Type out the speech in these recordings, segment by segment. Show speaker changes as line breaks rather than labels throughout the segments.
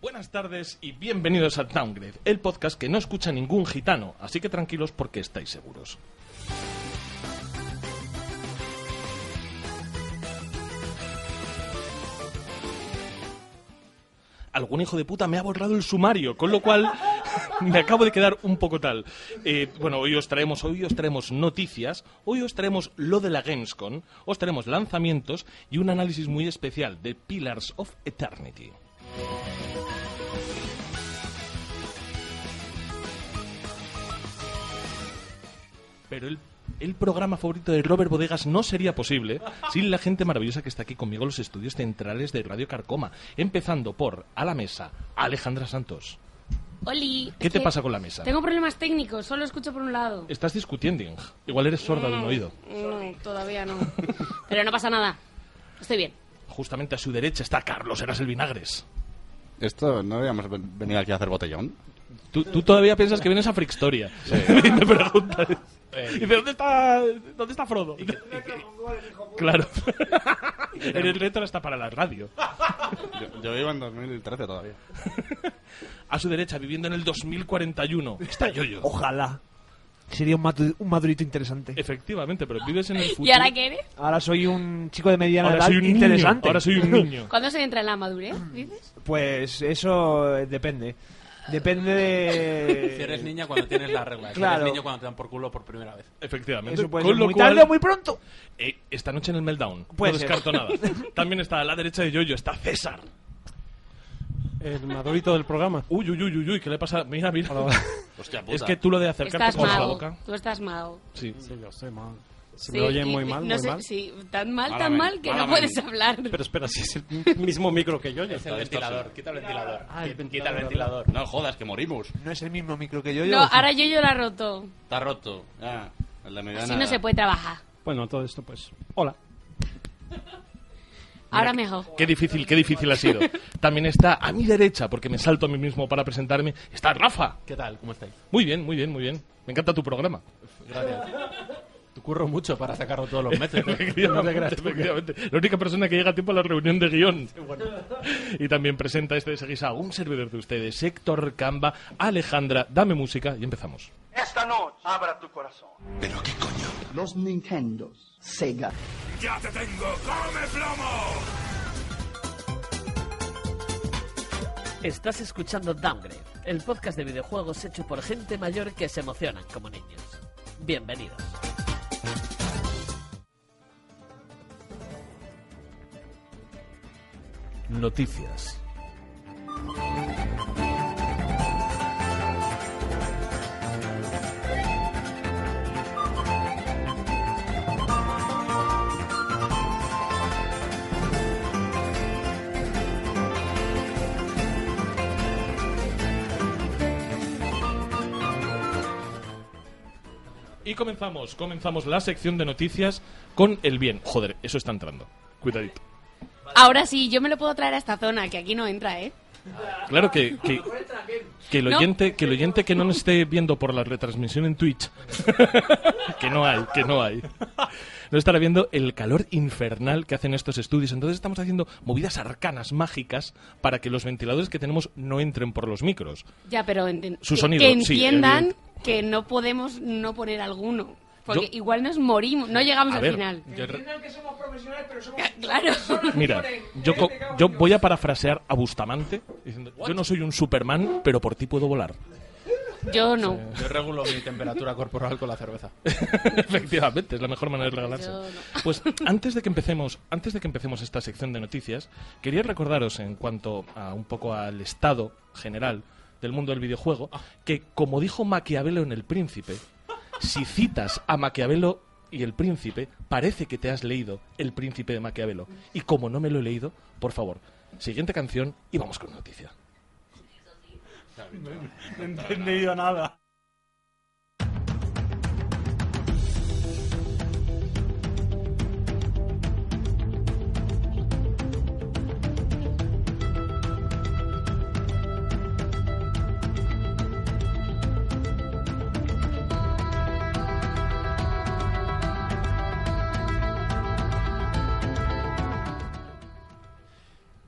Buenas tardes y bienvenidos a Downgrade, el podcast que no escucha ningún gitano, así que tranquilos porque estáis seguros. Algún hijo de puta me ha borrado el sumario, con lo cual me acabo de quedar un poco tal. Eh, bueno, hoy os traemos, hoy os traemos noticias, hoy os traemos lo de la Gamescom, os traemos lanzamientos y un análisis muy especial de Pillars of Eternity. Pero el, el programa favorito de Robert Bodegas no sería posible sin la gente maravillosa que está aquí conmigo en los estudios centrales de Radio Carcoma, empezando por a la mesa Alejandra Santos.
Oli.
¿Qué
es
te
que
pasa con la mesa?
Tengo problemas técnicos, solo escucho por un lado.
Estás discutiendo. Igual eres sorda de un oído.
No, todavía no. Pero no pasa nada. Estoy bien.
Justamente a su derecha está Carlos, eras el vinagres.
Esto no habíamos ven- venido aquí a hacer botellón.
Tú, tú todavía piensas que vienes a Frickstoria. Y me preguntas. Dice, ¿dónde está, ¿dónde está Frodo? Claro. En el retro está para la radio.
Yo, yo vivo en 2013 todavía.
A su derecha, viviendo en el 2041, está Yoyo.
Ojalá. Sería un, matu- un madurito interesante.
Efectivamente, pero vives en el futuro.
¿Y ahora qué eres?
Ahora soy un chico de mediana
Ahora
edad
soy un
interesante.
niño. Ahora soy un niño.
¿Cuándo se entra en la madurez? ¿Dices?
Pues eso eh, depende. Depende de...
Si eres niña cuando tienes la regla. Si
Claro.
eres niño cuando te dan por culo por primera vez.
Efectivamente.
Eso puede
Con
ser
lo
muy
cual,
tarde o muy pronto.
eh, esta noche en el Meltdown.
Puede
no
ser.
descarto nada. También está a la derecha de Yoyo, está César.
El madurito del programa.
Uy, uy, uy, uy, uy, ¿qué le pasa? Mira, mira.
Hostia puta.
Es que tú lo de acercarte
Estás
con la
mago.
boca.
Tú estás mago.
Sí.
Sí, lo sé, mal.
Sí,
Se me oye
y-
muy
y-
mal,
no
muy
sé,
mal.
Sí, tan mal, tan
Malamente,
mal que no
malamente.
puedes hablar.
Pero espera, si es el mismo micro que yo. ya
Es el
está
ventilador. Quita el ventilador.
Ah, el
Qui- Quita el
ventilador.
ventilador.
No jodas, que morimos.
No es el mismo micro que yo.
No, ahora yo yo la roto.
Está roto. Ah, el de mediana
Así no
edad.
se puede trabajar.
Bueno, todo esto pues. Hola.
Ahora mejor.
Qué difícil, qué difícil ha sido. También está a mi derecha, porque me salto a mí mismo para presentarme. Está Rafa.
¿Qué tal? ¿Cómo estáis?
Muy bien, muy bien, muy bien. Me encanta tu programa.
Gracias. Te curro mucho para sacarlo todos los meses. ¿eh? No te creas tú.
Efectivamente. La única persona que llega a tiempo a la reunión de guión. Y también presenta este seguís a un servidor de ustedes, Héctor Camba, Alejandra, dame música y empezamos.
Esta noche abra tu corazón.
los Nintendos, Sega,
Estás escuchando Downgrade, el podcast de videojuegos hecho por gente mayor que se emocionan como niños. Bienvenidos.
Noticias.
Y comenzamos, comenzamos la sección de noticias con el bien. Joder, eso está entrando. Cuidadito.
Ahora sí, yo me lo puedo traer a esta zona, que aquí no entra, ¿eh?
Claro que, que, que el
No.
oyente, que el oyente que no nos esté viendo por la retransmisión en Twitch, que no hay, que no hay, no estará viendo el calor infernal que hacen estos estudios. Entonces estamos haciendo movidas arcanas, mágicas, para que los ventiladores que tenemos no entren por los micros.
Ya, pero enten-
Su
que,
sonido,
que
sí,
entiendan
evidente.
que no podemos no poner alguno. Porque
Yo-
igual nos morimos, no llegamos
A
al
ver,
final.
yo re-
que somos profesionales, pero somos...
Claro.
mira, yo, co- yo voy a parafrasear a Bustamante diciendo, yo no soy un Superman, pero por ti puedo volar.
Yo no.
Yo regulo mi temperatura corporal con la cerveza.
Efectivamente, es la mejor manera de regalarse.
Yo no.
Pues antes de que empecemos, antes de que empecemos esta sección de noticias, quería recordaros en cuanto a un poco al estado general del mundo del videojuego, que como dijo Maquiavelo en El Príncipe, si citas a Maquiavelo y El Príncipe, parece que te has leído El Príncipe de Maquiavelo. Y como no me lo he leído, por favor, siguiente canción y vamos con noticia.
No he entendido nada.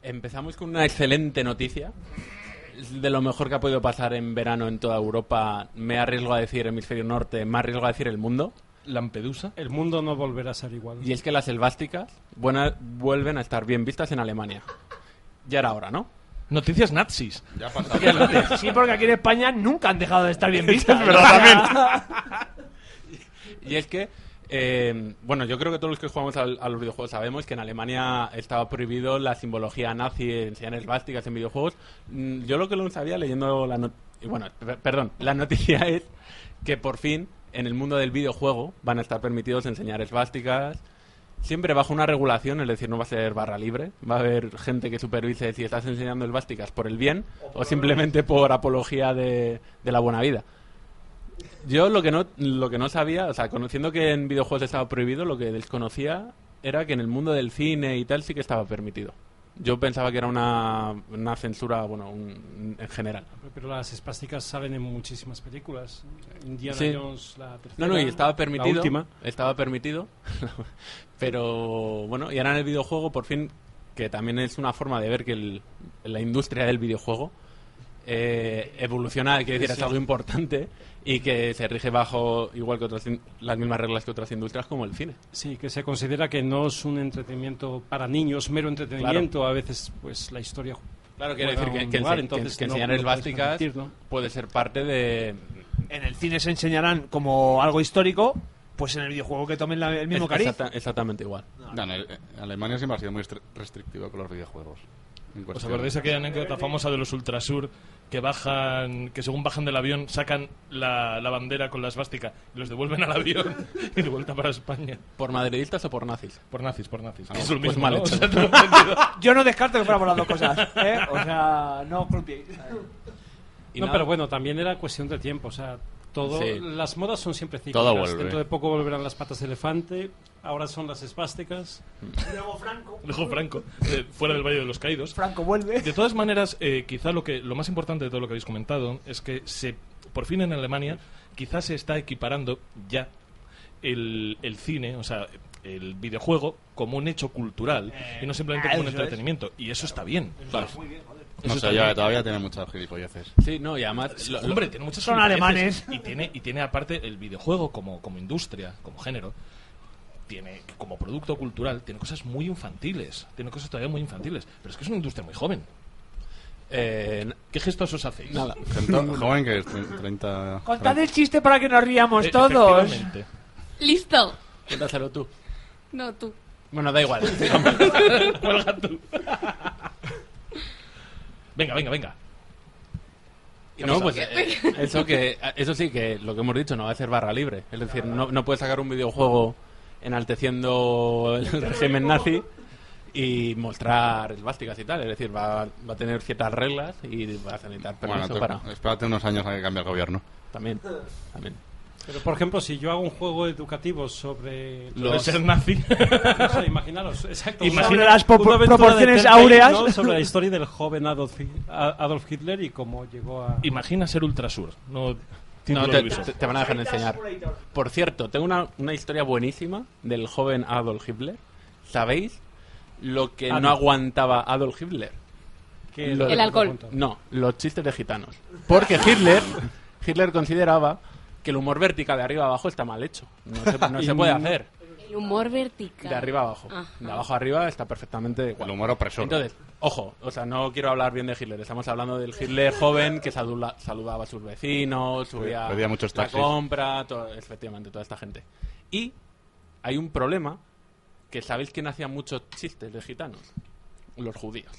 Empezamos con una excelente noticia es de lo mejor que ha podido pasar en verano en toda Europa. Me arriesgo a decir hemisferio norte, me arriesgo a decir el mundo.
Lampedusa.
El mundo no volverá a ser igual.
Y es que las selvásticas buena- vuelven a estar bien vistas en Alemania. Ya era hora, ¿no?
Noticias nazis.
Ya ha pasado.
Sí, porque aquí en España nunca han dejado de estar bien vistas.
Es verdad, también.
Y es que, eh, bueno, yo creo que todos los que jugamos al- a los videojuegos sabemos que en Alemania estaba prohibido la simbología nazi, enseñar esvásticas en videojuegos. Mm, Yo lo que lo sabía leyendo la noticia. Bueno, per- perdón, la noticia es que por fin en el mundo del videojuego van a estar permitidos enseñar esvásticas. Siempre bajo una regulación, es decir, no va a ser barra libre. Va a haber gente que supervise si estás enseñando esvásticas por el bien o simplemente por apología de, de la buena vida. Yo lo que no lo que no sabía, o sea, conociendo que en videojuegos estaba prohibido, lo que desconocía era que en el mundo del cine y tal sí que estaba permitido. Yo pensaba que era una, una censura, bueno, un- en general.
Pero las espásticas salen en muchísimas películas. Indiana
Sí.
Jones, la tercera.
No, no, y estaba permitido.
La última.
Estaba permitido. pero bueno, y ahora en el videojuego, por fin, que también es una forma de ver que el- la industria del videojuego eh, evoluciona, hay que decir, es algo importante y que se rige bajo, igual que otras, in- las mismas reglas que otras industrias, como el cine.
Sí, que se considera que no es un entretenimiento para niños, mero entretenimiento. A veces, pues, la historia.
Claro, quiero
juega
decir que,
un
que,
lugar,
ense-
entonces
que
no-
enseñar
no
el
puedes
Básicas
permitir, ¿no?
puede ser parte de...
En el cine se enseñarán como algo histórico, pues en el videojuego que tomen la- el mismo
es-
cariz.
exacta- exactamente igual.
No, en el- en Alemania siempre ha sido muy estri- restrictivo con los videojuegos. En
¿Os
cuestión-
acordáis aquella anécdota famosa de los Ultrasur que bajan, que según bajan del avión sacan la, la bandera con la esvástica y los devuelven al avión y de vuelta para España?
¿Por madridistas o por nazis?
Por nazis, por nazis.
Ah,
Que es lo
pues
mismo,
mal
¿no?
hecho.
O sea, todo el sentido.
Yo no descarto que fuera por las dos cosas. ¿eh? O sea, no os culpéis.
Y
no,
nada.
pero bueno, también era cuestión de tiempo. O sea, todo,
Sí.
las modas son siempre cíclicas.
Todo vuelve.
Dentro de poco volverán las patas de elefante. Ahora son las espásticas.
Luego Franco, eh, fuera del Valle de los Caídos.
Franco vuelve.
De todas maneras, eh, quizá lo, que, lo más importante de todo lo que habéis comentado es que se, por fin en Alemania quizá se está equiparando ya el, el cine, o sea, el videojuego como un hecho cultural y no simplemente como un
eso es.
entretenimiento. Y eso está bien.
No sé, ya, todavía tiene muchas gilipolleces.
Sí, no, y además... lo- lo-
Pues Hombre, tiene muchas
son
gilipolleces
alemanes.
Y tiene, y tiene aparte el videojuego como, como industria, como género. Tiene, como producto cultural, tiene cosas muy infantiles. Tiene cosas todavía muy infantiles. Pero es que es una industria muy joven.
eh, n-
¿Qué gestos os hacéis?
nada.
Gente joven que es tre- 30...
Contad el chiste para que nos riamos
Eh,
Pues todos.
efectivamente.
¡Listo!
Cuéntaselo tú.
No, tú.
Bueno, da igual.
Cuelga tú. venga, venga, venga.
No, pues eh, eso que eso sí que lo que hemos dicho no va a ser barra libre. Es decir, no, no puedes sacar un videojuego enalteciendo el régimen nazi y mostrar esvásticas y tal. Es decir, va, va a tener ciertas reglas y vas a necesitar
Bueno,
permiso
te-
para...
espérate unos años a que cambie el gobierno.
También, también.
Pero, por ejemplo, si yo hago un juego educativo sobre...
Lo de ser nazi.
No sé, imaginaros, exacto.
Imagina-
una-
las po-
una aventura
proporciones
de Telltale,
áureas.
¿no? Sobre la historia del joven Adolf, Hi- a- Adolf Hitler y cómo llegó a...
Imagina ser ultrasur. No, título
No, te,
Ubisoft.
te- te van a dejar de enseñar. Por cierto, tengo una, una historia buenísima del joven Adolf Hitler. ¿Sabéis lo que no
Adolf.
aguantaba Adolf Hitler?
que-
El
que-
alcohol.
No, los chistes de gitanos. Porque Hitler, Hitler consideraba que el humor vertical de arriba abajo está mal hecho. No se, no se puede hacer
El humor vertical. Ah.
de arriba abajo.
Ajá.
De abajo arriba está perfectamente igual.
El humor opresor.
Entonces, ojo, o sea, no quiero hablar bien de Hitler. Estamos hablando del Hitler joven que saludla- saludaba a sus vecinos, subía
Pedía muchos
la
taxis.
compra, todo- efectivamente, toda esta gente. Y hay un problema que sabéis quién hacía muchos chistes de gitanos. Los judíos.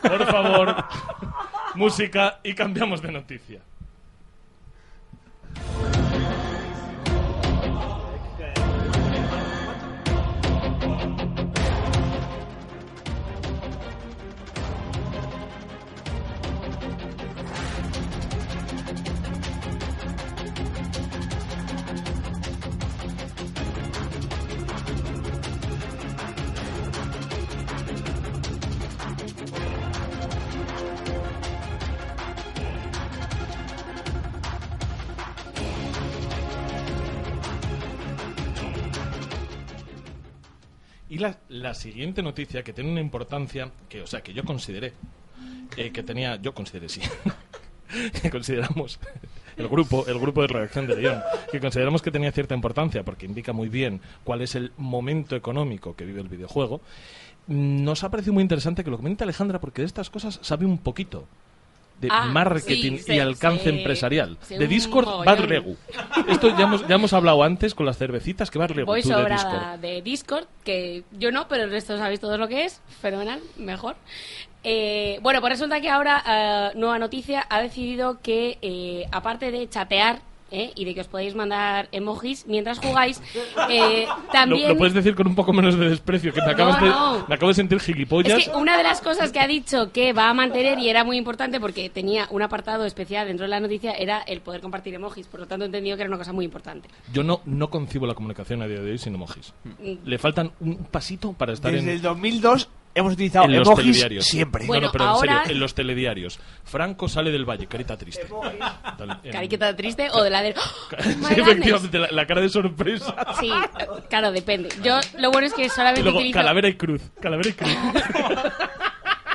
Por favor, música y cambiamos de noticia. Y la, la siguiente noticia que tiene una importancia que, o sea, que yo consideré eh, que tenía, yo consideré sí, que consideramos el grupo, el grupo de redacción de guión, que consideramos que tenía cierta importancia porque indica muy bien cuál es el momento económico que vive el videojuego. Nos ha parecido muy interesante que lo comente Alejandra porque de estas cosas sabe un poquito de
Ah,
marketing
sí, sí,
y alcance
sí.
empresarial.
Sí,
de
un
Discord,
mogollón.
Bar Regu. Esto ya hemos, ya hemos hablado antes con las cervecitas que Bar Regu,
Voy
tú de Discord.
sobrada de Discord, que yo no, pero el resto sabéis todo lo que es. Fenomenal, mejor. Eh, bueno, pues resulta que ahora eh, Nueva Noticia ha decidido que, eh, aparte de chatear ¿eh? y de que os podéis mandar emojis mientras jugáis, eh,
Lo,
también...
lo puedes decir con un poco menos de desprecio, que me acabas
No,
de,
no.
me acabo de sentir gilipollas.
Es que una de las cosas que ha dicho que va a mantener y era muy importante porque tenía un apartado especial dentro de la noticia era el poder compartir emojis. Por lo tanto, he entendido que era una cosa muy importante.
Yo no, no concibo la comunicación a día de hoy sin emojis.
Mm.
Le faltan un pasito para estar
Desde
en,
el 2002 hemos utilizado
en los
emojis
telediarios.
siempre.
No,
Bueno,
no, pero en
ahora-
serio, en los telediarios. Franco sale del valle, carita triste. Tal- en-
Cariqueta triste o de la de...
Sí,
¡My goodness!
efectivamente, la, la cara de sorpresa.
Sí, claro, depende. Yo lo bueno es que
Y
solamente
luego,
utilizo
calavera y cruz. Calavera y cruz.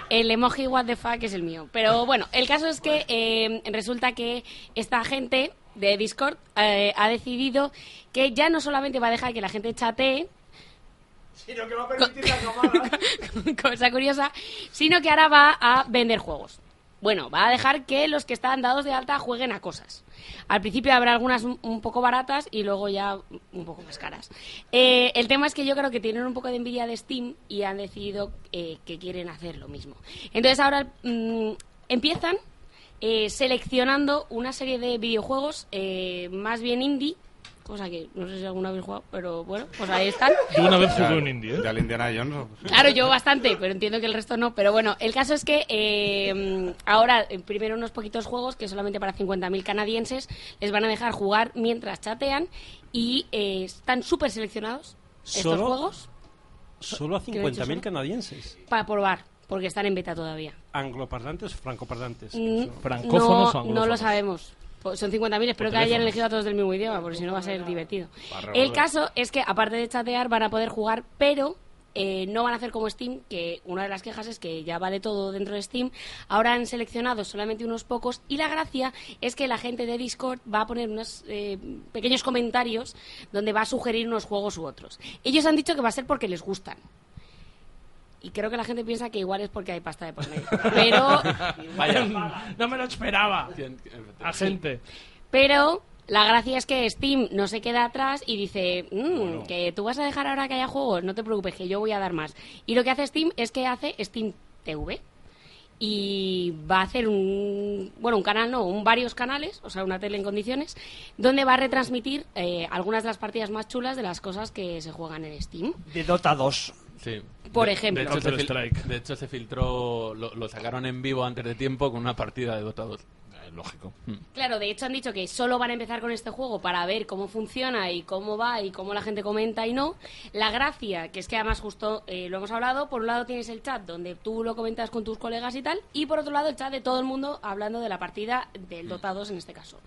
el emoji what the fuck es el mío. Pero bueno, el caso es que eh, resulta que esta gente de Discord eh, ha decidido que ya no solamente va a dejar que la gente chatee,
Sino que va a permitir la llamada.
cosa curiosa, sino que ahora va a vender juegos. Bueno, va a dejar que los que están dados de alta jueguen a cosas. Al principio habrá algunas un, un poco baratas y luego ya un poco más caras. Eh, el tema es que yo creo que tienen un poco de envidia de Steam y han decidido eh, que quieren hacer lo mismo. Entonces ahora mm, empiezan eh, seleccionando una serie de videojuegos eh, más bien indie, cosa que no sé si alguna habéis jugado, pero bueno, pues ahí están.
Yo una vez
Ya-
jugué un indie, ¿eh?
ya el Indiana Jones.
Claro, yo bastante, pero entiendo que el resto no. Pero bueno, el caso es que eh, ahora, eh, primero unos poquitos juegos que solamente para 50.000 canadienses les van a dejar jugar mientras chatean y eh, están súper seleccionados estos
¿Solo?
juegos
Solo a
¿Qué he dicho
50.000
solo?
canadienses.
para probar, porque están en beta todavía.
¿Angloparlantes o francoparlantes?
Mm,
¿Francófonos
no,
o
no lo
anglófonos?
sabemos. Pues Son 50.000, espero
Por
que hayan
teléfono.
elegido a todos del mismo idioma, porque si no va a ser divertido.
Barra,
El
barra.
caso es que, aparte de chatear, van a poder jugar, pero eh, no van a hacer como Steam, que una de las quejas es que ya vale todo dentro de Steam. Ahora han seleccionado solamente unos pocos, y la gracia es que la gente de Discord va a poner unos eh, pequeños comentarios donde va a sugerir unos juegos u otros. Ellos han dicho que va a ser porque les gustan. Y creo que la gente piensa que igual es porque hay pasta de por medio. Pero
No me lo esperaba. Agente.
Pero la gracia es que Steam no se queda atrás y dice "Mm, que tú vas a dejar ahora que haya juegos, no te preocupes, que yo voy a dar más. Y lo que hace Steam es que hace Steam TV y va a hacer un bueno un canal no un varios canales o sea una tele en condiciones donde va a retransmitir eh, algunas de las partidas más chulas de las cosas que se juegan en Steam
De Dota 2.
Sí.
Por
De-
ejemplo.
De hecho, se, fil-
Counter-Strike.
de hecho, se filtró, lo, lo sacaron en vivo antes de tiempo con una partida de Dota 2.
Eh,
Lógico.
Claro, de hecho han dicho que solo van a empezar con este juego para ver cómo funciona y cómo va y cómo la gente comenta y no. La gracia, que es que además justo eh, lo hemos hablado, por un lado tienes el chat donde tú lo comentas con tus colegas y tal, y por otro lado el chat de todo el mundo hablando de la partida del Dota 2 en este caso.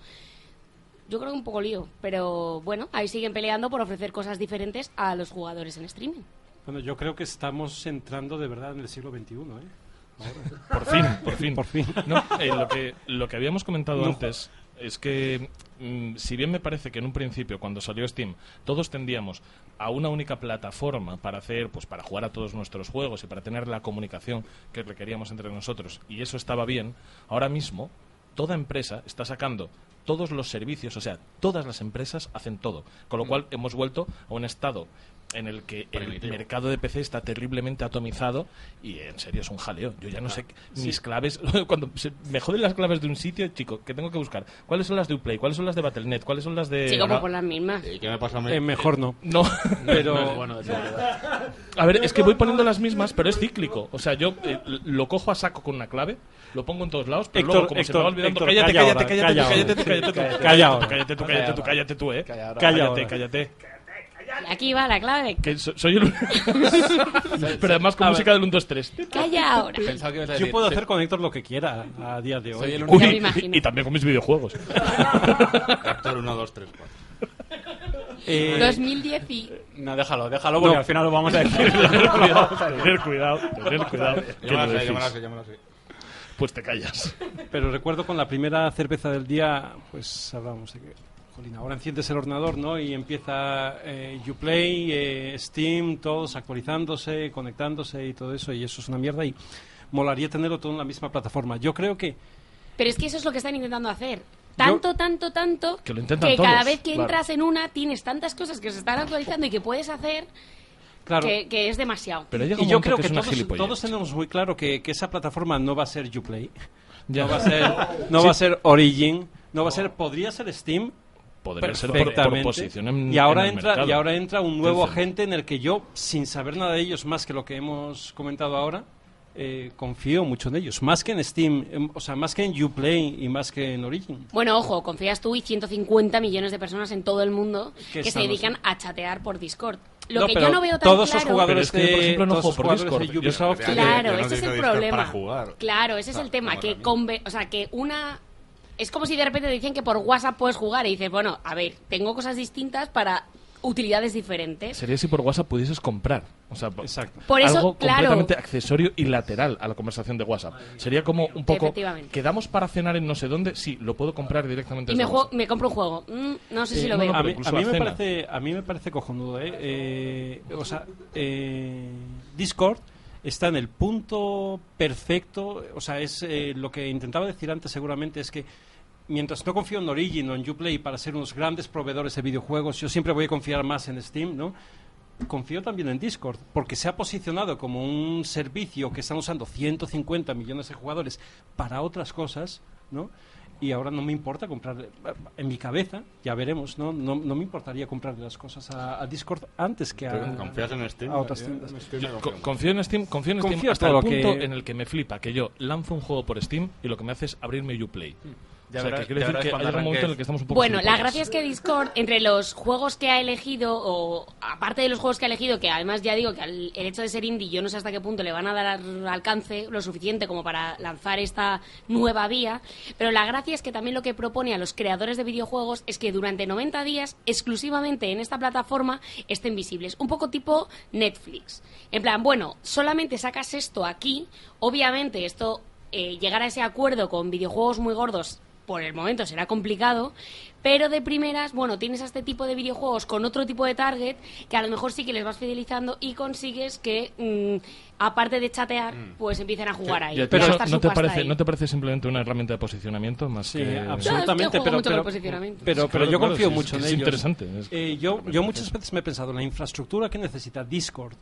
Yo creo que un poco lío, pero bueno, ahí siguen peleando por ofrecer cosas diferentes a los jugadores en streaming.
Bueno, yo creo que estamos entrando de verdad en el siglo XXI, ¿eh?
Por fin, por fin.
Por fin.
No, eh, lo, que, lo que habíamos comentado
No.
antes es que, mm, si bien me parece que en un principio, cuando salió Steam, todos tendíamos a una única plataforma para hacer, pues para jugar a todos nuestros juegos y para tener la comunicación que requeríamos entre nosotros, y eso estaba bien, ahora mismo toda empresa está sacando todos los servicios, o sea, todas las empresas hacen todo, con
Mm.
lo cual hemos vuelto a un estado en el que el
Primitivo.
mercado de PC está terriblemente atomizado y en serio es un jaleo. Yo ya no sé qué- mis claves, cuando se- me joden las claves de un sitio, chico, que tengo que buscar. ¿Cuáles son las de Uplay? ¿Cuáles son las de Battle.net? ¿Cuáles son las de
Chico,
Ahora-
pues por las mismas.
¿Y qué me pasa a mí?
Eh, mejor no.
No.
Pero
No es bueno de seguridad.
A ver, es que voy poniendo las mismas, pero es cíclico. O sea, yo eh, lo cojo a saco con una clave, lo pongo en todos lados, pero
Héctor,
luego como se
Héctor,
me va olvidando,
Héctor,
cállate,
calla
cállate,
ahora,
cállate, tú,
calla
cállate, tú,
ahora.
cállate, tú, cállate,
Calla
tú,
ahora.
cállate, tú, cállate tú, eh.
Calla ahora.
Cállate,
ahora.
cállate.
Y aquí va la clave.
Que so- soy el Pero además con
A
música del 1 2 3.
Calla ahora.
Pensaba que ibas a
Yo
decir,
puedo
"Sí,
hacer con Héctor lo que quiera a día de
soy el
hoy.
único.
me imagino.
y, y también con mis videojuegos.
Captor 1, 2, 3, 4.
Eh,
2010 y...
No, déjalo, déjalo, porque al final lo vamos a decir.
tener cuidado, tener cuidado. que
Yo me la
lo
sé, yo
decís.
me la sé, yo me la sé.
pues te callas.
Pero recuerdo con la primera cerveza del día, pues hablábamos de que, jolín, ahora enciendes el ordenador, ¿no? Y empieza eh, Uplay, eh, Steam, todos actualizándose, conectándose y todo eso, y eso es una mierda y molaría tenerlo todo en la misma plataforma. Yo creo que
Pero es que eso es lo que están intentando hacer. Tanto, tanto, tanto.
Que lo intentan
que cada
todos,
vez que
claro.
entras en una tienes tantas cosas que se están actualizando y que puedes hacer
Claro.
que, que es demasiado.
Pero llega
y
un
yo
momento
creo
que
que,
es una
todos,
gilipollez.
todos tenemos muy claro que, que esa plataforma no va a ser Uplay,
Ya.
no va a ser, no
Sí.
va a ser Origin, no va a ser, podría ser Steam.
Podría ser por- por
perfectamente.
posición en-
y ahora
en el
entra
mercado.
y ahora entra un nuevo
Tencent.
agente en el que yo sin saber nada de ellos más que lo que hemos comentado ahora eh, confío mucho en ellos más que en Steam em, o sea más que en Uplay y más que en Origin
Bueno, ojo, confías tú y 150 millones de personas en todo el mundo
Que
que se
estamos-
dedican a chatear por Discord. Lo
No,
que
pero
yo no veo tan
todos
claro.
los jugadores
Pero es que yo, por
de-
ejemplo, no
todos
juego
los
por
jugadores de
Discord. Yo
Ubisoft
Yo-
Claro,
Yo no
ese es
tengo
el
Discord
problema.
para jugar.
Claro, ese es el tema. Que conve- o sea, que una. Es como si de repente te dicen que por WhatsApp puedes jugar y dices, bueno, a ver, tengo cosas distintas para utilidades diferentes.
Sería si por WhatsApp pudieses comprar. O sea, po-
Exacto.
Por eso,
algo
claro.
completamente accesorio y lateral a la conversación de WhatsApp. Sería como un poco.
Efectivamente.
Quedamos para cenar en no sé dónde. Sí, lo puedo comprar directamente
Y
desde
me, juego-
WhatsApp.
me compro un juego. Mm, no sé si
Eh,
lo
no,
veo.
no,
a mí,
incluso
a mí
la
me
cena.
parece a mí me parece cojonudo ¿eh? Eh, o sea eh, Discord está en el punto perfecto o sea es eh, lo que intentaba decir antes seguramente es que mientras no confío en Origin o en Uplay para ser unos grandes proveedores de videojuegos yo siempre voy a confiar más en Steam no confío también en Discord, porque se ha posicionado como un servicio que están usando 150 millones de jugadores para otras cosas, ¿no? Y ahora no me importa comprar, en mi cabeza, ya veremos, ¿no? No, no me importaría comprar las cosas a, a Discord antes que a,
¿Confías en este? Steam?
a otras
eh,
Yo-
tiendas.
Steam no
Co-
confío.
confío en Steam, confío en
Confío
Steam hasta
todo
el
lo que-
punto en el que me flipa que yo lanzo un juego por Steam y lo que me hace es abrirme Uplay.
Ya
o sea, que
verás-
quiero
ya
decir
verás
que hay
cuando
un momento en el
arranques.
que estamos un poco
Bueno, la
gilipollas.
gracia es que Discord, entre los juegos que ha elegido, o aparte de los juegos que ha elegido, que además ya digo que al- el hecho de ser indie, yo no sé hasta qué punto le van a dar al- alcance lo suficiente como para lanzar esta nueva vía, pero la gracia es que también lo que propone a los creadores de videojuegos es que durante 90 días, exclusivamente en esta plataforma, estén visibles. Un poco tipo Netflix. En plan, bueno, solamente sacas esto aquí, obviamente esto... eh, llegar a ese acuerdo con videojuegos muy gordos por el momento será complicado, pero de primeras, bueno, tienes a este tipo de videojuegos con otro tipo de target que a lo mejor sí que les vas fidelizando y consigues que, mm, aparte de chatear,
Mm.
pues empiecen a jugar ahí.
Ya,
y a
pero
gastar
¿no
su
te,
pasta
parece,
ahí.
¿no te parece simplemente una herramienta de posicionamiento más
Sí,
que...?
absolutamente,
Yo juego
pero,
mucho con el
pero,
posicionamiento.
pero, pero
Claro,
yo
claro,
confío
sí, es
mucho
que
en
es
ellos.
interesante, es-
Eh, yo, yo muchas veces me he pensado, la infraestructura que necesita Discord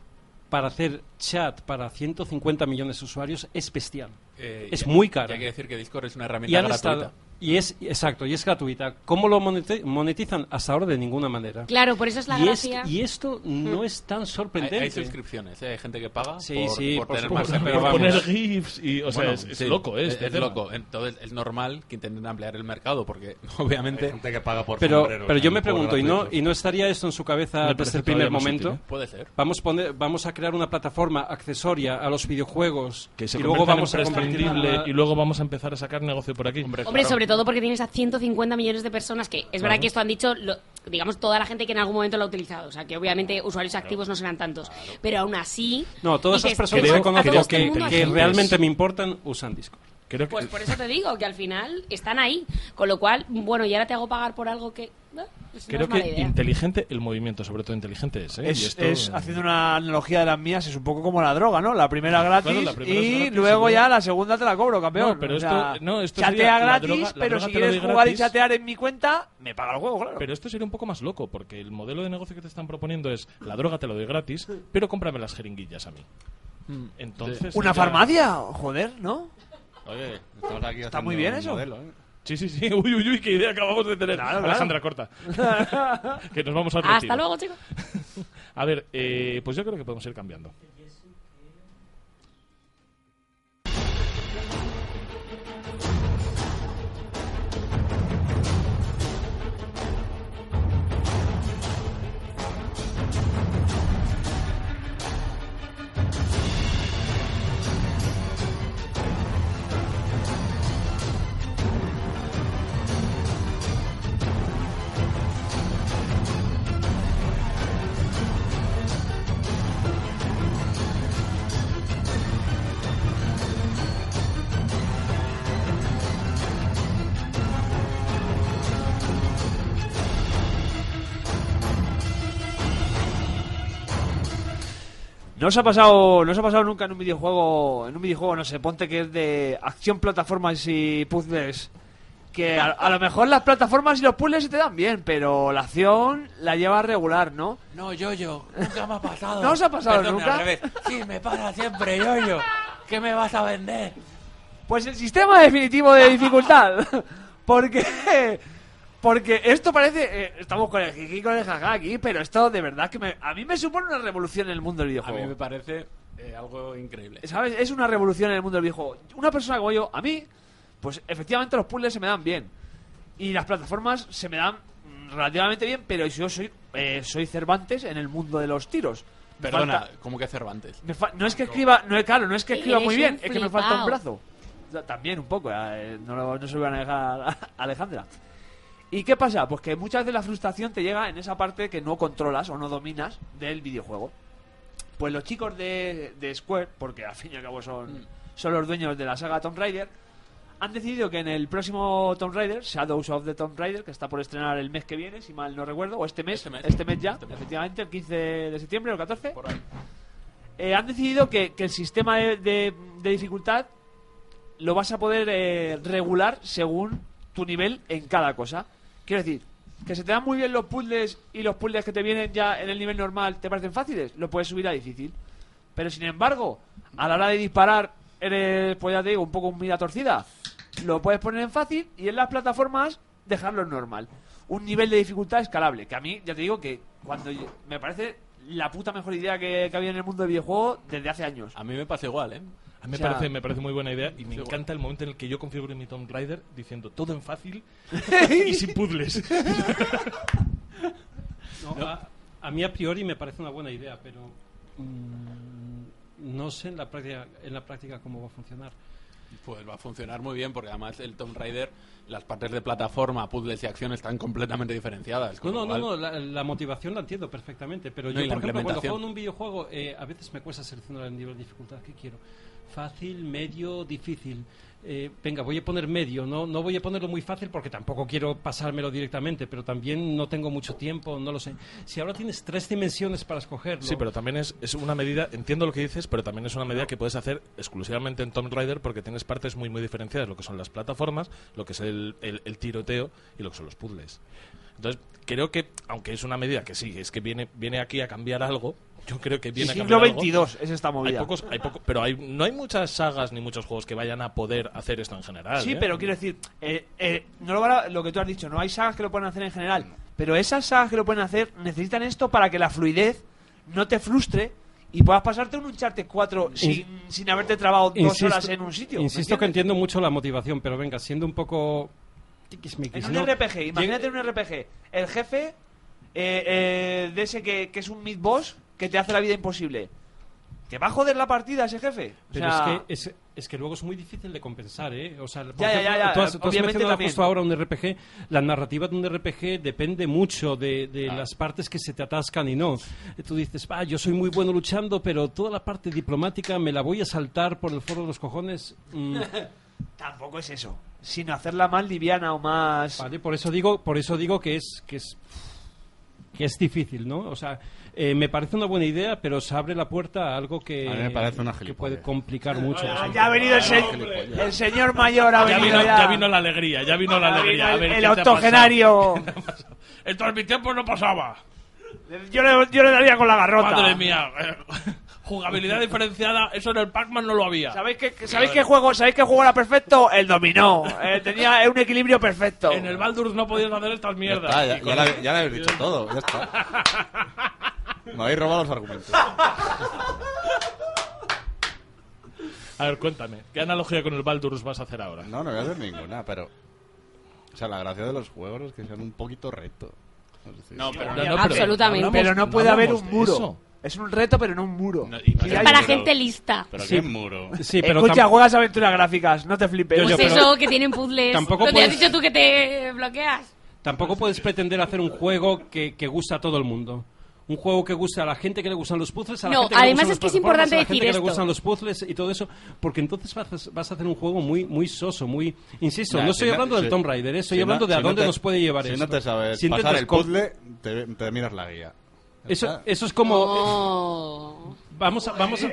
para hacer chat para 150 millones de usuarios es bestial.
Eh,
es
ya-
muy cara.
ya Hay que decir que Discord es una herramienta
y han
gratuita.
estado y es exacto y es gratuita cómo lo monete- monetizan hasta ahora de ninguna manera
Claro, por eso es la
y, es-
gracia. Mm.
y esto no es tan
Hay,
sorprendente
hay suscripciones, ¿eh? hay gente que paga
Sí,
por,
sí,
por
por
tener
supuesto,
más
pero
servicios.
poner
vamos.
GIFs y... O sea,
Bueno,
es, es
sí,
loco, ¿eh?
es,
este
es
tema.
loco. Entonces es normal que intenten ampliar el mercado porque obviamente
Hay gente que paga por
pero
sombreros
pero yo
en
me
juegos
pregunto y no
gratuitos.
y no estaría esto en su cabeza
Me
desde
parece
el primer
todavía más
momento
útil, ¿eh?
puede ser.
Vamos, a poner, vamos a crear una plataforma accesoria a los videojuegos
Que se
y luego vamos a
prescindible
convertirla-
y luego vamos a empezar a sacar negocio por aquí.
Hombre, sobre todo porque tienes a 150 millones de personas que, es verdad que esto han dicho, lo- digamos, toda la gente que en algún momento lo ha utilizado. O sea, que obviamente usuarios activos no serán tantos. Pero aún así...
No, todas esas
dices,
personas
"Tengo
que
a
conozco
todo el
que,
mundo
que
aquí".
realmente me importan usan Discord.
Creo que...
Pues por eso te digo, que al final están ahí. Con lo cual, bueno, y ahora te hago pagar por algo que. ¿no? Pues no
Creo
es mala
que
idea.
inteligente, el movimiento, sobre todo inteligente es, ¿eh?
Es,
Y esto-
es, haciendo una analogía de las mías, es un poco como la droga, ¿no? La primera gratis
Claro, la primera
y
es gratis,
luego
seguro.
ya la segunda te la cobro, campeón.
No, pero
O sea,
esto- no, esto sería
chatea
la
gratis,
droga- la
pero
droga
si
te la doy
quieres jugar y
gratis.
chatear en mi cuenta, me paga el juego, claro.
Pero esto sería un poco más loco, porque el modelo de negocio que te están proponiendo es la droga te la doy gratis, pero cómprame las jeringuillas a mí. Entonces.
Mm. ¿Una
ya-
farmacia? Joder, ¿no?
Oye, estamos aquí haciendo
muy bien
un
eso.
modelo, ¿eh?
Sí, sí, sí. Uy, uy, uy, qué idea acabamos de tener.
Claro, claro.
Alejandra, corta. que nos vamos a
Hasta
retiro.
luego, chicos.
A ver, eh, pues yo creo que podemos ir cambiando.
¿No os ha pasado, no os ha pasado nunca en un videojuego, en un videojuego, no sé, ponte que es de acción, plataformas y puzzles? Que a, a lo mejor las plataformas y los puzzles se te dan bien, pero la acción la lleva regular, ¿no?
No, yo, yo, nunca me ha pasado.
¿No os ha pasado
Perdón,
nunca?
al revés. Sí, me pasa siempre, yo, yo. ¿Qué me vas a vender?
Pues el sistema definitivo de dificultad. Porque. Porque esto parece. eh, estamos con el jiji, con el jaja aquí, pero esto de verdad que me- a mí me supone una revolución en el mundo del
A
videojuego.
mí me parece eh, algo increíble.
¿Sabes? Es una revolución en el mundo del videojuego. Una persona como yo, a mí, pues efectivamente los puzzles se me dan bien. Y las plataformas se me dan mm, relativamente bien, pero yo soy, eh, soy Cervantes en el mundo de los tiros. Me
Perdona,
falta-
como que Cervantes.
me fa- no es que escriba, no es claro, no es que escriba
Eres
muy bien,
un
es que me falta un
flipao.
brazo. Ya, También un poco, eh, no, lo- no se lo van a dejar a Alejandra. ¿Y qué pasa? Pues que muchas veces la frustración te llega en esa parte que no controlas o no dominas del videojuego. Pues los chicos de, de Square, porque al fin y al cabo son, son los dueños de la saga Tomb Raider, han decidido que en el próximo Tomb Raider, Shadows of the Tomb Raider, que está por estrenar el mes que viene, si mal no recuerdo, o este mes, este mes, ya, efectivamente, el 15 de septiembre o el 14, eh, han decidido que, que el sistema de, de- de dificultad lo vas a poder eh, regular según tu nivel en cada cosa. Quiero decir, que se te dan muy bien los puzzles y los puzzles que te vienen ya en el nivel normal te parecen fáciles, lo puedes subir a difícil. Pero sin embargo, a la hora de disparar, eres, pues ya te digo, un poco un mira torcida. Lo puedes poner en fácil y en las plataformas dejarlo en normal. Un nivel de dificultad escalable, que a mí, ya te digo, que cuando yo- me parece la puta mejor idea que, que había en el mundo del videojuego desde hace años.
A mí me pasa igual, ¿eh?
A mí me,
O sea-
parece, me parece muy buena idea y me encanta el momento en el que yo configuro mi Tomb Raider diciendo todo en fácil y sin puzzles.
No, A, a mí a priori me parece una buena idea, pero mm, no sé en la práctica, en la práctica cómo va a funcionar.
Pues va a funcionar muy bien porque además el Tomb Raider, las partes de plataforma, puzzles y acción están completamente diferenciadas.
No,
con
no,
lo
no,
cual-
no, la, la motivación la entiendo perfectamente, pero
No,
yo,
y la
por ejemplo, cuando
implementación.
juego en un videojuego, eh, a veces me cuesta seleccionar el nivel de dificultad que quiero. Fácil, medio, difícil. Eh, venga, voy a poner medio, no, no voy a ponerlo muy fácil porque tampoco quiero pasármelo directamente, pero también no tengo mucho tiempo, no lo sé. Si ahora tienes tres dimensiones para escogerlo,
Sí, pero también es, es una medida, entiendo lo que dices, pero también es una medida que puedes hacer exclusivamente en Tomb Raider porque tienes partes muy muy diferenciadas, lo que son las plataformas, lo que es el, el- el tiroteo y lo que son los puzzles. Entonces, creo que, aunque es una medida que sí, es que viene, viene aquí a cambiar algo, yo creo que viene a
Siglo
cambiar algo.
XXII es esta movida.
Hay pocos, hay poco, pero hay, no hay muchas sagas ni muchos juegos que vayan a poder hacer esto en general.
Sí,
¿eh?
pero quiero decir, eh, eh, no lo, van a- lo que tú has dicho, no hay sagas que lo puedan hacer en general, pero esas sagas que lo pueden hacer necesitan esto para que la fluidez no te frustre y puedas pasarte un Uncharted 4 sin, sin haberte trabado dos
Insisto-
horas en un sitio. ¿me
Insisto que entiendo mucho la motivación, pero venga, siendo un poco. tiquismiquis,
En un
¿no?
RPG, imagínate en un RPG, el jefe eh, eh, de ese que, que es un mid-boss que te hace la vida imposible. ¿Te va a joder la partida ese jefe? O
Pero
sea,
es, que, es, es que luego es muy difícil de compensar, ¿eh? O sea, por
Ya, ya,
ejemplo,
ya, ya,
tú has, tú has
obviamente
mencionado
también.
justo ahora un RPG. La narrativa de un RPG depende mucho de, de
Ah.
las partes que se te atascan y no. Tú dices, ah, yo soy muy bueno luchando, pero toda la parte diplomática me la voy a saltar por el foro de los cojones. Mm,
Tampoco es eso. Sino hacerla más liviana o más...
Vale, por eso digo, por eso digo que es que es que es difícil, ¿no? O sea, eh, me parece una buena idea, pero se abre la puerta a algo que,
A mí me parece una
que puede complicar mucho.
Ah, ya ha venido el, se- el señor mayor, ha
ya
venido
vino,
ya.
ya vino la alegría, ya vino la
Ya
alegría.
vino
A ver,
el-
¿qué
el
te ha pasado?
octogenario.
Esto en mi tiempo no pasaba.
Yo le, yo le daría con la garrota.
Madre mía. eh, Jugabilidad diferenciada, eso en el Pac-Man no lo había.
¿Sabéis qué, qué- ¿Sabéis qué juego, ¿sabéis qué juego era perfecto? El dominó. Eh, tenía un equilibrio perfecto.
En el Baldur no podías hacer estas
Ya,
mierdas.
está, ya,
Y
ya
con-
la, ya la habéis dicho todo, ya está. Me habéis robado los argumentos.
A ver, cuéntame, ¿qué analogía con el Baldur's vas a hacer ahora?
No, no voy a hacer ninguna, pero... O sea, la gracia de los juegos es que sean un poquito reto. Es decir,
No, pero-
No, no, pero- Absolutamente. hablamos-
Pero no puede haber
hablamos
un
de
muro.
eso.
Es un reto, pero no un muro.
no
Y
es
hay-
Para gente lista.
Pero
Sí.
qué muro.
Sí, pero
Escucha,
tam-
juegas aventuras gráficas, no te flipes.
Yo- yo,
Pues
pero-
eso, que tienen puzzles. ¿No
Tampoco
te has
puedes-
dicho tú que te bloqueas?
Tampoco puedes pretender hacer un juego que, que gusta a todo el mundo. Un juego que gusta a la gente que le gustan los puzzles, a la
No,
gente que le
además
gustan
es que
las
es
plataformas,
importante
a la gente
decir
que
esto.
le gustan los puzzles y todo eso, porque entonces vas, a- vas a hacer un juego muy muy soso, muy insisto,
Ya,
no
si
estoy hablando del
si-
Tomb Raider, eh, estoy
si
hablando
no-
de a
si no
dónde
te-
nos puede llevar
si
esto.
no te sabes
Si
pasar
intentas
el
com-
puzzle, te, te miras la guía.
Eso, eso es como...
Oh. No.
Vamos a... Vamos a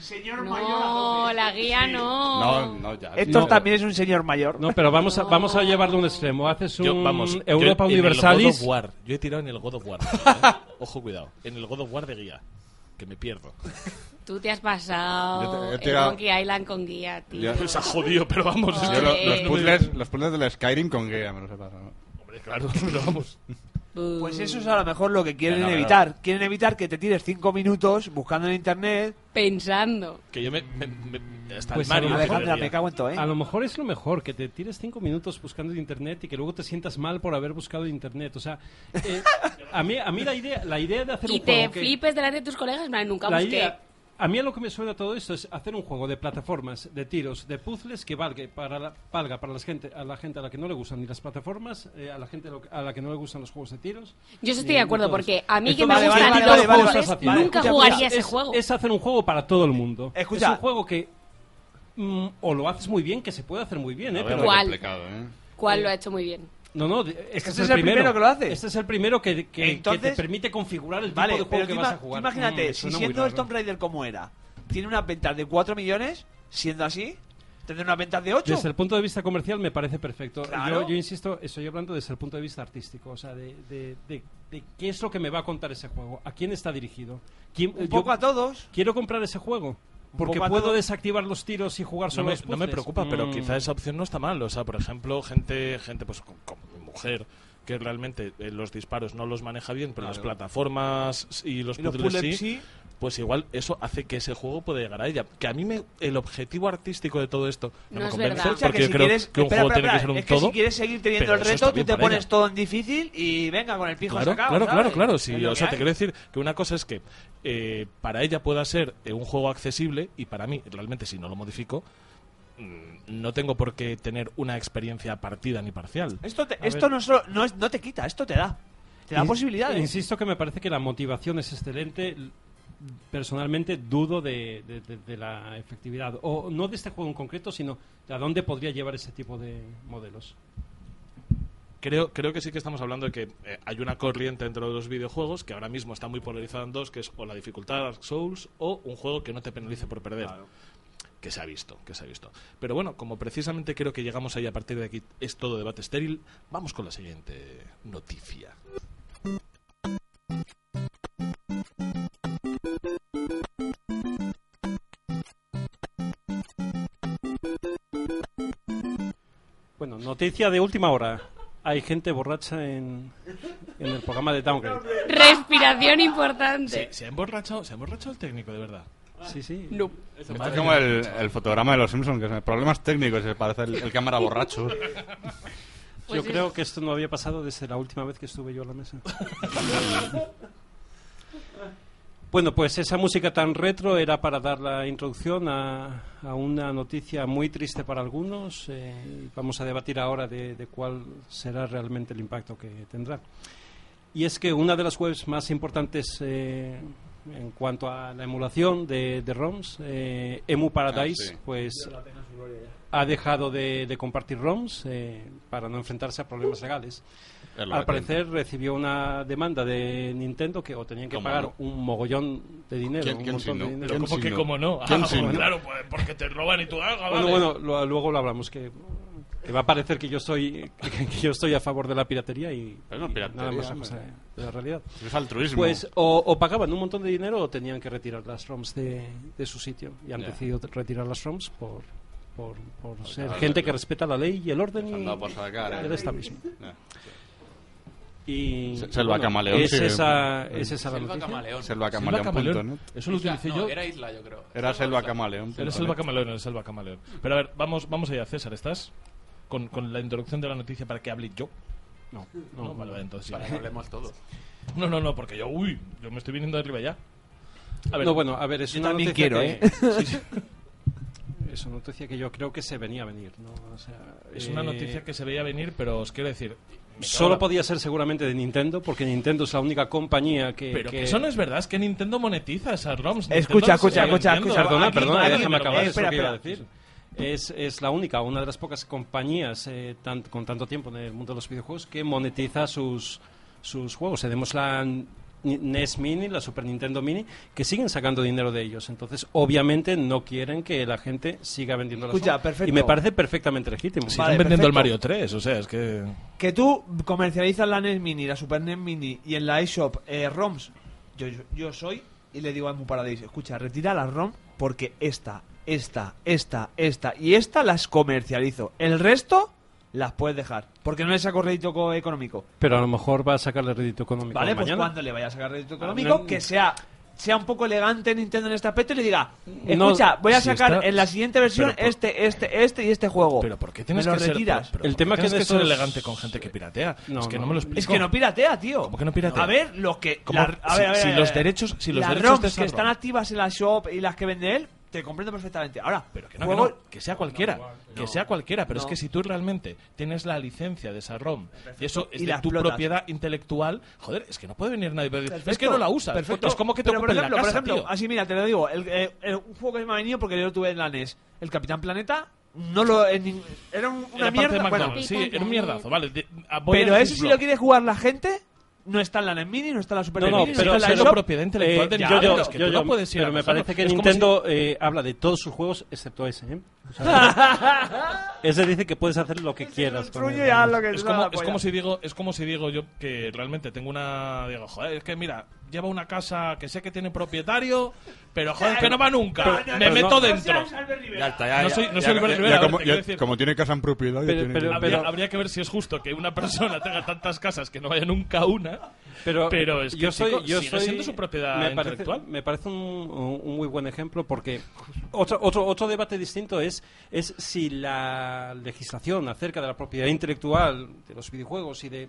Señor No, la guía no.
Héctor también es un señor mayor.
No, pero vamos a, vamos a llevarlo a un extremo. Haces un
Yo, vamos,
Europa
yo en el God
Universalis.
of War. Yo he tirado en el God of War. ¿eh? Ojo, cuidado. En el God of War de guía. Que me pierdo.
Tú te has pasado
Yo te- he
el
tirado-
Monkey Island con guía, tío.
Yo- Se ha jodido, pero vamos, es
Yo lo- los,
Ole.
puzzles, los puzzles del Skyrim con guía me los he pasado.
Hombre, claro, pero vamos.
Pues eso es a lo mejor lo que quieren
Ya, no, pero-
evitar. Quieren evitar que te tires cinco minutos buscando en internet.
Pensando.
Que yo me. me- me- hasta
Pues
el Mario.
a, lo
me
mejor,
perdía.
¿eh?
a lo mejor es lo mejor, que te tires cinco minutos buscando en internet y que luego te sientas mal por haber buscado en internet. O sea, eh, a mí, a mí la, idea, la idea de hacer
Y
un
te
juego... que-
flipes delante de tus colegas, en plan, nunca
la
busqué.
idea- a mí a lo que me suena todo esto es hacer un juego de plataformas, de tiros, de puzzles que valga para la, valga para la gente, a la gente a la que no le gustan ni las plataformas, eh, a la gente lo- a la que no le gustan los juegos de tiros.
Yo eso
ni-
estoy de
ni
acuerdo,
todo
porque
eso.
a mí que
Entonces,
me
vale,
gustan
vale,
los
vale, vale,
juegos,
vale, vale.
nunca
Escucha,
jugaría
es-
ese
es-
juego.
Es hacer un juego para todo el mundo.
Escucha.
Es un juego que mm, o lo haces muy bien, que se puede hacer muy bien, ¿eh?
Lo veo
Pero-
muy
¿Cuál?
complicado, ¿eh?
¿Cuál lo ha hecho muy bien?
No, no, de- este,
es el primero que lo hace.
Este es el primero que, que- que
Entonces-
te permite configurar el tipo
Vale,
de
pero
juego
tú
que
ima-
vas a
tú
jugar. Mm,
imagínate,
me
si
suena muy
siendo el
raro.
Tomb Raider como era, tiene unas ventas de 4 millones, siendo así, tendrá unas ventas de 8.
Desde el punto de vista comercial me parece perfecto.
Claro.
Yo, yo insisto, estoy hablando desde el punto de vista artístico, o sea, de, de- de- de qué es lo que me va a contar ese juego, a quién está dirigido. ¿Quién,
Un poco a todos.
Quiero comprar ese juego, porque
poco a
puedo
todos.
desactivar los tiros y jugar
No
solo
me,
los
no me
puzzles.
preocupa, pero
Mm.
quizá esa opción no está mal. O sea, por ejemplo, gente, gente pues co- como mi mujer, que realmente eh, los disparos no los maneja bien, pero las plataformas y los
Y los
puzzles sí,
puzzles sí.
Pues igual eso hace que ese juego pueda llegar a ella. Que a mí me, el objetivo artístico de todo esto no,
No
me
es
convence,
verdad. O sea,
porque yo creo que un
espera,
juego
espera,
tiene que
espera,
ser un
es que
todo.
si quieres seguir teniendo
pero
el
eso
reto,
está
tú
bien
te
para
pones
ella.
todo en difícil y venga con el pijo
Claro,
sacado.
claro,
¿sabes?
claro, claro. Sí,
Es lo
o
que
sea, te
hay.
quiero decir que una cosa es que eh, para ella pueda ser eh, un juego accesible y para mí, realmente, si no lo modifico, mm, no tengo por qué tener una experiencia partida ni parcial.
Esto, te-
A
esto
ver.
no, solo- no, es- no te quita, esto te da. Te da
Ins-
posibilidades.
Insisto que me parece que la motivación es excelente. L- Personalmente dudo de, de- de- de la efectividad, o no de este juego en concreto, sino de a dónde podría llevar ese tipo de modelos.
Creo, creo que sí que estamos hablando de que eh, hay una corriente dentro de los videojuegos que ahora mismo está muy polarizada en dos, que es o la dificultad de Dark Souls o un juego que no te penalice por perder. Que se ha visto, que se ha visto. Pero bueno, como precisamente creo que llegamos ahí a partir de aquí, es todo debate estéril, vamos con la siguiente noticia.
Bueno, noticia de última hora. Hay gente borracha en, en el programa de Downgrade.
Respiración importante.
Eh, Se, se ha emborrachado, se ha emborrachado el técnico, de verdad.
Sí, sí.
No.
Esto es como el, el fotograma de los Simpsons, que son problemas técnicos, se parece el, el cámara borracho.
Pues
Yo creo que esto no había pasado desde la última vez que estuve yo a la mesa. bueno, pues esa música tan retro era para dar la introducción a, a una noticia muy triste para algunos. eh, y vamos a debatir ahora de, de cuál será realmente el impacto que tendrá. Y es que una de las webs más importantes eh, en cuanto a la emulación de, de ROMs, eh, Emu
Ah,
Paradise,
sí.
pues ha dejado de, de compartir ROMs eh, para no enfrentarse a problemas legales.
Es lo que
Al parecer recibió una demanda de Nintendo que o tenían que
¿Cómo
pagar
no?
un mogollón de dinero.
¿Quién-
un
quién
montón
si no?
de dinero.
Pero como
si
que
no?
como no,
¿Quién
Ah,
si no?
claro, pues, porque te roban y tú "Ah, hagas,
Bueno, bueno, lo- luego lo hablamos, que, que va a parecer que yo soy que, yo estoy a favor de la piratería y,
Pero no
y
piratería,
nada más lejos
hombre.
de de la realidad.
Es altruismo.
Pues o, o pagaban un montón de dinero o tenían que retirar las ROMs de, de su sitio. Y han
Ya. Pues
decidido retirar las ROMs por, por, por ser
claro,
gente
claro.
que respeta la ley y el orden
Se han
y,
dado por sacar,
y
¿eh?
el establishment.
Ya.
Y,
Se- Selva Camaleón,
Es
sí.
esa, es esa la
Selva
noticia.
Camaleón.
Selva
Selva
Camaleón.
camaleón.net.
Eso lo utilicé
Isla-
yo.
no, era Isla, yo creo.
Era Selva camaleón.
Eres Selva Camaleón, eres Selva Camaleón. Pero a ver, vamos, vamos allá, César, ¿estás? Con, con la introducción de la noticia para que hable yo.
No,
No,
no,
vale, vale, entonces sí.
Para que hablemos todos.
No, no, no, porque yo, uy, yo me estoy viniendo de arriba ya. A ver,
No, bueno, a ver, es
Yo
una
también
noticia
quiero,
que-
¿eh?
sí, sí. Es una noticia que yo creo que se venía a venir, ¿no? O sea,
es una
eh,
noticia que se veía venir, pero os quiero decir. me cago en
Solo
la-
podía ser seguramente de Nintendo, porque Nintendo es la única compañía que...
Pero
que-
que eso no es verdad, es que Nintendo monetiza esas ROMs.
Escucha,
Nintendo
escucha,
sigue
escucha,
vendiendo.
escucha.
Perdona,
Aquí,
perdona,
aquí,
déjame
pero-
acabar,
eh,
es
espera,
lo que iba a
espera.
decir. Es, es la única, una de las pocas compañías eh, tan- con tanto tiempo en el mundo de los videojuegos que monetiza sus, sus juegos. Tenemos la Ni- NES Mini, la Super Nintendo Mini, que siguen sacando dinero de ellos. Entonces, obviamente, no quieren que la gente siga vendiendo las
Escucha,
obras.
perfecto.
Y me parece perfectamente legítimo.
Si están vendiendo el Mario 3, o sea, es que...
Que tú comercializas la NES Mini, la Super NES Mini y en la eShop eh, ROMs. Yo, yo, yo soy y le digo a Emu Paradise, escucha, retira la ROM porque esta, esta, esta, esta y esta las comercializo. El resto las puedes dejar porque no le saco rédito co- económico.
Pero a lo mejor va a sacarle rédito económico
Vale, pues
mañana.
cuando le vaya a sacar rédito
Ah,
económico,
no-
que sea sea un poco elegante Nintendo en este aspecto y le diga,
No,
escucha, voy a
si
sacar
está-
en la siguiente versión
Pero por-
este, este, este y este juego.
Pero ¿por qué tienes
Me lo
que ser,
retiras.
pero- pero
El
¿por qué
tema es que
tienes que
de
ser
esos-
elegante con gente que piratea?
No,
es que no,
no.
me lo
Es
explico.
Es que no piratea, tío.
¿Cómo que no piratea?
A ver, los que.
¿Cómo?
a
Si-
ver, a ver,
si
a ver,
los
a ver.
derechos- si los
las
derechos de
ROMs
esa
que están
ROM.
activas en la shop y las que vende él, te comprendo perfectamente. Ahora, pero
Que no, que no, que sea cualquiera, que sea cualquiera, pero
No.
es que si tú realmente tienes la licencia de esa ROM y eso es
Y
de
la
tu
explotas.
propiedad intelectual, joder, es que no puede venir nadie. pero Es que
Perfecto,
no la usas.
perfecto.
Otro, Es como que te
Pero, por
ocupen
ejemplo,
la casa,
por ejemplo,
tío.
así mira, te lo digo, el, eh, el- un juego que me ha venido porque yo lo tuve en la NES, el Capitán Planeta, no lo en nin- era un- una
Era parte de
mierda, bueno,
McDonald's, sí, era un mierdazo, vale. de- a- voy a
pero
decir
ese si
blog.
lo quiere jugar la gente no está en la NES Mini, no está en la Super
No,
NES
no,
Mini,
pero
no está en la
eso es
eShop.
propiedad intelectual de
ya,
Nintendo.
pero-
Yo- yo- pero me parece que
Es como
Nintendo eh, habla de todos sus juegos excepto ese. ¿eh? O sea, ese dice que puedes hacer lo que quieras. con E él, vamos.
es como, es como si digo es como si digo yo que realmente tengo una digo joder es que mira lleva una casa que sé que tiene propietario pero joder que no va nunca me
Pero- pero
meto
no-
dentro
Ya está, ya,
no
ya,
soy no
ya,
soy Albert
ya, ya,
Rivera,
ya
ahora
como,
te quiero
ya-
decir.
como tiene casa en propiedad, ya tiene-
habría, habría que ver si es justo que una persona tenga tantas casas que no vaya nunca a una pero, es que
eh, yo soy,
chico,
yo
sigue
soy-
siendo su propiedad
me parece,
intelectual
Me parece un, un- un muy buen ejemplo porque otro, otro, otro debate distinto es, es si la legislación acerca de la propiedad intelectual de los videojuegos y de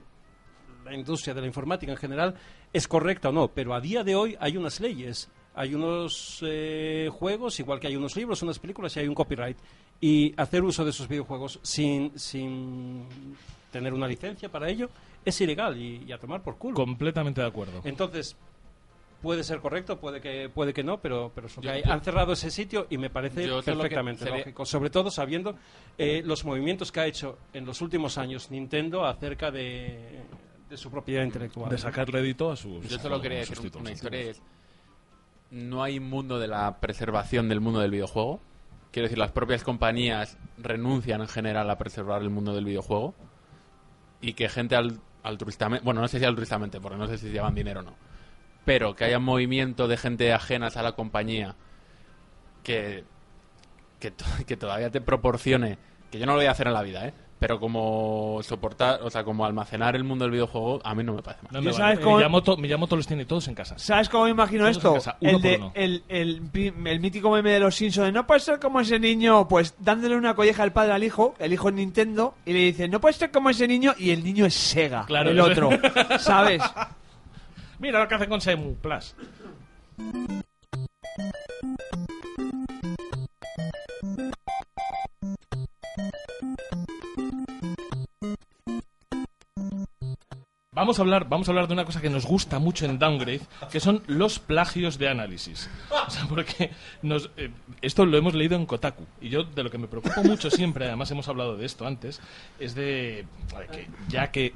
la industria de la informática en general es correcta o no, pero a día de hoy hay unas leyes, hay unos eh, juegos, igual que hay unos libros, unas películas y hay un copyright. Y hacer uso de esos videojuegos sin, sin tener una licencia para ello es ilegal y, y a tomar por culo.
completamente de acuerdo
Entonces, puede ser correcto, puede que, puede que no, pero, pero es lo que
Yo-
hay. han cerrado ese sitio y me parece
Yo sé lo que
perfectamente
sería-
lógico. Sobre todo sabiendo eh, los movimientos que ha hecho en los últimos años Nintendo acerca de, de su propiedad intelectual.
de sacar rédito a sus
Yo solo quería
a sus
decir
títulos.
una historia y es, no hay mundo de la preservación del mundo del videojuego. Quiero decir, las propias compañías renuncian en general a preservar el mundo del videojuego y que gente al, altruistamente, bueno, no sé si altruistamente, porque no sé si llevan dinero o no, pero que haya movimiento de gente ajenas a la compañía que, que, to- que todavía te proporcione, que yo no lo voy a hacer en la vida, ¿eh? Pero como soportar, o sea, como almacenar el mundo del videojuego, a mí no me parece mal.
No
¿Y
me
sabes
vale. Eh,
cómo-
Miyamoto, Miyamoto los tiene todos en casa
¿Sabes cómo me imagino
Todos en
esto?
casa, uno
el,
por
de-
uno.
el, el pi- el mítico meme de los Simpsons de no puede ser como ese niño, pues dándole una colleja al padre al hijo, el hijo es Nintendo, y le dice no puede ser como ese niño, y el niño es Sega,
Claro,
el
eso-
otro, ¿sabes?
mira lo que hacen con Semu Plus Vamos a hablar, vamos a hablar de una cosa que nos gusta mucho en Downgrade, que son los plagios de análisis. O sea, porque nos, eh, esto lo hemos leído en Kotaku y yo de lo que me preocupo mucho siempre, además hemos hablado de esto antes, es de eh, que ya que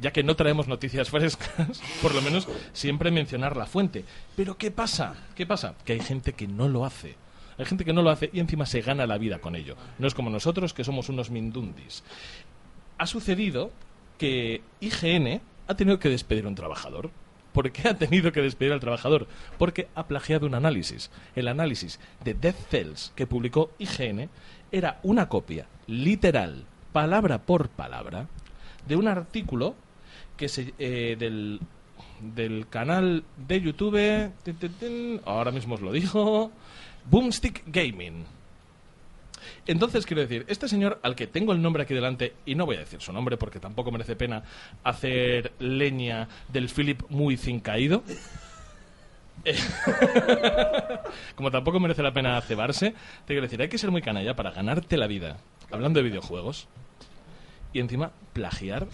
ya que no traemos noticias frescas, por lo menos siempre mencionar la fuente. Pero ¿qué pasa? ¿Qué pasa? Que hay gente que no lo hace. Hay gente que no lo hace y encima se gana la vida con ello. No es como nosotros que somos unos mindundis. Ha sucedido que IGN ha tenido que despedir a un trabajador. ¿Por qué ha tenido que despedir al trabajador? Porque ha plagiado un análisis. El análisis de Death Cells que publicó IGN era una copia literal, palabra por palabra, de un artículo que se, eh, del, del canal de YouTube. tin, tin, tin, ahora mismo os lo digo. Boomstick Gaming. Entonces, quiero decir, este señor al que tengo el nombre aquí delante, y no voy a decir su nombre porque tampoco merece pena hacer leña del Philip muy sin caído. Eh, Como tampoco merece la pena cebarse, te quiero decir, hay que ser muy canalla para ganarte la vida hablando de videojuegos y encima plagiar.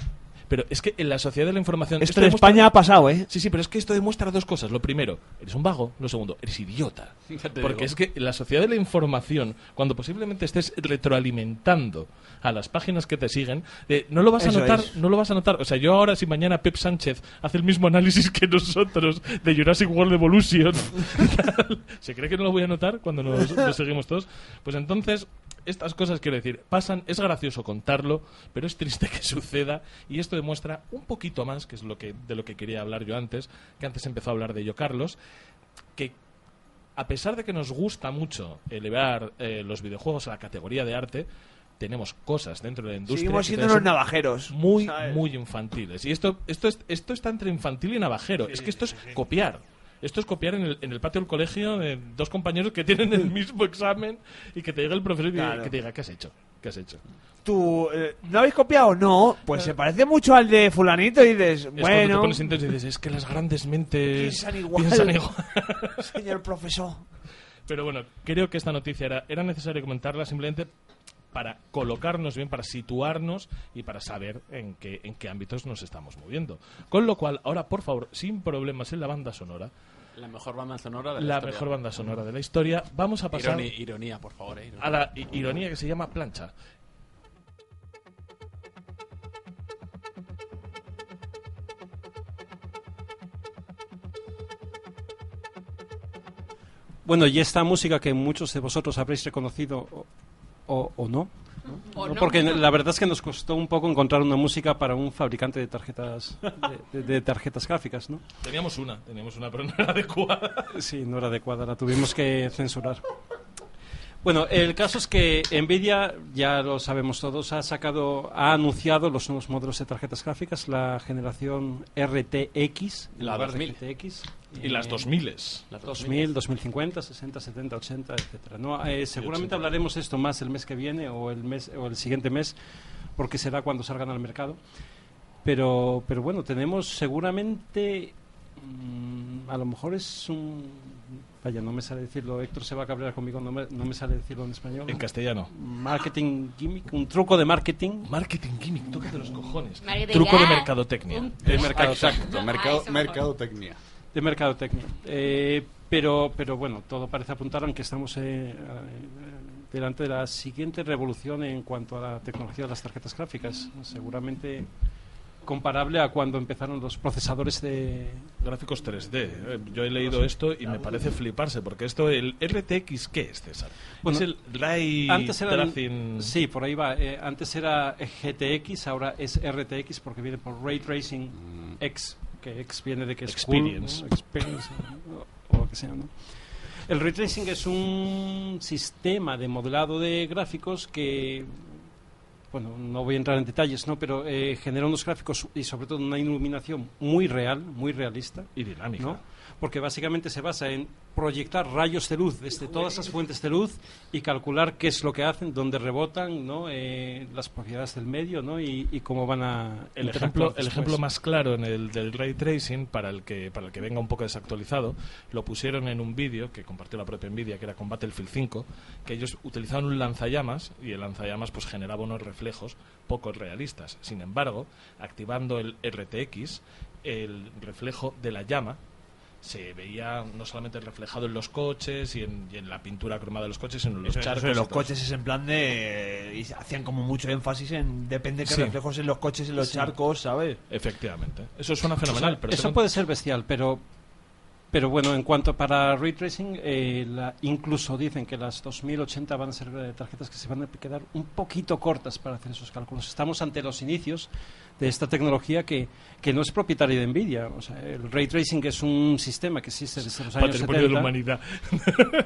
Pero es que en la sociedad de la información.
Esto en España ha pasado, ¿eh?
Sí, sí, pero es que esto demuestra dos cosas. Lo primero, eres un vago. Lo segundo, eres idiota.
Ya te
Porque
digo.
es que en la sociedad de la información, cuando posiblemente estés retroalimentando a las páginas que te siguen, eh, no lo vas
Eso
a notar.
es.
No lo vas a notar. O sea, yo ahora, si mañana Pep Sánchez hace el mismo análisis que nosotros de Jurassic World Evolution, ¿se cree que no lo voy a notar cuando nos, nos seguimos todos? Pues entonces, estas cosas quiero decir, pasan, es gracioso contarlo, pero es triste que suceda y esto demuestra un poquito más, que es lo que, de lo que quería hablar yo antes, que antes empezó a hablar de ello Carlos, que a pesar de que nos gusta mucho elevar eh, los videojuegos a la categoría de arte, tenemos cosas dentro de la industria.
Seguimos
que
siendo
son
unos navajeros,
Muy,
¿sabes?
muy infantiles. Y esto, esto, es, esto está entre infantil y navajero. es que esto es copiar. Esto es copiar en el, en el patio del colegio de dos compañeros que tienen el mismo examen y que te llega el profesor y
Claro.
que te diga, ¿qué has hecho? ¿Qué has hecho?
Tú, eh, ¿no habéis copiado? No. Pues se parece mucho al de fulanito y
Es
dices,
cuando te
bueno...
pones intenso y dices, es que las grandes mentes
Piensan igual.
piensan igual".
Señor profesor.
Pero bueno, creo que esta noticia era, era necesario comentarla simplemente para colocarnos bien, para situarnos y para saber en qué, en qué ámbitos nos estamos moviendo. Con lo cual, ahora, por favor, sin problemas en la banda sonora,
La mejor banda sonora de la,
la
historia.
mejor banda sonora de la historia, vamos a pasar
Ironi- ironía, por favor. eh, ironía.
a la i- ironía que se llama plancha.
Bueno, y esta música que muchos de vosotros habréis reconocido o, o- o no.
O no.
Porque la verdad es que nos costó un poco encontrar una música para un fabricante de tarjetas de, de- de tarjetas gráficas, ¿no?
Teníamos una, teníamos una, pero no era adecuada.
Sí, no era adecuada, la tuvimos que censurar. Bueno, el caso es que Nvidia, ya lo sabemos todos, ha sacado, ha anunciado los nuevos modelos de tarjetas gráficas, la generación RTX,
La 2000.
RTX,
Y
Eh,
las 2000. Las
2000, 2050, 60, 70, 80, etcétera. No, Eh, seguramente hablaremos esto más el mes que viene o el mes o el siguiente mes, porque será cuando salgan al mercado. Pero, pero bueno, tenemos seguramente, mm, a lo mejor es un, vaya, no me sale decirlo. Héctor se va a cabrear conmigo, no me, no me sale decirlo en español.
En castellano.
Marketing gimmick, un truco de marketing.
Marketing gimmick, tócate los cojones.
Marketing
Truco de
gimmick.
mercadotecnia.
Un-
De mercadotecnia.
Exacto, mercado, mercadotecnia.
De mercadotecnia. Eh, pero, pero bueno, todo parece apuntar, aunque estamos eh, eh, delante de la siguiente revolución en cuanto a la tecnología de las tarjetas gráficas. Seguramente comparable a cuando empezaron los procesadores de.
Gráficos 3D. Eh, Yo he
Ah,
leído esto y me parece fliparse, porque esto, el RTX, ¿qué es, César?
Bueno,
es el Ray
antes era el-
Tracing-
Sí, por ahí va. Eh, antes era GTX, ahora es RTX porque viene por Ray Tracing X, que X viene de que es cool,
Mm. Experience.
¿no? Experience, o, o lo que sea, ¿no? El ray tracing es un sistema de modelado de gráficos que, bueno, no voy a entrar en detalles, ¿no? Pero eh, genera unos gráficos y sobre todo una iluminación muy real, muy realista.
Y dinámica.
¿no? Porque básicamente se basa en proyectar rayos de luz desde todas esas fuentes de luz y calcular qué es lo que hacen, dónde rebotan, ¿no? Eh, las propiedades del medio, ¿no? Y, y cómo van a...
el
interactuar
ejemplo, el
después.
ejemplo más claro en el del ray tracing para el que para el que venga un poco desactualizado lo pusieron en un vídeo que compartió la propia Nvidia que era con Battlefield 5 que ellos utilizaban un lanzallamas y el lanzallamas pues generaba unos reflejos poco realistas sin embargo activando el RTX el reflejo de la llama se veía no solamente reflejado en los coches y en, y en la pintura cromada de los coches sino en los
Eso,
charcos
eso de
y
los
todo.
coches es en plan de... y hacían como mucho énfasis en... Depende qué
Sí.
reflejos en los coches, en los
Sí.
charcos, ¿sabes?
efectivamente eso suena fenomenal
O sea,
pero
eso
según-
puede ser bestial, pero pero bueno, en cuanto para ray tracing, eh, la- incluso dicen que las 2080 van a ser eh, tarjetas que se van a quedar un poquito cortas para hacer esos cálculos. Estamos ante los inicios de esta tecnología que, que no es propietaria de Nvidia. O sea, el ray tracing es un sistema que existe desde los años
Patrimonio de
70.
la humanidad.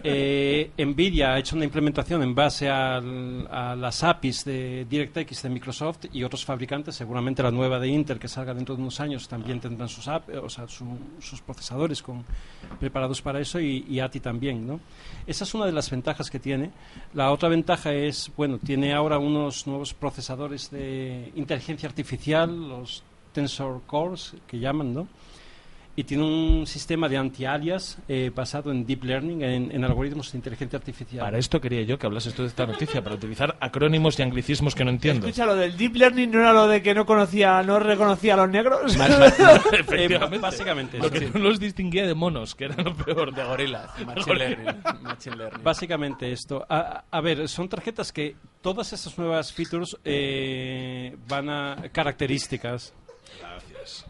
Eh, Nvidia ha hecho una implementación en base al- a las APIs de DirectX de Microsoft y otros fabricantes, seguramente la nueva de Intel que salga dentro de unos años también tendrán sus app- eh, o sea, su- sus procesadores con, preparados para eso y, y ATI también, ¿no? Esa es una de las ventajas que tiene. La otra ventaja es, bueno, tiene ahora unos nuevos procesadores de inteligencia artificial, los Tensor Cores que llaman, ¿no? y tiene un sistema de anti-alias eh, basado en deep learning, en, en algoritmos de inteligencia artificial.
Para esto quería yo que hablases tú de esta noticia, para utilizar acrónimos y anglicismos que no entiendo.
Escucha, lo del deep learning no era lo de que no conocía, no reconocía a los negros.
Efectivamente.
Eh, básicamente,
Lo
sí.
que no los distinguía de monos, que era lo peor. De gorilas.
Machine learning. Machine learning.
Básicamente esto. A, a ver, son tarjetas que todas esas nuevas features eh, van a características
Gracias.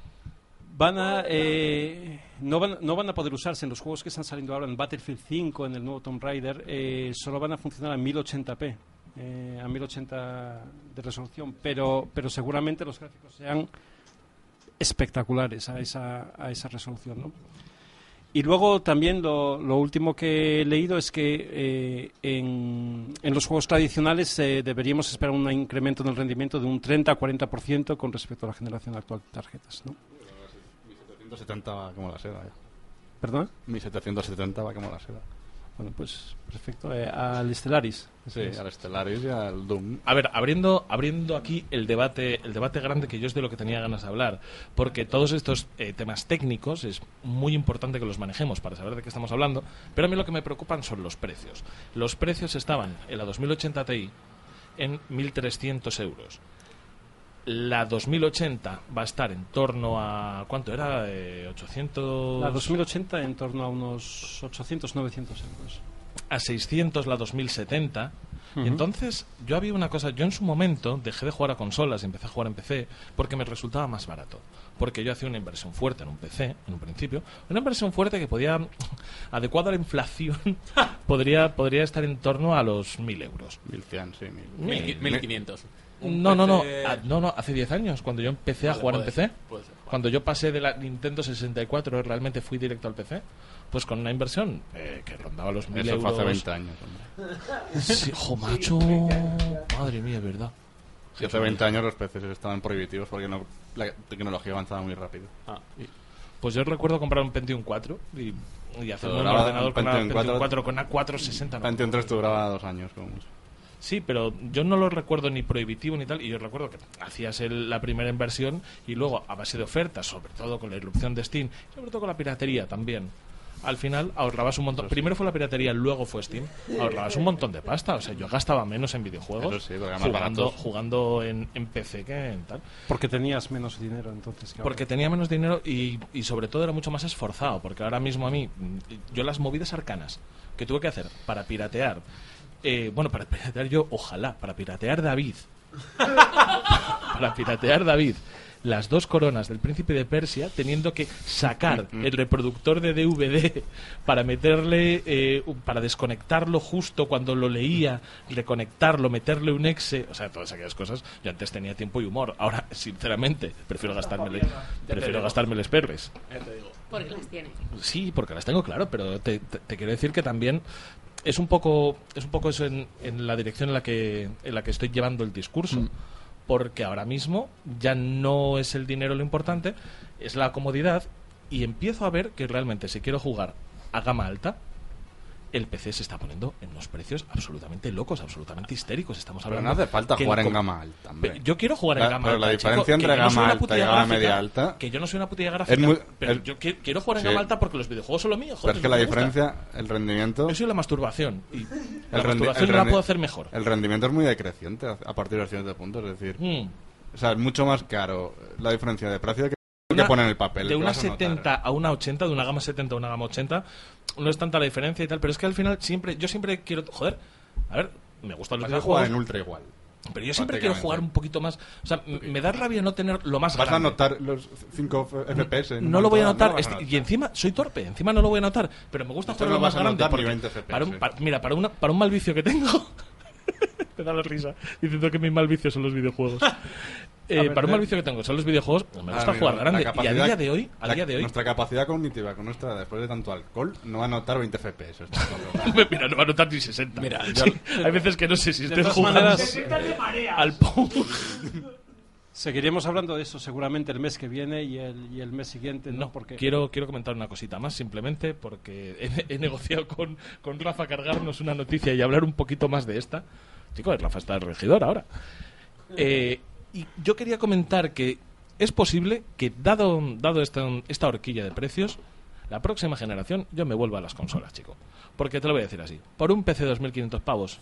van a eh, no van no van a poder usarse en los juegos que están saliendo ahora en Battlefield 5 en el nuevo Tomb Raider eh, solo van a funcionar a 1080p eh, a 1080 de resolución pero pero seguramente los gráficos sean espectaculares a esa a esa resolución ¿no? Y luego también lo, lo último que he leído es que eh, en, en los juegos tradicionales eh, deberíamos esperar un incremento en el rendimiento de un 30-40% con respecto a la generación actual de tarjetas. ¿no?
1770 va como la seda.
¿Perdón?
1770 va como la seda.
Bueno, pues perfecto. Eh, al Stellaris.
Sí, al Stellaris y al Doom.
A ver, abriendo, abriendo aquí el debate, el debate grande que yo es de lo que tenía ganas de hablar, porque todos estos eh, temas técnicos es muy importante que los manejemos para saber de qué estamos hablando, pero a mí lo que me preocupan son los precios. Los precios estaban en la 2080 Ti en 1.300 euros. La 2080 va a estar en torno a... ¿Cuánto era? Eh, 800...
La 2080 en torno a unos 800-900 euros.
a 600 la 2070.
Ujú.
Y entonces yo había una cosa, yo en su momento dejé de jugar a consolas y empecé a jugar en PC porque me resultaba más barato. Porque yo hacía una inversión fuerte en un PC, en un principio, una inversión fuerte que podía, adecuada a la inflación, podría, podría estar en torno a los 1000 euros.
1100, sí.
Mil qui- 1500. Un
No, no, no,
PC
ah, no, no, hace 10 años, cuando yo empecé a
Vale,
jugar
puede
en PC,
ser, puede ser.
cuando yo pasé de la Nintendo 64, realmente fui directo al PC, pues con una inversión eh, que rondaba los 1000
Eso
euros.
fue hace 20 años. hombre.
Sí, jo, macho. Madre mía, es verdad.
Sí, hace 20 años los PCs estaban prohibitivos porque no, la tecnología avanzaba muy rápido.
Ah,
Pues yo recuerdo comprar un Pentium 4 y, y hacer un
Duraba
ordenador
un
con una
Pentium
Pentium 4,
4,
con una 460. no.
Pentium 3 duraba dos años como mucho.
Sí, pero yo no lo recuerdo ni prohibitivo ni tal. Y yo recuerdo que hacías el- la primera inversión y luego, a base de ofertas, sobre todo con la irrupción de Steam, sobre todo con la piratería también. Al final ahorrabas un montón. Primero fue la piratería, luego fue Steam. Ahorrabas un montón de pasta. O sea, yo gastaba menos en videojuegos
Eso sí, porque era más
jugando,
barato.
jugando en, en PC que en tal.
Porque tenías menos dinero entonces. que ahora.
Porque tenía menos dinero y, y sobre todo era mucho más esforzado, porque ahora mismo a mí, mm, yo las movidas arcanas que tuve que hacer para piratear, eh, bueno, para piratear yo, ojalá, para piratear David, para piratear David, las dos coronas del príncipe de Persia, teniendo que sacar el reproductor de DVD para meterle, eh, un- para desconectarlo justo cuando lo leía, reconectarlo, meterle un exe, o sea, todas aquellas cosas. Yo antes tenía tiempo y humor, ahora, sinceramente, prefiero gastármele, prefiero gastarme el esperpes.
Porque las tiene.
Sí, porque las tengo claro, pero te, te- te quiero decir que también es un poco, es un poco eso en, en la dirección en la que, en la que estoy llevando el discurso.
Mm.
Porque ahora mismo ya no es el dinero lo importante, es la comodidad. Y empiezo a ver que realmente si quiero jugar a gama alta, el PC se está poniendo en unos precios absolutamente locos, absolutamente histéricos. Estamos
Pero
hablando
no hace falta
que
jugar en
com-
gama alta, hombre.
Pe- Yo quiero jugar en
La-
gama
pero
alta.
la diferencia
chico, que yo no
entre
soy
gama
una
alta y
putilla
gama
gráfica,
media alta-
Que yo no soy una putilla gráfica.
muy-
pero
es-
yo qui- quiero jugar en
Sí.
gama alta porque los videojuegos son lo mío.
Pero
joder,
es que la
me gusta.
diferencia, el rendimiento...
Yo soy la masturbación. Y la
rendi-
masturbación
el
la
rendi-
puedo hacer mejor.
El rendimiento es muy decreciente a a partir de cierto punto, es decir...
Mm.
O sea, es mucho más caro la diferencia de precio que,
Una-
que pone en el papel.
De
lo
una
vas a notar.
70 a una 80, de una gama 70 a una gama 80, no es tanta la diferencia y tal. Pero es que al final siempre, yo siempre quiero. Joder, a ver, me gustan los
Vas a jugar
videojuegos.
en ultra igual.
Pero yo siempre quiero
prácticamente.
jugar un poquito más. O sea, m- me da rabia no tener lo más
Vas a
grande.
notar los 5 FPS. en Este un
No lo voy a
monitor,
notar.
no lo vas a
este- y encima soy torpe, encima no lo voy a notar. Pero me gusta
Esto
jugar
no
lo
vas
más
a
grande.
notar ni
porque
20 FPS.
para un, para- mira, para, una, para un mal vicio que tengo. me da la risa diciendo que mi mal vicio son los videojuegos. Eh,
ver,
para un mal
eh.
vicio que tengo son los videojuegos, me gusta
Ah, mira,
jugar
la
grande. Y a
capacidad-
día de hoy, a
la-
día de hoy,
Nuestra capacidad cognitiva con nuestra después de tanto alcohol no va a notar 20 FPS. está claro.
mira, no va a notar ni 60.
Mira,
Sí,
yo-
hay veces que no sé si
De
estoy
todas
jugando
maneras,
al Pong.
Seguiremos hablando de eso seguramente el mes que viene y el, y el mes siguiente, ¿no? Porque
Quiero, quiero comentar una cosita más, simplemente, porque he, he negociado con, con Rafa cargarnos una noticia y hablar un poquito más de esta. Chico, Rafa está de regidor ahora. Eh, y yo quería comentar que es posible que, dado, dado esta, esta horquilla de precios, la próxima generación yo me vuelva a las consolas, chico. Porque te lo voy a decir así. Por un PC 2.500 pavos.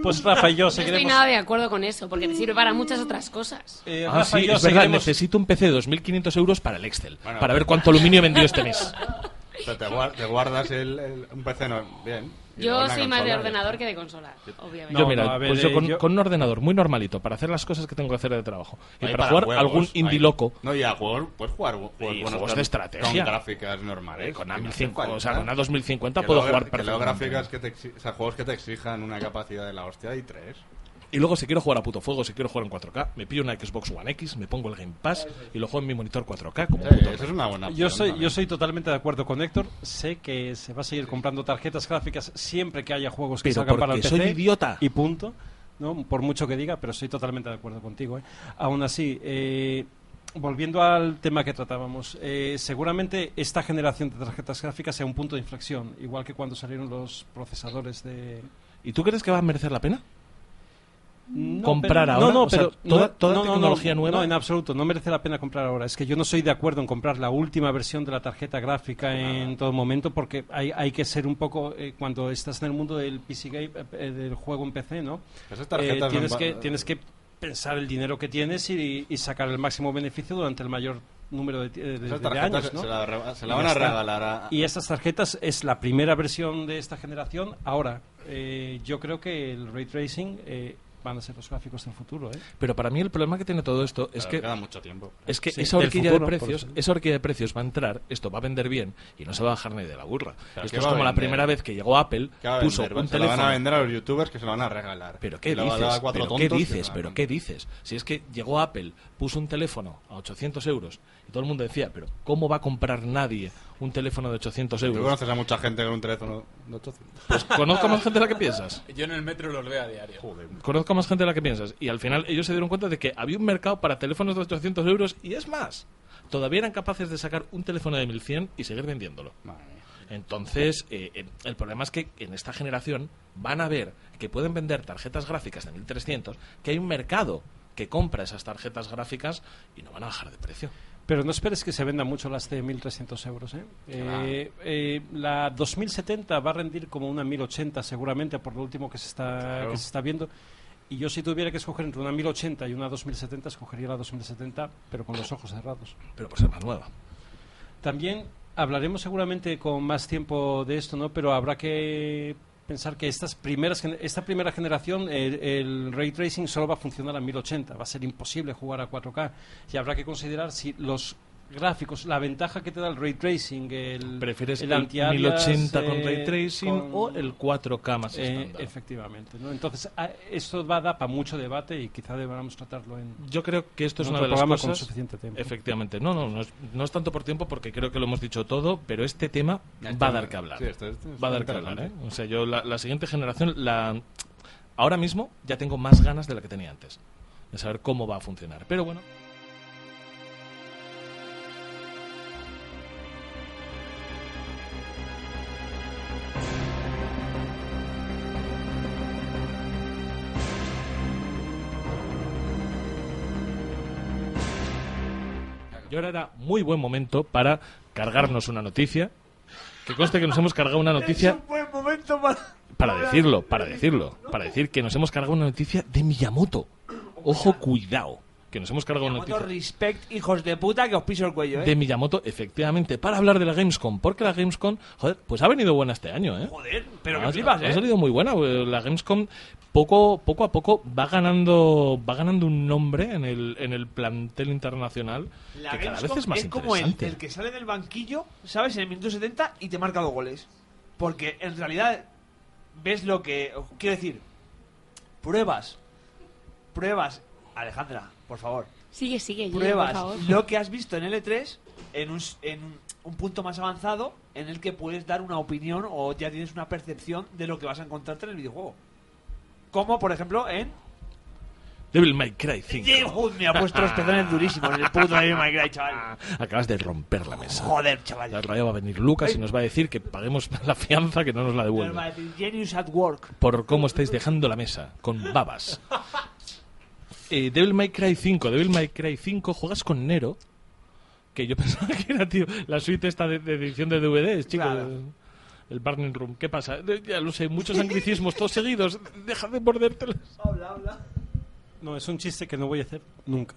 Pues Rafa y yo
No estoy nada de acuerdo con eso, porque te sirve para muchas otras cosas.
eh,
Ah, sí, es verdad, necesito un PC de 2.500 euros para el Excel, para ver cuánto aluminio he vendido este mes.
Pero te, guar- te guardas el, el- un PC no, bien. Y
Yo
una
soy más de
consola,
ordenador que de consola, obviamente.
yo, mira,
no, a ver,
pues yo
eh,
con,
yo-
con un ordenador muy normalito para hacer las cosas que tengo que hacer de trabajo y
Ahí
para, jugar
juegos,
algún
ahí.
indie loco.
No, y a jugar, puedes jugar juegos,
Y
buenos
juegos
con-
de estrategia.
Con gráficas normales.
eh, Con
que
A1005,
no sé cuál,
o sea, con
¿no?
A2050
Que
puedo
luego-
jugar
que luego
perfectamente.
gráficas que te exi- o sea, juegos que te exijan una capacidad de la hostia y tres.
Y luego, si quiero jugar a puto fuego, si quiero jugar en 4K, me pillo una Xbox One X, me pongo el Game Pass y lo juego en mi monitor 4K. Como
Sí,
puto
eso
rey.
es una buena
Yo soy, yo soy totalmente de acuerdo con Héctor. Sé que se va a seguir comprando tarjetas gráficas siempre que haya juegos que
Pero
salgan para el
porque soy
PC
idiota.
Y punto. ¿no? Por mucho que diga, pero soy totalmente de acuerdo contigo. ¿eh? Aún así, eh, volviendo al tema que tratábamos, eh, seguramente esta generación de tarjetas gráficas sea un punto de inflexión, igual que cuando salieron los procesadores de...
¿Y tú crees que va a merecer la pena?
No,
Comprar
pero-
ahora,
no, no,
o sea,
pero
toda-
no,
toda
no, no,
tecnología
no,
nueva-
No, en absoluto, no merece la pena comprar ahora. Es que yo no soy de acuerdo en comprar la última versión de la tarjeta gráfica en todo momento porque hay, hay que ser un poco, eh, cuando estás en el mundo del PC game, eh, eh, del juego en PC, ¿no? Eh,
Esas
eh,
tarjetas no
tienes,
va-
que, tienes que pensar el dinero que tienes y, y sacar el máximo beneficio durante el mayor número de, ti- eh, de-
Esas
de
tarjetas
años,
se-
¿no?
se la re- se la
Y
van
ya
a
está.
regalar a-
Y estas tarjetas es la primera versión de esta generación. Ahora, eh, yo creo que el ray tracing eh, van a ser los gráficos del futuro. ¿eh?
Pero para mí el problema que tiene todo esto es
Claro,
que
queda mucho tiempo.
Es que
Sí,
esa
del
horquilla
futuro,
de
por
precios,
eso.
esa horquilla de precios va a entrar, esto va a vender bien y no se va a bajar ni de la burra.
¿Pero
esto
qué
es
va a
como la
vender?
primera vez que llegó Apple,
¿Qué va a
puso
vender?
un
se la van
teléfono.
a vender a los youtubers que se la van a regalar.
Pero qué
Y luego
dices,
a cuatro
pero qué
tontos que se
dices,
la
pero
van a
qué dices. Si es que llegó Apple, puso un teléfono a 800 euros y todo el mundo decía, pero ¿cómo va a comprar nadie un teléfono de 800
comprar. Tú
euros?
conoces a mucha gente con un teléfono de 800.
Pues conozco a más gente de la que piensas.
Yo en el metro los veo a diario.
Conozco a más gente de la que piensas. Y al final ellos se dieron cuenta de que había un mercado para teléfonos de 800 euros y es más, todavía eran capaces de sacar un teléfono de 1100 y seguir vendiéndolo. Entonces, eh, eh, el problema es que en esta generación van a ver que pueden vender tarjetas gráficas de 1300, que hay un mercado que compra esas tarjetas gráficas y no van a bajar de precio.
Pero no esperes que se vendan mucho las de 1.300 euros. ¿eh? Eh, eh, la 2070 va a rendir como una 1.080 seguramente por lo último que se está,
Claro.
que se está viendo. Y yo si tuviera que escoger entre una 1.080 y una 2070, escogería la 2070, pero con los ojos cerrados.
Pero por ser más nueva.
También hablaremos seguramente con más tiempo de esto, ¿no? Pero habrá que pensar que estas primeras gen- esta primera generación el, el ray tracing solo va a funcionar a 1080, va a ser imposible jugar a 4K y habrá que considerar si los gráficos, la ventaja que te da el ray tracing, el
¿Prefieres
el
el,
antialias,
1080 con
eh,
ray tracing
con-
o el 4K más
eh,
estándar?
efectivamente, ¿no? Entonces, a- esto va a dar para mucho debate y quizá debamos tratarlo en
Yo creo que esto es
en
una
otro
de las
programa
cosas.
con suficiente tiempo.
Efectivamente. No, no, no es, no es tanto por tiempo porque creo que lo hemos dicho todo, pero este tema
Ya está,
va a dar que hablar.
sí, esto- esto es
va a dar que hablar,
interesante.
¿eh? O sea, yo la, la siguiente generación, la ahora mismo ya tengo más ganas de la que tenía antes de saber cómo va a funcionar. Pero bueno. Y ahora era muy buen momento para cargarnos una noticia. Que conste que nos hemos cargado una
Es
noticia
un buen momento para...
para decirlo, para decirlo, para decir que nos hemos cargado una noticia de Miyamoto. Ojo, cuidado, que nos hemos cargado una
Moto
noticia
respect, hijos de puta, que os piso el cuello, ¿eh?
de Miyamoto, efectivamente, para hablar de la Gamescom, porque la Gamescom, joder, pues ha venido buena este año, ¿eh?
Joder, pero
ha,
que flipas,
ha
¿eh?
salido muy buena. eh, La Gamescom poco, poco a poco va ganando, va ganando un nombre en el, en el plantel internacional
La
que cada
Gamescom
vez es más
como el,
interesante.
el que sale del banquillo, ¿sabes? En el minuto 70 y te marca dos goles. Porque en realidad ves lo que... Quiero decir, pruebas. Pruebas. Alejandra, por favor.
Sigue, sigue, Gio, por favor.
Pruebas lo que has visto en L3 en, un, s- en un- un punto más avanzado en el que puedes dar una opinión o ya tienes una percepción de lo que vas a encontrarte en el videojuego. Como, por ejemplo, en
Devil May Cry 5.
Uf, me ha puesto los pezones durísimos en el puto de My Cry, chaval.
Acabas de romper la mesa.
Joder, chaval.
Al rayo va a venir Lucas y nos va a decir que paguemos la fianza que no nos la
Nos
devuelve.
va a decir, Genius at Work.
Por cómo estáis dejando la mesa, con babas. eh, Devil May Cry 5. Devil May Cry 5 juegas con Nero. Que yo pensaba que era, tío, la suite esta de, de edición de DVDs, chico. El, el Burning Room. ¿Qué pasa? Eh, Ya lo sé, muchos anglicismos todos seguidos. Deja de mordértelos.
Habla, habla.
No, es un chiste que no voy a hacer nunca.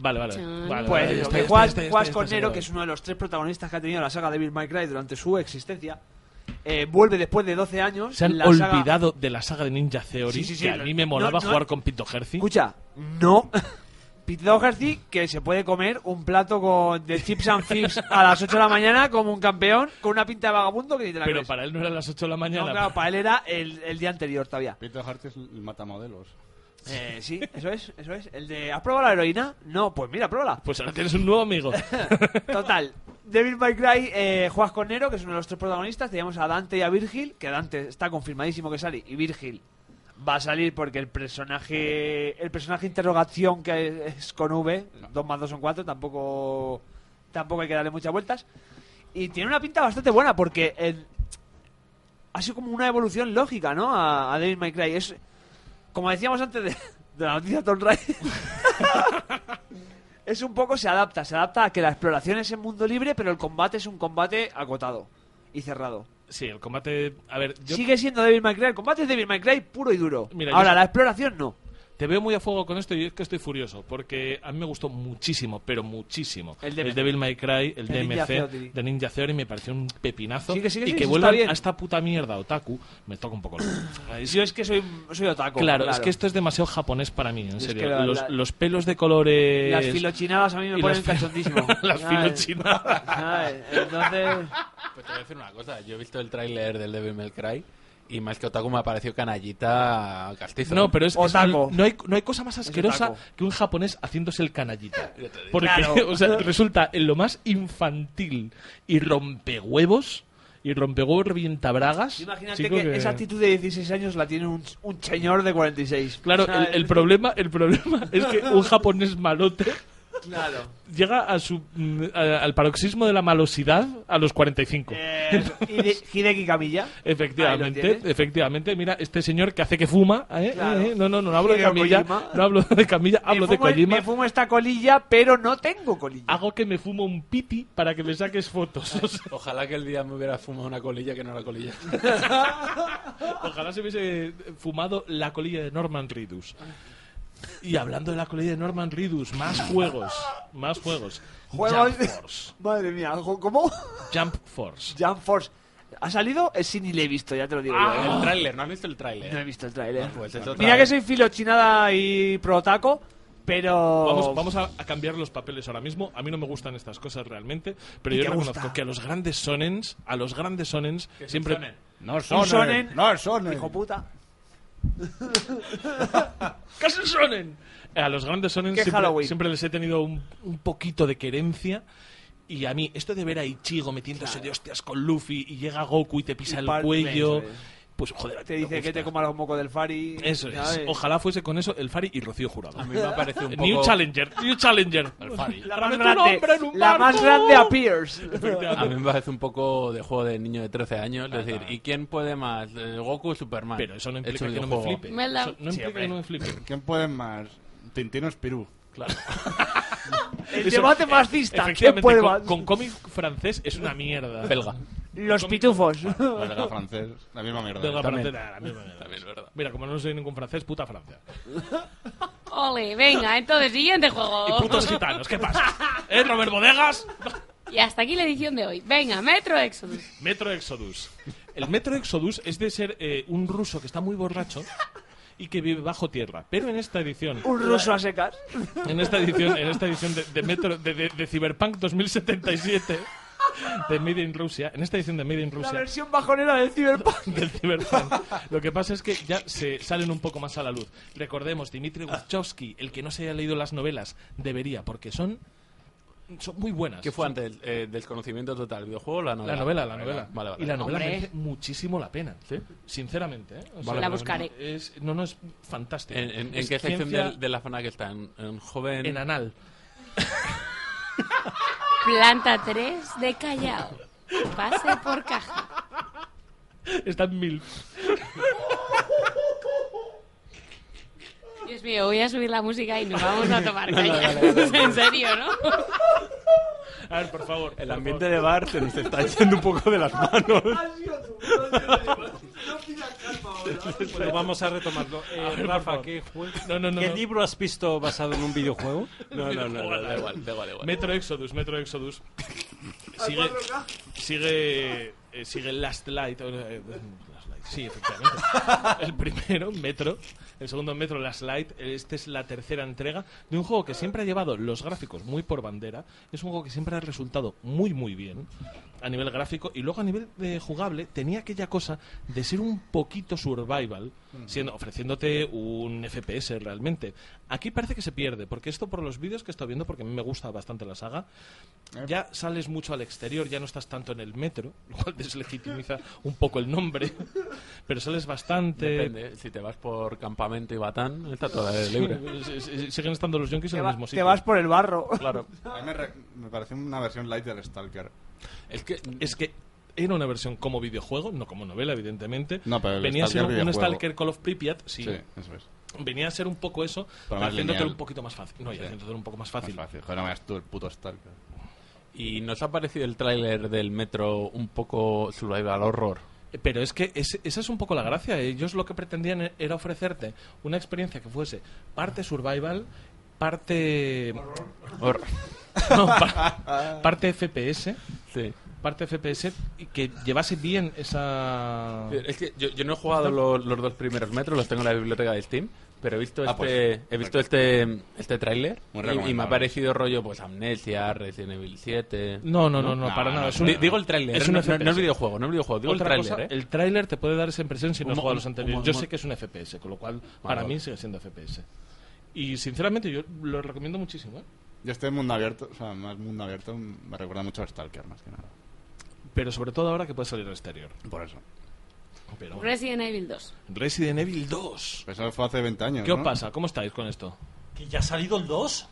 Vale, vale.
Chale.
vale
Pues
vale,
eso,
ya está,
que
ya está,
Juan,
ya está, ya
Juan
está,
Cornero,
seguro.
que es uno de los tres protagonistas que ha tenido la saga Devil May Cry durante su existencia, eh, vuelve después de 12 años.
Se han
la saga-
olvidado de la saga de Ninja Theory.
Sí, sí, sí,
que a
lo-
mí me
no,
molaba
no-
jugar con Pinto Herzi.
Escucha, no. Pete Doherty, que se puede comer un plato con de chips and chips a las 8 de la mañana como un campeón, con una pinta de vagabundo que ni te la
Pero
crees.
para él no eran las 8 de la mañana.
No, claro, para él era el, el día anterior todavía.
Peter Hart es el matamodelos.
Eh, sí, eso es, eso es. El de, ¿has probado la heroína? No, pues mira, pruébala.
Pues ahora tienes un nuevo amigo.
Total. Devil May Cry, eh, juegas con Nero, que es uno de los tres protagonistas. Teníamos a Dante y a Virgil, que Dante está confirmadísimo que sale. Y Virgil va a salir porque el personaje el personaje interrogación que es con V, 2 más 2 son 4, tampoco, tampoco hay que darle muchas vueltas. Y tiene una pinta bastante buena porque el- ha sido como una evolución lógica, ¿no? A, a Devil May Cry. Es, como decíamos antes de, de la noticia Tomb Raider, es un poco se adapta, se adapta a que la exploración es en mundo libre, pero el combate es un combate acotado y cerrado.
Sí, el combate. A ver, yo
Sigue siendo Devil May Cry, el combate es Devil May Cry puro y duro.
Mira,
Ahora,
yo-
la exploración no.
te veo muy a fuego con esto y es que estoy furioso. Porque a mí me gustó muchísimo, pero muchísimo.
El DMC.
Devil May Cry, el
El Ninja Theory.
DMC de Ninja Theory me pareció un pepinazo.
Sí, que sí, que
y
sí,
que
eso
vuelvan
está bien.
a esta puta mierda otaku me toca un poco. Lo...
Yo es que soy, soy otaku.
Claro, es que esto es demasiado japonés para mí, en
Es
serio.
que la-
los,
la-
los pelos de colores.
Las filochinadas a mí me
y
ponen
las fi-
cachondísimo.
las filochinadas.
Ay, Entonces...
Pues te voy a decir una cosa. Yo he visto el tráiler del Devil May Cry y más que Otaku me ha parecido canallita castizo. ¿eh?
No, pero es, es-
Otaku.
no, hay, no hay cosa más
Es
asquerosa
otaku.
que un japonés haciéndose el canallita. Porque
Claro.
o sea, resulta en lo más infantil y rompehuevos y rompehuevos revienta bragas.
Imagínate que, esa actitud de 16 años la tiene un, un señor de 46.
Claro,
O sea,
el, el problema, el problema es que un japonés malote
Claro.
llega a su mm, a- al paroxismo de la malosidad a los 45.
Hide- Hideki Camilla. Eh, Ahí lo
Efectivamente,
tienes.
efectivamente. Mira, este señor que hace que fuma. ¿eh?
Claro.
Eh, No, no, no, no hablo de
Hideo
Camilla.
Kojima.
No hablo de Camilla, hablo
me
de
fumo,
Kojima.
me fumo esta colilla, pero no tengo colilla.
Hago que me fumo un piti para que me saques fotos. O sea,
Ojalá que el día me hubiera fumado una colilla que no era colilla.
ojalá se hubiese fumado la colilla de Norman Reedus. Y hablando de la colilla de Norman Reedus, más juegos. Más juegos.
Juegos.
Jump Force.
Madre mía, jo- ¿cómo?
Jump Force.
Jump Force. ¿Ha salido? Eh, Sí, ni le he visto, ya te lo digo. yo, ¿eh?
Ah.
El tráiler,
Pues
¿no has visto el tráiler?
No he visto el tráiler.
pues es otra
Mira que
vez.
soy filochinada y protaco, pero.
Vamos, vamos a, a cambiar los papeles ahora mismo. A mí no me gustan estas cosas realmente, pero
¿Y
yo
te
reconozco
gusta?
que a los grandes sonens, a los grandes sonens,
¿Qué es un
siempre...
shonen?
No
Un shonen. Hijo puta.
¿Qué es el shonen? A los grandes sonen
¿Qué
siempre,
Halloween?
siempre les he tenido un, un poquito de querencia. Y a mí, esto de ver a Ichigo metiéndose de hostias con Luffy y llega Goku y te pisa
Y
el
par-
cuello.
eso es.
Pues joder, a ti
Te dice que
gusta.
te coma los mocos del Fari.
Eso es.
¿sabes?
Ojalá fuese con eso el Fari y Rocío Jurado.
A mí me ha parecido un
New
poco-
Challenger, New Challenger.
El Fari.
La más
Mete un
grande,
hombre en un
la más
barco.
grande appears.
A mí me parece un poco de juego de niño de 13 años. Es decir, ¿y quién puede más? Eh, ¿Goku o Superman?
Pero eso no
Hecho
implica
un
que no me
videojuego.
flipe.
Melda.
Eso no
Sí,
implica
hombre.
que no me flipe.
¿Quién puede más? Tintino es Perú.
Claro.
El
Eso- eh,
debate fascista. ¿Quién
Efectivamente,
puede
con-
más?
Con cómic francés es una mierda.
Belga.
Los pitufos.
Belga francés, la misma mierda.
Belga
También.
francés, nada, la misma mierda.
También es verdad.
Mira, como no soy ningún francés, puta Francia.
Ole, venga, entonces, siguiente
Oh.
Y
juego.
putos gitanos, ¿qué pasa? ¿Eh, Robert Bodegas?
Y hasta aquí la edición de hoy. Venga, Metro Exodus.
Metro Exodus. El Metro Exodus es de ser eh, un ruso que está muy borracho y que vive bajo tierra. Pero en esta edición...
Un ruso a secas.
En esta edición, en esta edición de, de Metro, de, de- de Cyberpunk 2077, de Made in Russia, en esta edición de Made in
La
Russia,
versión bajonera del Cyberpunk.
del Cyberpunk. Lo que pasa es que ya se salen un poco más a la luz. Recordemos, Dimitri
Ah.
Wachowski, el que no se haya leído las novelas, debería, porque son, son muy buenas.
¿Qué fue antes? El, eh, ¿Desconocimiento total? ¿Videojuego o la novela?
La novela, la novela.
Vale, vale.
Y la novela
Hombre.
merece muchísimo la pena. Sinceramente, ¿eh? O sea,
Vale, La vale.
buscaré.
Es, no, no, es fantástico.
¿En, en- en
Es
qué sección
ciencia
del- de, la zona que está? ¿En, en joven?
En anal.
Planta 3 de Callao. Pase por caja.
Está en mil.
Dios mío, voy a subir la música y nos vamos a tomar
No, no,
caña.
dale, dale, dale.
en serio, ¿no?
A ver, por favor.
El ambiente de bar se nos está yendo un poco de las manos.
Bueno, vamos a retomarlo. Eh,
A ver, por
Rafa,
favor.
¿qué, juego-
No, no, no,
¿qué
no.
libro has visto basado en un videojuego?
No, no, no, no, da igual, da igual, da igual.
Metro Exodus, Metro Exodus. Sigue,
4K.
sigue, eh, sigue Last Light. o, eh, Last Light, Sí, efectivamente. El primero, Metro. El segundo, Metro Last Light. Esta es la tercera entrega de un juego que siempre ha llevado los gráficos muy por bandera. Es un juego que siempre ha resultado muy, muy bien a nivel gráfico y luego a nivel de jugable tenía aquella cosa de ser un poquito survival, siendo, ofreciéndote un FPS realmente. Aquí parece que se pierde, porque esto por los vídeos que estoy viendo, porque a mí me gusta bastante la saga,
Eh.
ya sales mucho al exterior, ya no estás tanto en el metro, lo cual deslegitimiza un poco el nombre, pero sales bastante...
Depende, si te vas por campamento y batán, está toda libre.
Sí, sí, sí, siguen estando los yonkis en el mismo sitio.
por el barro.
Claro.
A mí me, re- me parece una versión light del Stalker.
Es que,
es que era una versión como videojuego, no como novela, evidentemente.
No, pero el
Venía a ser
Stalker
un
videojuego.
Stalker Call of Pripyat, sí.
Sí, eso es.
Venía a ser un poco eso, pero
más
haciéndotelo
lineal.
un poquito más fácil. No, y
Sí.
haciéndotelo un poco más fácil.
Más fácil. Joder, no me hagas tú el puto Stalker.
¿Y nos ha parecido el tráiler del metro un poco survival horror?
Eh, Pero es que es- esa es un poco la gracia. Ellos lo que pretendían e- era ofrecerte una experiencia que fuese parte survival, parte.
Horror.
No, par- parte FPS.
Sí.
Parte FPS y que llevase bien esa.
Es que yo, yo no he jugado lo- los, dos primeros metros, los tengo en la biblioteca de Steam, pero he visto
Ah,
este,
pues,
he visto este, este tráiler
Muy
y- y, me ha
recomendable.
parecido rollo pues Amnesia, Resident Evil 7.
No, no, no, no, para nada. Es un-
Di- digo el tráiler,
es
es
un
no,
FPS.
no es videojuego, no es videojuego, digo
Otra
el
cosa,
tráiler, ¿eh?
el tráiler te puede dar esa impresión si no
Un-
has jugado a
un-
los anteriores.
un-
Yo
un-
sé que es un FPS, con lo cual para
vale.
mí sigue siendo FPS. Y sinceramente yo lo recomiendo muchísimo, ¿eh?
Yo este mundo abierto, o sea, más mundo abierto me recuerda mucho a Stalker, más que nada.
Pero sobre todo ahora que puedes salir al exterior.
Por eso.
Pero bueno.
Resident Evil 2.
Resident Evil 2.
Eso fue hace 20 años.
¿Qué os
¿no?
pasa? ¿Cómo estáis con esto?
¿Que ya ha salido el 2?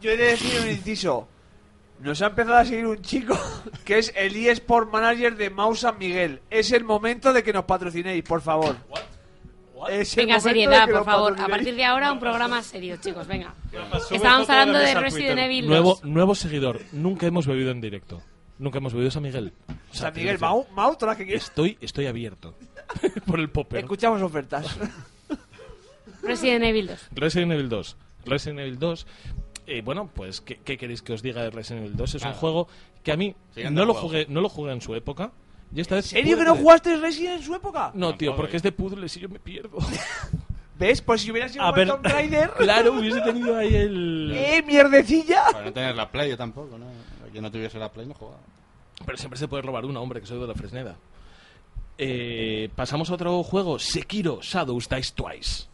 Yo he de decir un inciso. Nos ha empezado a seguir un chico que es el eSport Manager de Mau San Miguel. Es el momento de que nos patrocinéis, por favor. Es el
Venga,
momento de
seriedad,
que
por
nos
favor. A
patrocinéis.
partir de ahora, un programa serio, chicos, venga.
sube
Estábamos
foto de
hablando de
mesa a
Resident
Twitter.
Evil 2.
Nuevo, nuevo seguidor. Nunca hemos bebido en directo. Nunca hemos bebido San Miguel. O sea, quiero
San Miguel,
decir, Este,
Mau, Mau, todas las que quieras.
Estoy, estoy abierto por el popper.
Escuchamos ofertas.
Resident Evil 2.
Resident Evil 2. Resident Evil 2. eh, bueno, pues, ¿qué, qué queréis que os diga de Resident Evil 2? Es
Nada.
un juego que a mí
Siguiente
no lo,
juego.
jugué, no lo jugué en su época. Y esta vez
¿En serio que no
pude.
jugaste Resident en su época?
No, tío,
Tampoco,
porque
eh.
es de puzzles y yo me pierdo.
¿Ves? Pues si hubiera sido
A
un
ver-
buen Tomb Raider.
claro, hubiese tenido ahí el...
¡Eh, mierdecilla!
Para no tener la Play, yo tampoco, ¿no? Aquí no tuviese la Play, no jugaba.
Pero siempre se puede robar una, hombre, que soy de la Fresneda. Eh, pasamos a otro juego, Sekiro Shadows Dice Twice.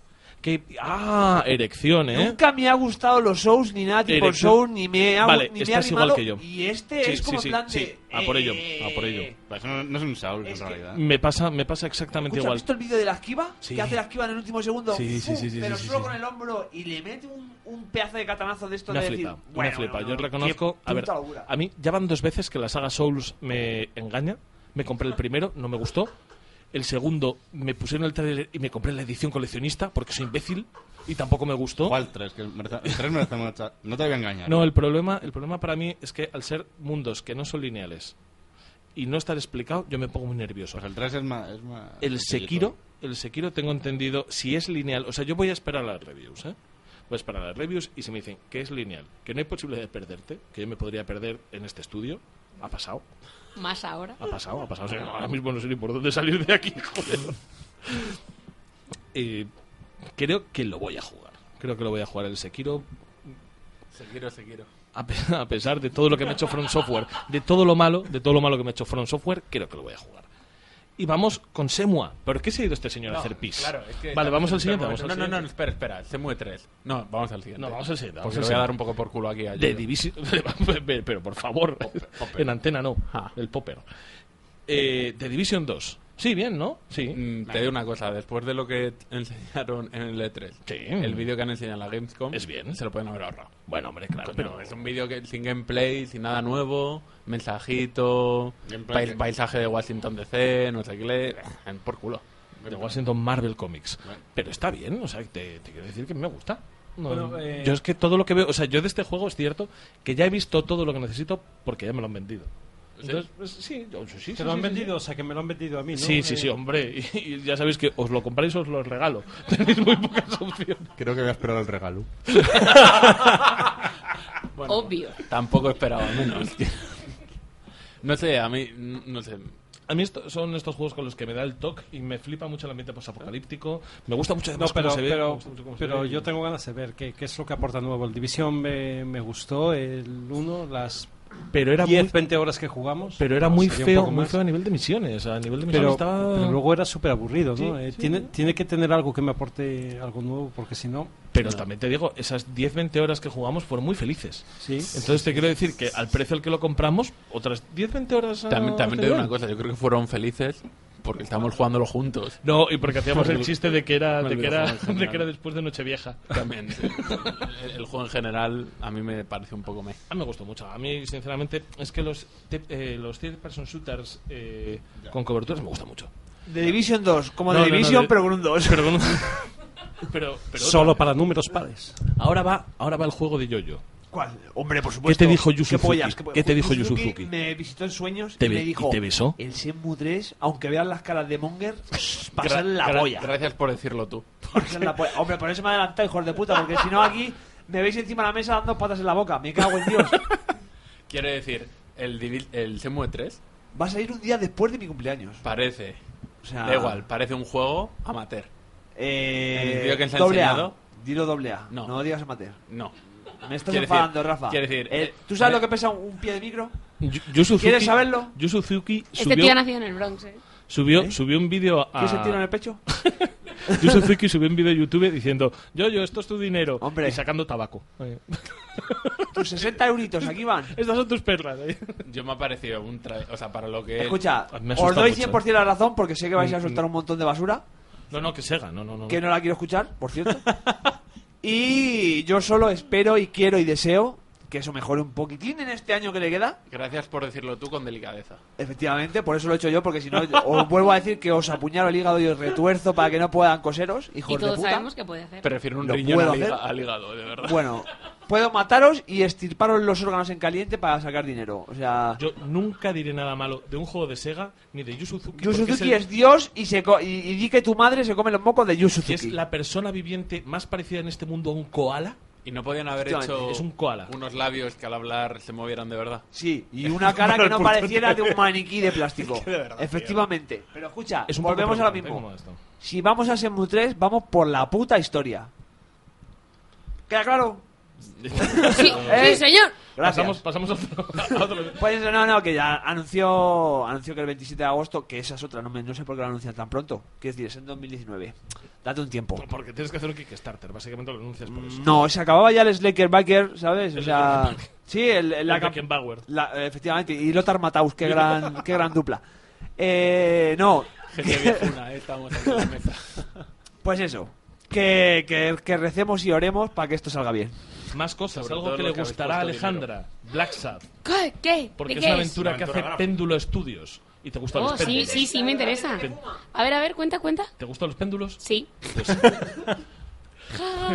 Que, ah, erección, ¿eh?
Nunca me ha gustado los shows ni nada tipo
Eres-
shows ni me ha
Vale,
ni me ha
estás igual
animado,
que yo.
Y este
Sí,
es
sí,
como
sí,
en plan
sí.
de,
A por ello,
eh,
a por ello.
Pero eso no, no es un Saul, en
Es que-
realidad.
Me pasa, me pasa exactamente
Escucha,
igual.
¿Has visto el vídeo de la esquiva?
Sí.
Que hace la esquiva en el último segundo.
Sí, sí,
¡Fu!
sí, sí,
pero
sí,
solo
sí,
con
sí.
el hombro y le mete un, un pedazo de catanazo de esto
Una
de
flipa,
decir.
una
bueno,
flipa.
bueno,
Yo
bueno,
reconozco.
qué
A ver,
puta locura.
a mí ya van dos veces que la saga Souls me engaña. Me compré el primero, no me gustó. El segundo, me pusieron el trailer y me compré la edición coleccionista porque soy imbécil y tampoco me gustó.
¿Cuál 3? Que merece, el 3 merece mucha... No te voy a engañar.
No, el problema, el problema para mí es que al ser mundos que no son lineales y no estar explicado, yo me pongo muy nervioso.
Pues el 3 es más... Es más
El
sencillito.
Sekiro, el Sekiro tengo entendido, si es lineal, o sea, yo voy a esperar las reviews, ¿eh? Voy a esperar las reviews y si me dicen que es lineal, que no hay posibilidad de perderte, que yo me podría perder en este estudio, ha pasado,
Más ahora.
ha pasado, ha pasado. O sea, ahora mismo no sé ni por dónde salir de aquí, joder. Eh, creo que lo voy a jugar. Creo que lo voy a jugar el Sekiro
Seguiro, seguiro.
a pe- a pesar de todo lo que me ha hecho From Software, de todo lo malo, de todo lo malo que me ha hecho From Software, creo que lo voy a jugar. Y vamos con Semua. ¿Por qué se ha ido este señor a hacer pis? vale, vamos al siguiente. Vamos al
no, no, no,
siguiente.
no, espera, espera, se mueve 3. No, vamos al siguiente.
No, vamos al siguiente, vamos al
Porque le voy a
siguiente.
dar un poco por culo aquí a
De
Yuyo.
Division. Pero por favor, en antena no,
Ah.
el popper. Eh, de Division 2. Sí, bien, ¿no? Sí.
Mm, Te digo una cosa, después de lo que enseñaron en el E3,
Sí.
el vídeo que han enseñado en la Gamescom,
Es bien.
se lo pueden haber ahorrado.
Bueno, hombre, claro, pero.
No, es un vídeo que sin gameplay, sin nada nuevo, mensajito,
Gameplay
pais-
que-
paisaje de Washington DC, no sé qué, le- por culo.
de Washington Marvel Comics. Pero está bien, o sea, te, te quiero decir que me gusta. No,
Bueno, eh,
Yo es que todo lo que veo, o sea, yo de este juego es cierto que ya he visto todo lo que necesito porque ya me lo han vendido. Entonces, pues, sí, yo- sí, sí,
Te lo
sí,
han
sí,
vendido, o sea que me lo han vendido a mí, ¿no?
Sí, sí, sí,
Eh,
hombre. Y, y ya sabéis que os lo compráis, os lo regalo. Tenéis muy pocas opciones.
Creo que voy a esperar el regalo.
Bueno,
Obvio.
Tampoco esperaba menos. tío. no sé, a mí, n- no sé.
A mí esto- son estos juegos con los que me da el toque y me flipa mucho el ambiente posapocalíptico. Me gusta mucho
No,
además
pero,
cómo se ve. me
pero,
gusta mucho cómo se
pero
ve.
yo tengo ganas de ver qué, qué es lo que aporta nuevo. El Division me, me gustó, el 1, las
Pero era
10,
muy-
20 horas que jugamos.
Pero era muy
Sería un
feo,
poco
muy
más.
feo a nivel de misiones. A nivel de misiones
Pero,
estaba...
pero luego era súper aburrido, ¿no?
Sí,
Eh,
sí.
tiene, tiene que tener algo que me aporte algo nuevo, porque si no...
Pero también te digo, esas 10-20 horas que jugamos fueron muy felices.
Sí.
Entonces te quiero decir que al precio al que lo compramos, otras 10-20 horas... ah,
También, también te digo
bien.
una cosa, yo creo que fueron felices porque estábamos jugándolo juntos.
No, y porque hacíamos el chiste de que era,
Con el
de que era,
videojuego
de
en
que era
general.
después de Nochevieja.
También. sí. El, el juego en general a mí me parece un poco me.
Ah, me gustó mucho. A mí, sinceramente, es que los, te- eh, los third-person shooters eh, con coberturas me gusta mucho.
The Division 2, como
No,
The
no, no,
Division,
de-
pero con un 2.
Pero con un- pero, pero
Solo para números pares.
Ahora va, ahora va el juego de Yoyo.
¿Cuál? Hombre, por supuesto.
¿Qué te dijo Yu
¿Qué, pollas?
Suzuki?
po-
¿Qué te dijo Yu
Suzuki
Suzuki?
Me visitó en sueños
Te
y
be-
me
y
dimu
te besó.
El Shenmue 3, aunque vean las caras de Monger, va a ser la
Gra-
polla.
Gracias por decirlo tú.
Va a ser la polla. Hombre, por eso me adelanté, hijos de puta, porque si no aquí me veis encima de la mesa dando patas en la boca. Me cago en Dios.
Quiero decir, el, Divil- el Shenmue 3
Va a salir un día después de mi cumpleaños.
parece.
sea-
da igual, parece un juego amateur.
Eh,
El vídeo que se ha
doble A.
enseñado.
Dilo doble A. No, digas amateur.
No.
Me estás
Quiero decir-
enfadando, Rafa.
quiero decir,
Eh,
eh,
¿Tú sabes
me-
lo que pesa un, un pie de micro?
Yu- Yu Suzuki-
¿Quieres saberlo?
Yu Suzuki
Este tío ha
subió,
nacido en el Bronx, ¿eh?
subió, subió un vídeo a...
¿Quieres el tiro en el pecho?
Yu Suzuki subió un vídeo a YouTube diciendo Yoyo, esto es tu dinero. Y sacando tabaco.
Tus 60 euritos, aquí van.
Eh,
Estas son tus perlas. ¿eh?
Yo me ha parecido un tra- O sea, para lo que.
Escucha,
Me asusta
os doy
mucho,
100% la razón porque sé que vais a
Mm,
soltar un montón de basura,
No, no, que Sega. No, no, no.
que no la quiero escuchar, por cierto. y yo solo espero y quiero y deseo que eso mejore un poquitín en este año que le queda.
Gracias por decirlo tú con delicadeza.
Efectivamente, por eso lo he hecho yo, porque si no, os vuelvo a decir que os apuñalo el hígado y os retuerzo para que no puedan coseros, hijos
Y todos
de puta.
sabemos que puede hacer.
Prefiero un
¿Lo
riñón
puedo
al, higa-
hacer?
al hígado, de verdad.
Bueno, puedo mataros y estirparos los órganos en caliente para sacar dinero. O sea,
Yo nunca diré nada malo de un juego de Sega ni de Yu Suzuki.
Yu
porque
Suzuki
es
es,
el-
Dios y, se co- y, y di que tu madre se come los mocos de Yu Suzuki.
es la persona viviente más parecida en este mundo a un koala.
Y no podían haber
Efectivamente,
hecho
es un koala.
unos labios que al hablar se movieran de verdad.
Sí, y una cara que no pareciera de un maniquí de plástico.
Es que de verdad, tío.
Efectivamente. Pero escucha,
Es un poco
volvemos a lo
preocupante
mismo.
como esto.
Si vamos a Shenmue 3, vamos por la puta historia. ¿Queda claro?
Sí, sí, señor.
Pasamos,
Gracias.
pasamos a otro. a otro-
Pues eso, no, no, que ya anunció, anunció que el 27 de agosto, que esa es otra, no, me- no sé por qué lo anuncian tan pronto. Quiero decir, es en 2019. Date un tiempo.
Porque tienes que hacer un Kickstarter, básicamente lo anuncias por eso.
No, se acababa ya el Slaker Baker, ¿sabes? O
El
sea,
Slacker
sí, el, el- la,
El
cam-
Beckenbauer.
la- eh, efectivamente, y Lothar Matthaus, qué gran, qué gran dupla. Eh, no,
Gente viejuna, eh, estamos aquí en la mesa.
pues eso, que, que, que recemos y oremos para que esto salga bien.
Más cosas,
Sobre
algo
todo
que
lo
le
que habéis
gustará a
puesto
Alejandra. Black Sabbath.
¿Qué? ¿Qué?
Porque
¿De
es
qué
una aventura
es?
que hace Péndulo Studios. ¿Y te gustan
Oh,
los
sí,
péndulos?
sí, sí, me interesa.
Te-
A ver, a ver, cuenta, cuenta.
¿Te gustan los péndulos?
Sí.
Pues,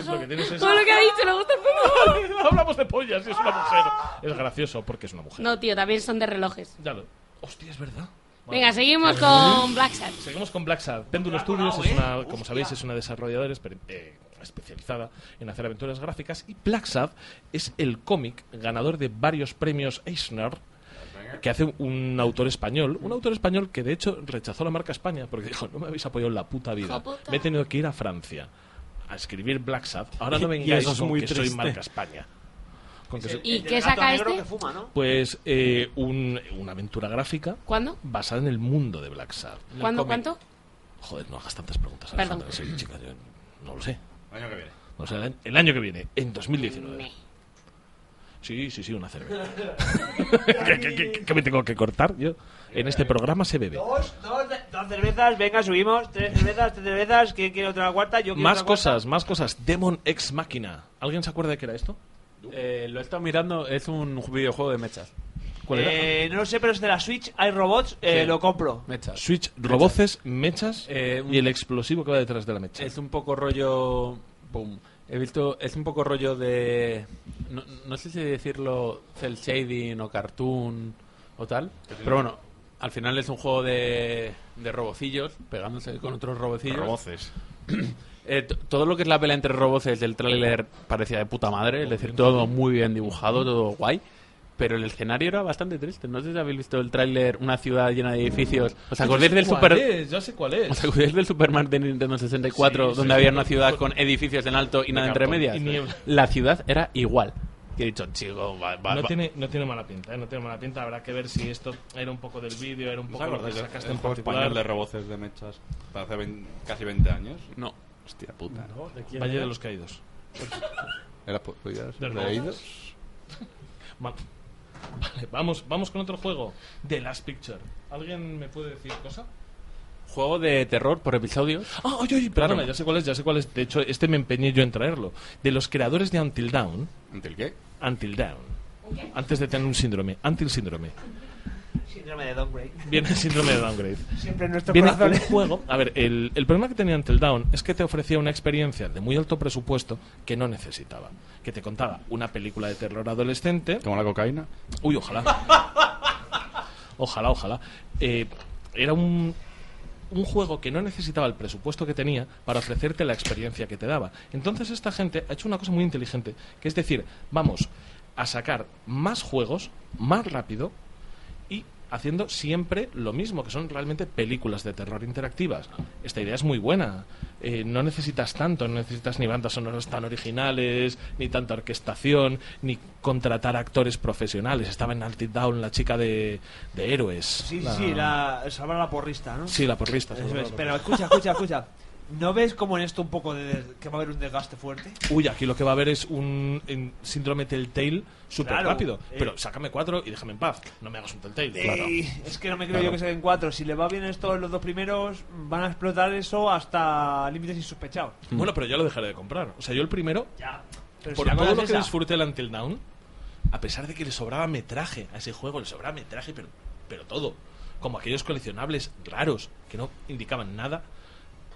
lo que tienes es...
Todo lo que ha dicho, le gusta el fútbol.
Hablamos de pollas y es una mujer. Es gracioso porque es una mujer.
No, tío, también son de relojes.
Ya lo... Hostia, es verdad. Vale.
Venga, seguimos con Black Sabbath.
Seguimos con Black Sabbath. Pendulo Studios, es una, como sabéis, es una desarrolladora espe- eh, especializada en hacer aventuras gráficas. Y Black Sabbath es el cómic ganador de varios premios Eisner que hace un autor español, un autor español que de hecho rechazó la marca España porque dijo, no me habéis apoyado en la puta vida,
Hijo puta.
me he tenido que ir a Francia a escribir Black Sabbath, ahora no
Y- y
vengáis
eso es
con
muy
que soy
triste.
marca España. Con que soy-
¿Y
del
qué
gato
saca
negro
este?
que fuma, ¿no?
Pues eh, un- una aventura gráfica
¿Cuándo?
basada en el mundo de Black Sabbath.
¿Cuándo?
cómic.
¿Cuánto?
Joder, no hagas tantas preguntas.
Perdón.
Alejandra, sí, chica, yo no lo sé.
Año que viene.
O sea, el- el año que viene, en 2019.
Me.
Sí, sí, sí, una cerveza. ¿Qué, qué- qué- qué me tengo que cortar yo? En este programa se bebe.
Dos, dos, dos cervezas, venga, subimos. Tres cervezas, tres cervezas. ¿Quién quiere otra cuarta? Yo quiero
Más
otra cuarta.
cosas, más cosas. Demon Ex Machina. ¿Alguien se acuerda de qué era esto?
Eh, lo he estado mirando, es un videojuego de mechas.
¿Cuál era?
Eh, no lo sé, pero es de la Switch. Hay robots, eh,
Sí.
lo compro.
Switch, roboces, mechas
Eh, un- Eh,
y el explosivo que va detrás de la mecha.
Es un poco rollo. Boom. He visto. Es un poco rollo de. No, no sé si decirlo cel shading o cartoon o tal. Pero bueno, al final es un juego de, de robocillos pegándose con otros robocillos.
Roboces.
Eh, t- todo lo que es la pelea entre roboces del tráiler parecía de puta madre, es decir, todo muy bien dibujado, todo guay, pero el escenario era bastante triste. No sé si habéis visto el tráiler, una ciudad llena de edificios. ¿Os acordáis del
¿Cuál
Super
es? ¿eh? Ya sé cuál es.
¿Os acordáis del Super Mario de Nintendo 64
Sí, sí,
donde había
sí.
una ciudad con edificios en alto y
De
nada entre
cartón
medias?
y niebla.
La ciudad era igual. Que he dicho, chico, va, va,
no,
va.
tiene, no tiene mala pinta, ¿eh? no tiene mala pinta. Habrá que ver si esto era un poco del vídeo, era un poco lo que sacaste en
juego
particular.
español de roboces de mechas de hace vein- casi 20 años?
No.
Hostia puta.
No, ¿de quién Valle era? de los Caídos.
¿Era por cuidados?
¿De roboces? Va- Vale, vamos, vamos con otro juego. The Last Picture. ¿Alguien me puede decir cosa?
Juego de terror por episodios.
Ah, oye, oye, perdona, ya sé cuál es, ya sé cuál es. De hecho, este me empeñé yo en traerlo. De los creadores de Until Down.
¿Until qué?
Until Down. Antes de tener un síndrome. Until síndrome.
Síndrome de downgrade.
Viene el síndrome de downgrade.
Siempre en nuestro
Viene
corazón.
un juego. A ver, el, el problema que tenía ante el Down es que te ofrecía una experiencia de muy alto presupuesto que no necesitaba. Que te contaba una película de terror adolescente.
¿Como la cocaína?
Uy, ojalá. Ojalá, ojalá. Eh, era un, un juego que no necesitaba el presupuesto que tenía para ofrecerte la experiencia que te daba. Entonces esta gente ha hecho una cosa muy inteligente, que es decir, vamos a sacar más juegos más rápido y haciendo siempre lo mismo, que son realmente películas de terror interactivas. Esta idea es muy buena. Eh, no necesitas tanto, no necesitas ni bandas sonoras tan originales, ni tanta orquestación, ni contratar actores profesionales. Estaba en Altitude Down la chica de, de Héroes.
Sí, sí, sí, la, salvar a la porrista, ¿no?
Sí, la porrista,
Eso
salvar a
es.
la
Pero escucha, escucha, escucha. ¿No ves como en esto un poco de des- que va a haber un desgaste fuerte?
Uy, aquí lo que va a haber es un en- síndrome Telltale súper
Claro,
rápido.
eh.
Pero sácame cuatro y déjame en paz. No me hagas un Telltale.
Y es que no me creo yo
Claro.
que se den cuatro. Si le va bien esto en los dos primeros, van a explotar eso hasta límites insospechados.
Bueno, pero ya lo dejaré de comprar. O sea, yo el primero,
Pero
por
si la
todo
cosa
lo
es
que
esa.
disfruté el Until Down, a pesar de que le sobraba metraje a ese juego, le sobraba metraje, pero, pero todo. Como aquellos coleccionables raros que no indicaban nada.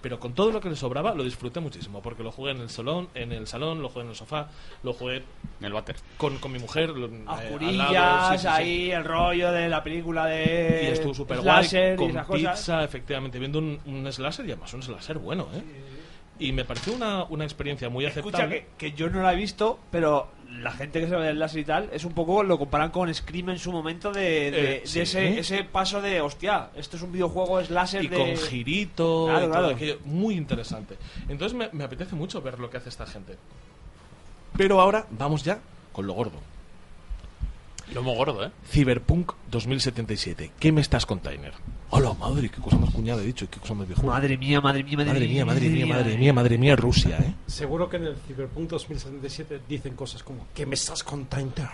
Pero con todo lo que le sobraba lo disfruté muchísimo, porque lo jugué en el salón, en el salón, lo jugué en el sofá, lo jugué en
el váter
con, con mi mujer, lo- eh,
A
al
oscurillas,
lado, sí, sí, sí.
ahí el rollo de la película
Y
de.
estuvo súper
Eh, slasher
guay,
y
con
esas
pizza,
cosas.
efectivamente, viendo un, un slasher y además un slasher bueno, ¿eh? Y me pareció una, una experiencia muy
Escucha,
aceptable.
que, que yo no la he visto, pero la gente que se ve el láser y tal, es un poco lo comparan con Scream en su momento de, de-
Eh,
de
sí.
ese, ese paso de, hostia, esto es un videojuego, es láser
y
de...
con girito
Claro,
y todo
claro.
aquello. Muy interesante. Entonces me, me apetece mucho ver lo que hace esta gente. Pero ahora vamos ya con lo gordo.
Lomo gordo, ¿eh?
Cyberpunk 2077. ¿Qué me estás container? Hola, madre, qué cosa más cuñada he dicho, qué cosa más viejo.
Madre mía, madre mía,
madre mía, madre mía, madre mía, madre mía, Rusia, ¿eh?
Seguro que en el Cyberpunk 2077 dicen cosas como ¿Qué me estás contando?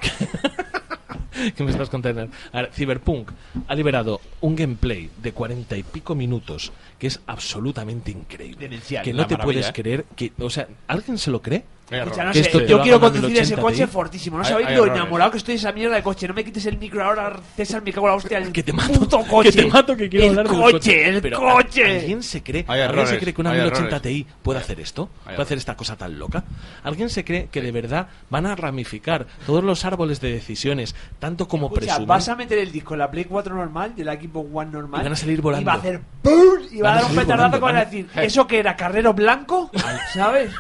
¿Qué me estás contando? A ver, Cyberpunk ha liberado un gameplay de cuarenta y pico minutos que es absolutamente increíble.
Demencial.
Que
La
no te
maravilla,
puedes
¿eh?
creer que, o sea, ¿alguien se lo cree?
Escucha, no
Que
sé,
esto te
yo
lo
quiero
hagan en el
conducir ese
80
coche
Ti.
fortísimo. No
Hay-
sabéis
hay
lo
errores.
enamorado que estoy de esa mierda de coche. No me quites el micro ahora, César, me cago en la hostia. El que te mato, puto coche.
Que te mato, que quiero
el
hablar del
coche,
coche.
El
Pero,
coche,
¿al- ¿Alguien se cree?
Hay
¿Alguien
errores,
se cree que una
hay
1080
errores.
Ti puede hacer esto? ¿Puede hacer esta cosa tan loca? ¿Alguien se cree que de verdad van a ramificar todos los árboles de decisiones, tanto como
Escucha,
presumen?
vas a meter el disco en la Play 4 normal y en la Xbox One normal.
Y van a salir volando.
Y va a hacer ¡boom! Y
Van
va a
a
dar un
salir
petardazo
volando,
que van a
van a-
decir, ¿eso que era? ¿Carrero blanco? ¿Sabes?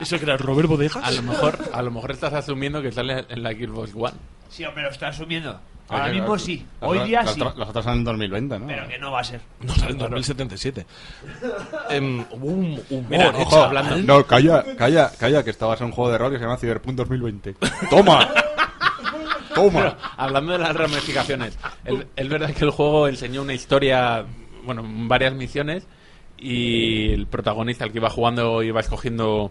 ¿Eso que era Robert Bodejas?
A lo mejor, a lo mejor estás asumiendo que sale en la Xbox One.
Sí, hombre, lo está asumiendo.
Ahora
Ahora
Oye,
mismo
mismo las-
sí.
sí,
Las
Hoy
otras-
día
las
sí.
otras- Las otras salen en 2020, ¿no?
Pero que no va a ser.
No sale en 2077. Em, hubo un humor,
Mira,
eh,
ojo,
chaval.
No, calla, calla, calla, que estabas en un juego de rol que se llama Cyberpunk 2020. ¡Toma! ¡Toma!
Pero, hablando de las ramificaciones, el- es verdad que el juego enseñó una historia, bueno, varias misiones, y el protagonista, el que iba jugando, iba escogiendo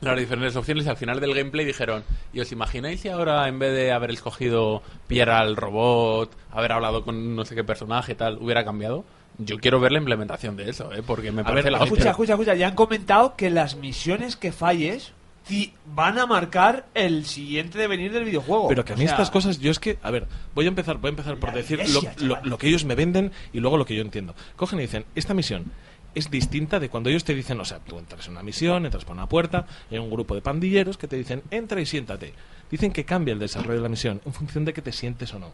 las diferentes opciones. y Al final del gameplay dijeron: ¿Y os imagináis si ahora, en vez de haber escogido pillar al robot, haber hablado con no sé qué personaje, tal, hubiera cambiado? Yo quiero ver la implementación de eso, ¿eh? porque me parece la
escucha,
hostia.
escucha, escucha. Ya han comentado que las misiones que falles ti- van a marcar el siguiente devenir del videojuego.
Pero que a
O
mí
sea,
estas cosas, yo es que, a ver, voy a empezar, voy a empezar por decir lo,
iglesia,
lo-
chaval.
lo que ellos me venden y luego lo que yo entiendo. Cogen y dicen, esta misión es distinta de cuando ellos te dicen, o sea, tú entras en una misión, entras por una puerta, y hay un grupo de pandilleros que te dicen, entra y siéntate. Dicen que cambia el desarrollo de la misión en función de que te sientes o no.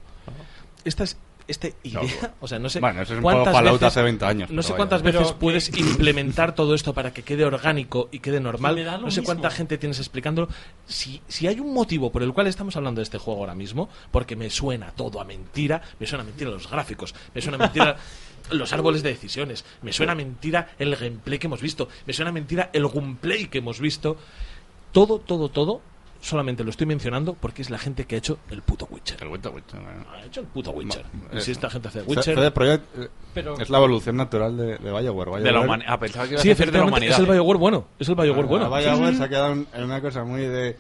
Esta es este idea,
Loco.
o sea, no sé
Bueno, eso es un
cuántas
poco Fallout
veces-
hace 20 años,
No
pero
sé
vaya.
cuántas
Pero
veces
que-
puedes implementar todo esto para que quede orgánico y quede normal.
Me da lo
No sé
mismo.
cuánta gente tienes explicándolo. Si, si hay un motivo por el cual estamos hablando de este juego ahora mismo, porque me suena todo a mentira, me suena a mentira los gráficos, me suena a mentira los árboles de decisiones, me suena a mentira el gameplay que hemos visto, me suena a mentira el gameplay que hemos visto. Todo, todo, todo, solamente lo estoy mencionando porque es la gente que ha hecho el puto Witcher.
El puto Witcher.
Ha hecho el puto Witcher.
Ma-
Y si
eh,
esta gente hace
Fe-
Witcher...
Fede Projekt, eh,
Pero-
es la evolución natural de, de BioWare. BioWare-
humani- ah, pensaba que ibas
Sí,
a decir de la
efectivamente, es
humanidad. ¿eh?
el Bioware bueno. Es el Bioware
Ah,
bueno.
BioWare
Sí, sí,
se
sí.
ha quedado en, en una cosa muy de eh,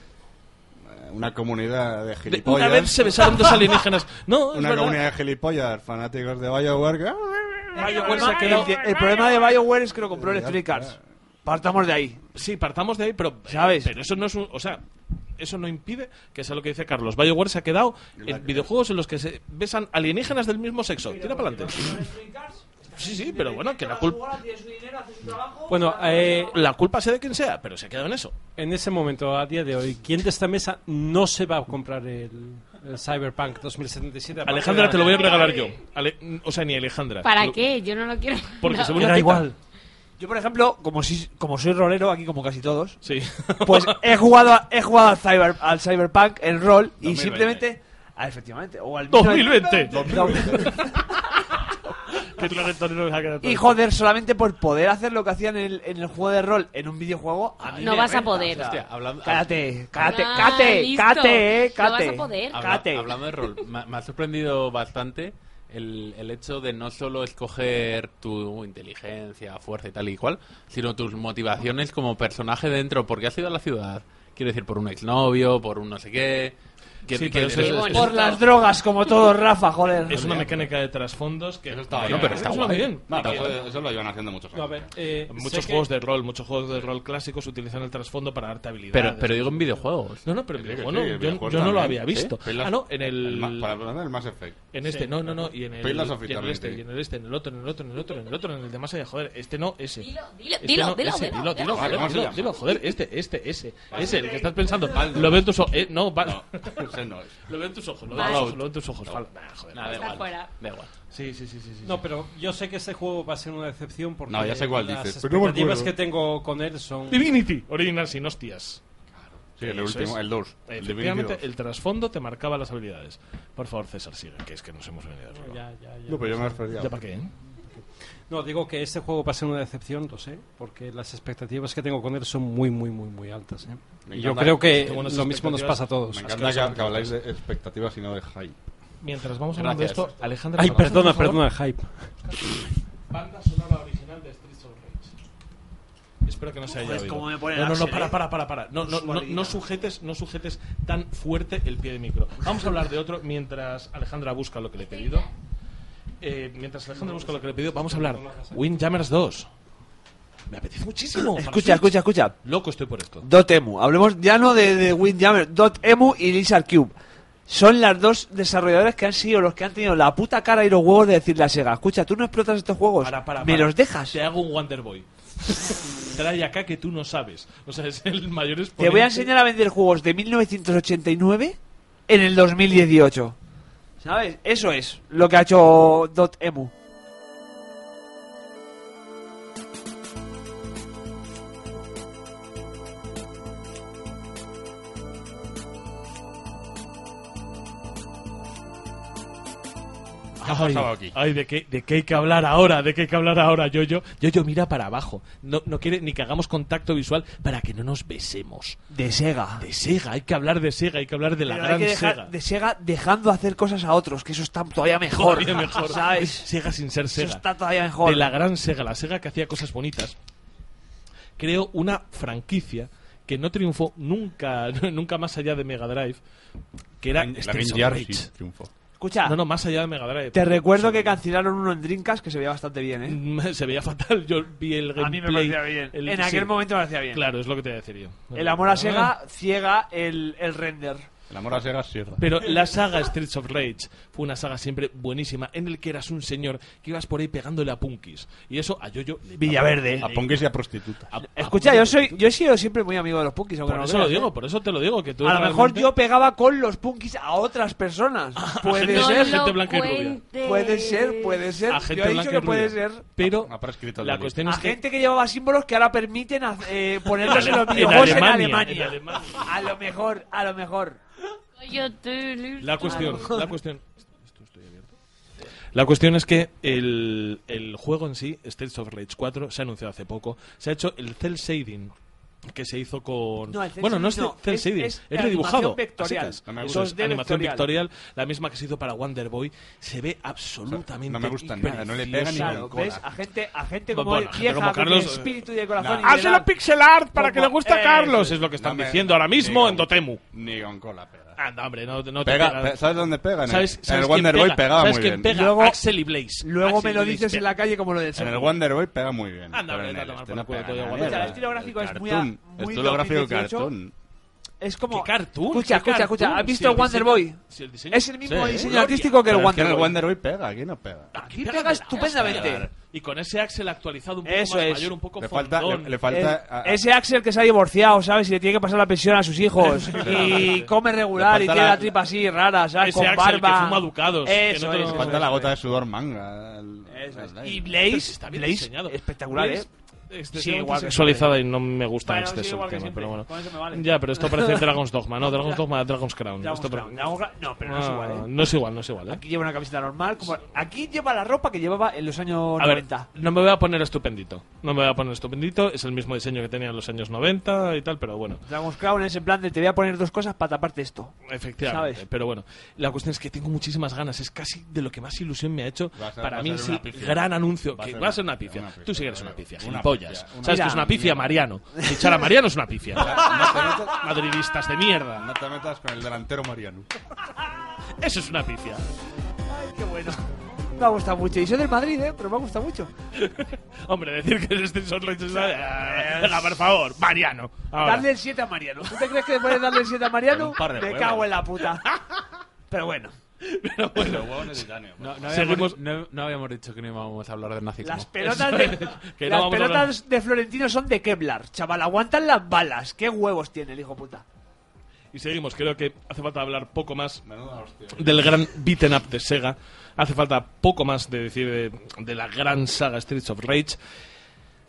una comunidad de
De-
gilipollas.
una vez se besaron dos alienígenas. No, es
una
verdad.
comunidad de gilipollas, fanáticos de BioWare. que, "Ah,
BioWare se ha
El-
quedado-
el, problema de BioWare es que lo compró Electronic Arts.
Partamos de ahí. Sí, partamos de ahí, pero ¿sabes? Pero eso no es un, o sea, eso no impide que sea lo que dice Carlos. BioWare se ha quedado en videojuegos en los que se besan alienígenas del mismo sexo. Tira para adelante. Sí, sí, pero bueno, que la culpa
Bueno, eh,
la culpa sea de quien sea, pero se ha quedado en eso.
En ese momento, a día de hoy, ¿quién de esta mesa no se va a comprar el, el Cyberpunk 2077?
Alejandra te lo voy a regalar yo. Ale- o sea, ni Alejandra.
¿Para
Lo-
qué? Yo no lo quiero.
Porque
No.
según la teta-
Yo, por ejemplo, como, si, como soy rolero, aquí como casi todos,
Sí.
pues he jugado, a- he jugado al, cyber, al Cyberpunk en rol y
2020.
simplemente. Ah, efectivamente. O al
2020.
2020. Y
Hijo
joder, solamente por poder hacer lo que hacían en el, en el juego de rol en un videojuego, a mí
No
me
vas a
renta,
poder.
o sea,
Hostia, hablando-
cállate, cállate,
Ah,
cállate,
listo.
cállate, eh,
No vas a
cállate.
poder.
Habla- hablando de rol, me, ha- me ha sorprendido bastante el, el hecho de no solo escoger tu inteligencia, fuerza y tal y cual, sino tus motivaciones como personaje dentro, porque has ido a la ciudad. Quiero decir, por un exnovio, por un no sé qué. Quiero-
Sí, pero
quiero
eso
decir,
es-
eso-
Por
eso
las
está-
drogas, como todos, Rafa, joder.
Es una mecánica de trasfondos que eso
Bueno, pero está guay.
bien.
No,
Y que-
pero eso, eso lo llevan haciendo muchos años.
Eh,
muchos juegos de rol, muchos juegos de rol clásicos utilizan el trasfondo para darte habilidades.
Pero, pero digo en videojuegos.
No, no, pero
Sí,
digo,
que
bueno,
sí,
yo- yo,
videojuegos
no lo
también.
había visto.
Pues
¿Sí? Pelas-
Ah, no, en el.
el ma- para
hablar del Mass Effect.
En este,
Sí.
no, no, no. Y en el,
Pelas
y
of
en el
Eternity.
este, y en el este, en el otro, en el otro, en el otro, en el otro, en el de más allá, joder. Este no, ese. Dilo,
dilo,
este
dilo,
no,
dilo,
ese,
dilo,
dilo,
dilo.
joder,
¿Cómo se
dilo,
llama?
dilo, joder, este, este, ese. Ese, el que estás pensando. Lo veo en tus ojos. Eh, no, va.
Ese no es.
Lo veo en tus ojos, lo veo en tus
Fallout.
ojos, lo veo en tus ojos.
No.
Fallout. Nah, joder.
Nah, da Está igual, fuera. da igual.
Sí, sí, sí, sí. sí,
No,
sí.
pero yo sé que este juego va a ser una decepción porque
No, ya sé cuál
las
dices, pero no me
expectativas
acuerdo.
que tengo con él son...
Divinity, Original Sin Hostias.
Sí, el
Eso
último, el dos, el
Efectivamente,
Divinity
el trasfondo te marcaba las habilidades. Por favor, César, sigue, que es que nos hemos venido. arriba.
Ya, ya, ya.
No, pero yo me he resfriado.
¿Ya para qué? eh?
No, digo que este juego va a ser una decepción, lo sé, porque las expectativas que tengo con él son muy, muy, muy, muy altas. ¿eh?
Me
Y yo
encanta-
creo que
Tengo unas
lo mismo nos
expectativas-
pasa a todos.
Me encanta que, que habláis de expectativas y no de hype.
Mientras vamos hablando de esto, Alejandra...
Ay,
Carvajal,
perdona,
por favor.
perdona, hype.
Banda sonora original de Streets of Rage. Espero que no se haya
Joder,
oído.
Pues, cómo me pone el
no, no, no,
Axel,
para,
eh.
para, para, para. No, no, no, no sujetes, no sujetes tan fuerte el pie de micro. Vamos a hablar de otro mientras Alejandra busca lo que le he pedido. Eh, mientras Alejandra busca lo que le he pedido, vamos a hablar. Windjammers 2. Me apetece muchísimo. para
Escucha,
Switch.
escucha, escucha.
Loco estoy por esto.
Dotemu. Hablemos ya no de, de Windjammer. Dotemu y Lizard Cube. Son las dos desarrolladoras que han sido los que han tenido la puta cara y los huevos de decirle a Sega, escucha, tú no explotas estos juegos,
Para,
me
para.
los dejas.
Te hago un Wonder Boy. Trae acá que tú no sabes. O sea, es el mayor
Te voy a enseñar a vender juegos de 1989 en el 2018. ¿Sabes? Eso es lo que ha hecho Dotemu.
Ay,
pasado aquí?
Ay, de qué, de qué hay que hablar ahora, de qué hay que hablar ahora, yo, yo. Yo, yo, mira para abajo. No, no quiere ni que hagamos contacto visual para que no nos besemos.
De Sega.
De Sega, hay que hablar de Sega, hay que hablar de la
Pero hay
gran
que dejar-
Sega.
De Sega dejando hacer cosas a otros, que eso está todavía mejor.
Todavía mejor.
¿Sabes?
Sega sin ser Sega.
está todavía mejor.
De la gran Sega, la Sega que hacía cosas bonitas. Creo una franquicia que no triunfó nunca, nunca más allá de Mega Drive, que era
La Vin- la
Streets of
Vineyard
Rage.
sí triunfó.
Escucha.
No, no, más allá de Mega Drive.
Te recuerdo que cancelaron uno en Dreamcast que se veía bastante bien, ¿eh?
Se veía fatal. Yo vi el Mm, gameplay.
A mí me parecía bien.
el-
en
sí.
aquel momento me parecía bien.
Claro, es lo que te voy a decir yo. Ah,
El amor a Sega ciega el, el render.
El amor a Sega cierra.
Pero la saga Streets of Rage fue una saga siempre buenísima en el que eras un señor que ibas por ahí pegándole a punkis. Y eso a Yoyo. le-
Villaverde.
le-
A punkis y a prostitutas.
Escucha, yo soy yo he sido siempre muy amigo de los punkis, aunque
Por
no
eso lo
creas, ¿eh?
digo, por eso te lo digo. Que tú
A lo mejor
realmente-
yo pegaba con los punkis a otras personas. Puede
gente-
ser.
gente blanca y rubia.
Puede ser, puede ser.
A gente
Yo he dicho
blanca y
que puede
rubia.
ser.
Ah, Pero
Ha prescrito el
la
delito.
cuestión
A
es que
gente que llevaba símbolos que ahora permiten haz- eh, ponerlos en los
En
videojuegos en
Alemania,
Alemania.
en Alemania.
A lo mejor, a lo mejor.
La cuestión, la cuestión. La cuestión es que el, el juego en sí, Streets of Rage 4, se ha anunciado hace poco. Se ha hecho el cel shading que se hizo con.
No, el cel
bueno, no es
shading no,
cel
es-
shading,
es
es,
animación
redibujado.
vectorial.
a secas.
No me
Eso
gusta.
es
2D
animación
vectorial.
vectorial. la misma que se hizo para Wonder Boy. Se ve absolutamente.
no me gusta nada, no le pega ni
preciosa.
con cola.
¿Ves? A gente, a gente
Bueno,
como
bueno, gente
vieja,
como
con
Carlos,
espíritu y de corazón.
nah. Hazlo pixel art para que le guste
gusta
a Carlos, es lo que están
No me-
diciendo ahora mismo en Dotemu.
Ni con cola pega.
Anda, hombre, Ah, no, no te
Pega-
pega.
pe- ¿sabes dónde pega? En el-
¿Sabes-
en el
sabes quién
Wonder Boy
pega?
pegaba
¿Sabes
muy
quién
bien.
pega?
Luego-
Axel y Blaze.
Luego
Axel
me lo
y Blaze
dices en
pega.
la calle como lo del
En el
Sonic.
Wonder Boy pega muy bien.
Anda,
pero
vete
en
a
el
tomar
este
por
no
culo
pega
todo el
nada.
Wonder
O sea, el
Boy.
estilo gráfico es muy,
Cartoon.
muy
Estilo gráfico
2018.
cartón.
Es como...
¿Qué cartoon?
Escucha,
¿Qué
escucha, escucha.
cartoon?
¿Has
Si
visto
el
el Wonder
diseño-
Boy?
si el diseño-
Es el mismo
Sí.
diseño
Gloria.
artístico que
Pero
el
es que en
Wonder
el
Boy.
Wonder Boy pega, aquí no pega.
Aquí pega estupendamente.
Y con ese Axel actualizado un poco
Eso
más
es.
mayor, un poco
Le falta-
fondón.
le- le falta-
Eh,
a- a-
ese Axel que se ha divorciado, ¿sabes? Y le tiene que pasar la pensión a sus hijos. y come regular
Le
y
falta
tiene la,
la-
tripa así rara, ¿sabes?
Ese
Con
Axel
barba.
que fuma ducados, que
Eso
no te lo-
es,
Falta
eso
la
es.
gota de sudor manga. al-
Eso
al-
es. Y
Pero si
Blaze,
este está bien
Blaze,
diseñado.
espectacular,
Blaze,
¿eh?
excesivamente
Sí, igual que
sexualizada y no me gusta
Bueno,
en
sí,
exceso
igual
el
que
tema,
siempre.
pero bueno.
Con eso me vale.
Ya, pero esto parece Dragon's Dogma, ¿no? Dragon's Dogma, Dragon's Crown.
Dragon's
Esto pare-
Crown, Dragon's Crown. No, pero no es
Ah,
igual, ¿eh?
No es igual, no es igual, ¿eh?
Aquí lleva una camiseta normal. Como... Aquí lleva la ropa que llevaba en los años
A ver,
90.
no me voy a poner estupendito. No me voy a poner estupendito. Es el mismo diseño que tenía en los años 90 y tal, pero bueno.
Dragon's Crown es en plan de te voy a poner dos cosas para taparte esto.
Efectivamente,
¿Sabes?
pero bueno, la cuestión es que tengo muchísimas ganas, es casi de lo que más ilusión me ha hecho.
Va a ser- va
Para
a
mí
ser
es
una
el
pifia.
gran anuncio,
Va a
que
ser
va a ser
una
una
pifia,
pifia.
una pifia,
Tú sí que eres
una
una pifia,
pifia, una
gilipollas.
pifia, una
¿Sabes que es una pifia, Mariano? Fichar a Mariano es una pifia. Madridistas de mierda.
No te metas con el delantero Mariano.
Eso es una pifia.
Ay, qué bueno. Me ha gustado mucho. Y soy del Madrid, ¿eh? Pero me ha gustado mucho.
Hombre, decir que eres de esos leches. ah, Venga, por favor, Mariano. Ahora.
Darle el 7 a Mariano. ¿Tú te crees que después de darle el 7 a Mariano?
Un par de
Me
huevos.
cago en la puta. Pero bueno.
Pero bueno,
No,
pues,
no habíamos,
Seguimos-
no- no habíamos dicho que no íbamos a hablar de nazismo.
Las pelotas de,
Que no
las
vamos a hablar.
pelotas de Florentino son de Kevlar. Chaval, aguantan las balas. ¿Qué huevos tiene el hijo puta?
y seguimos. Creo que hace falta hablar poco más
Menuda hostia.
del gran beaten up de Sega. Hace falta poco más de decir de, de la gran saga Streets of Rage.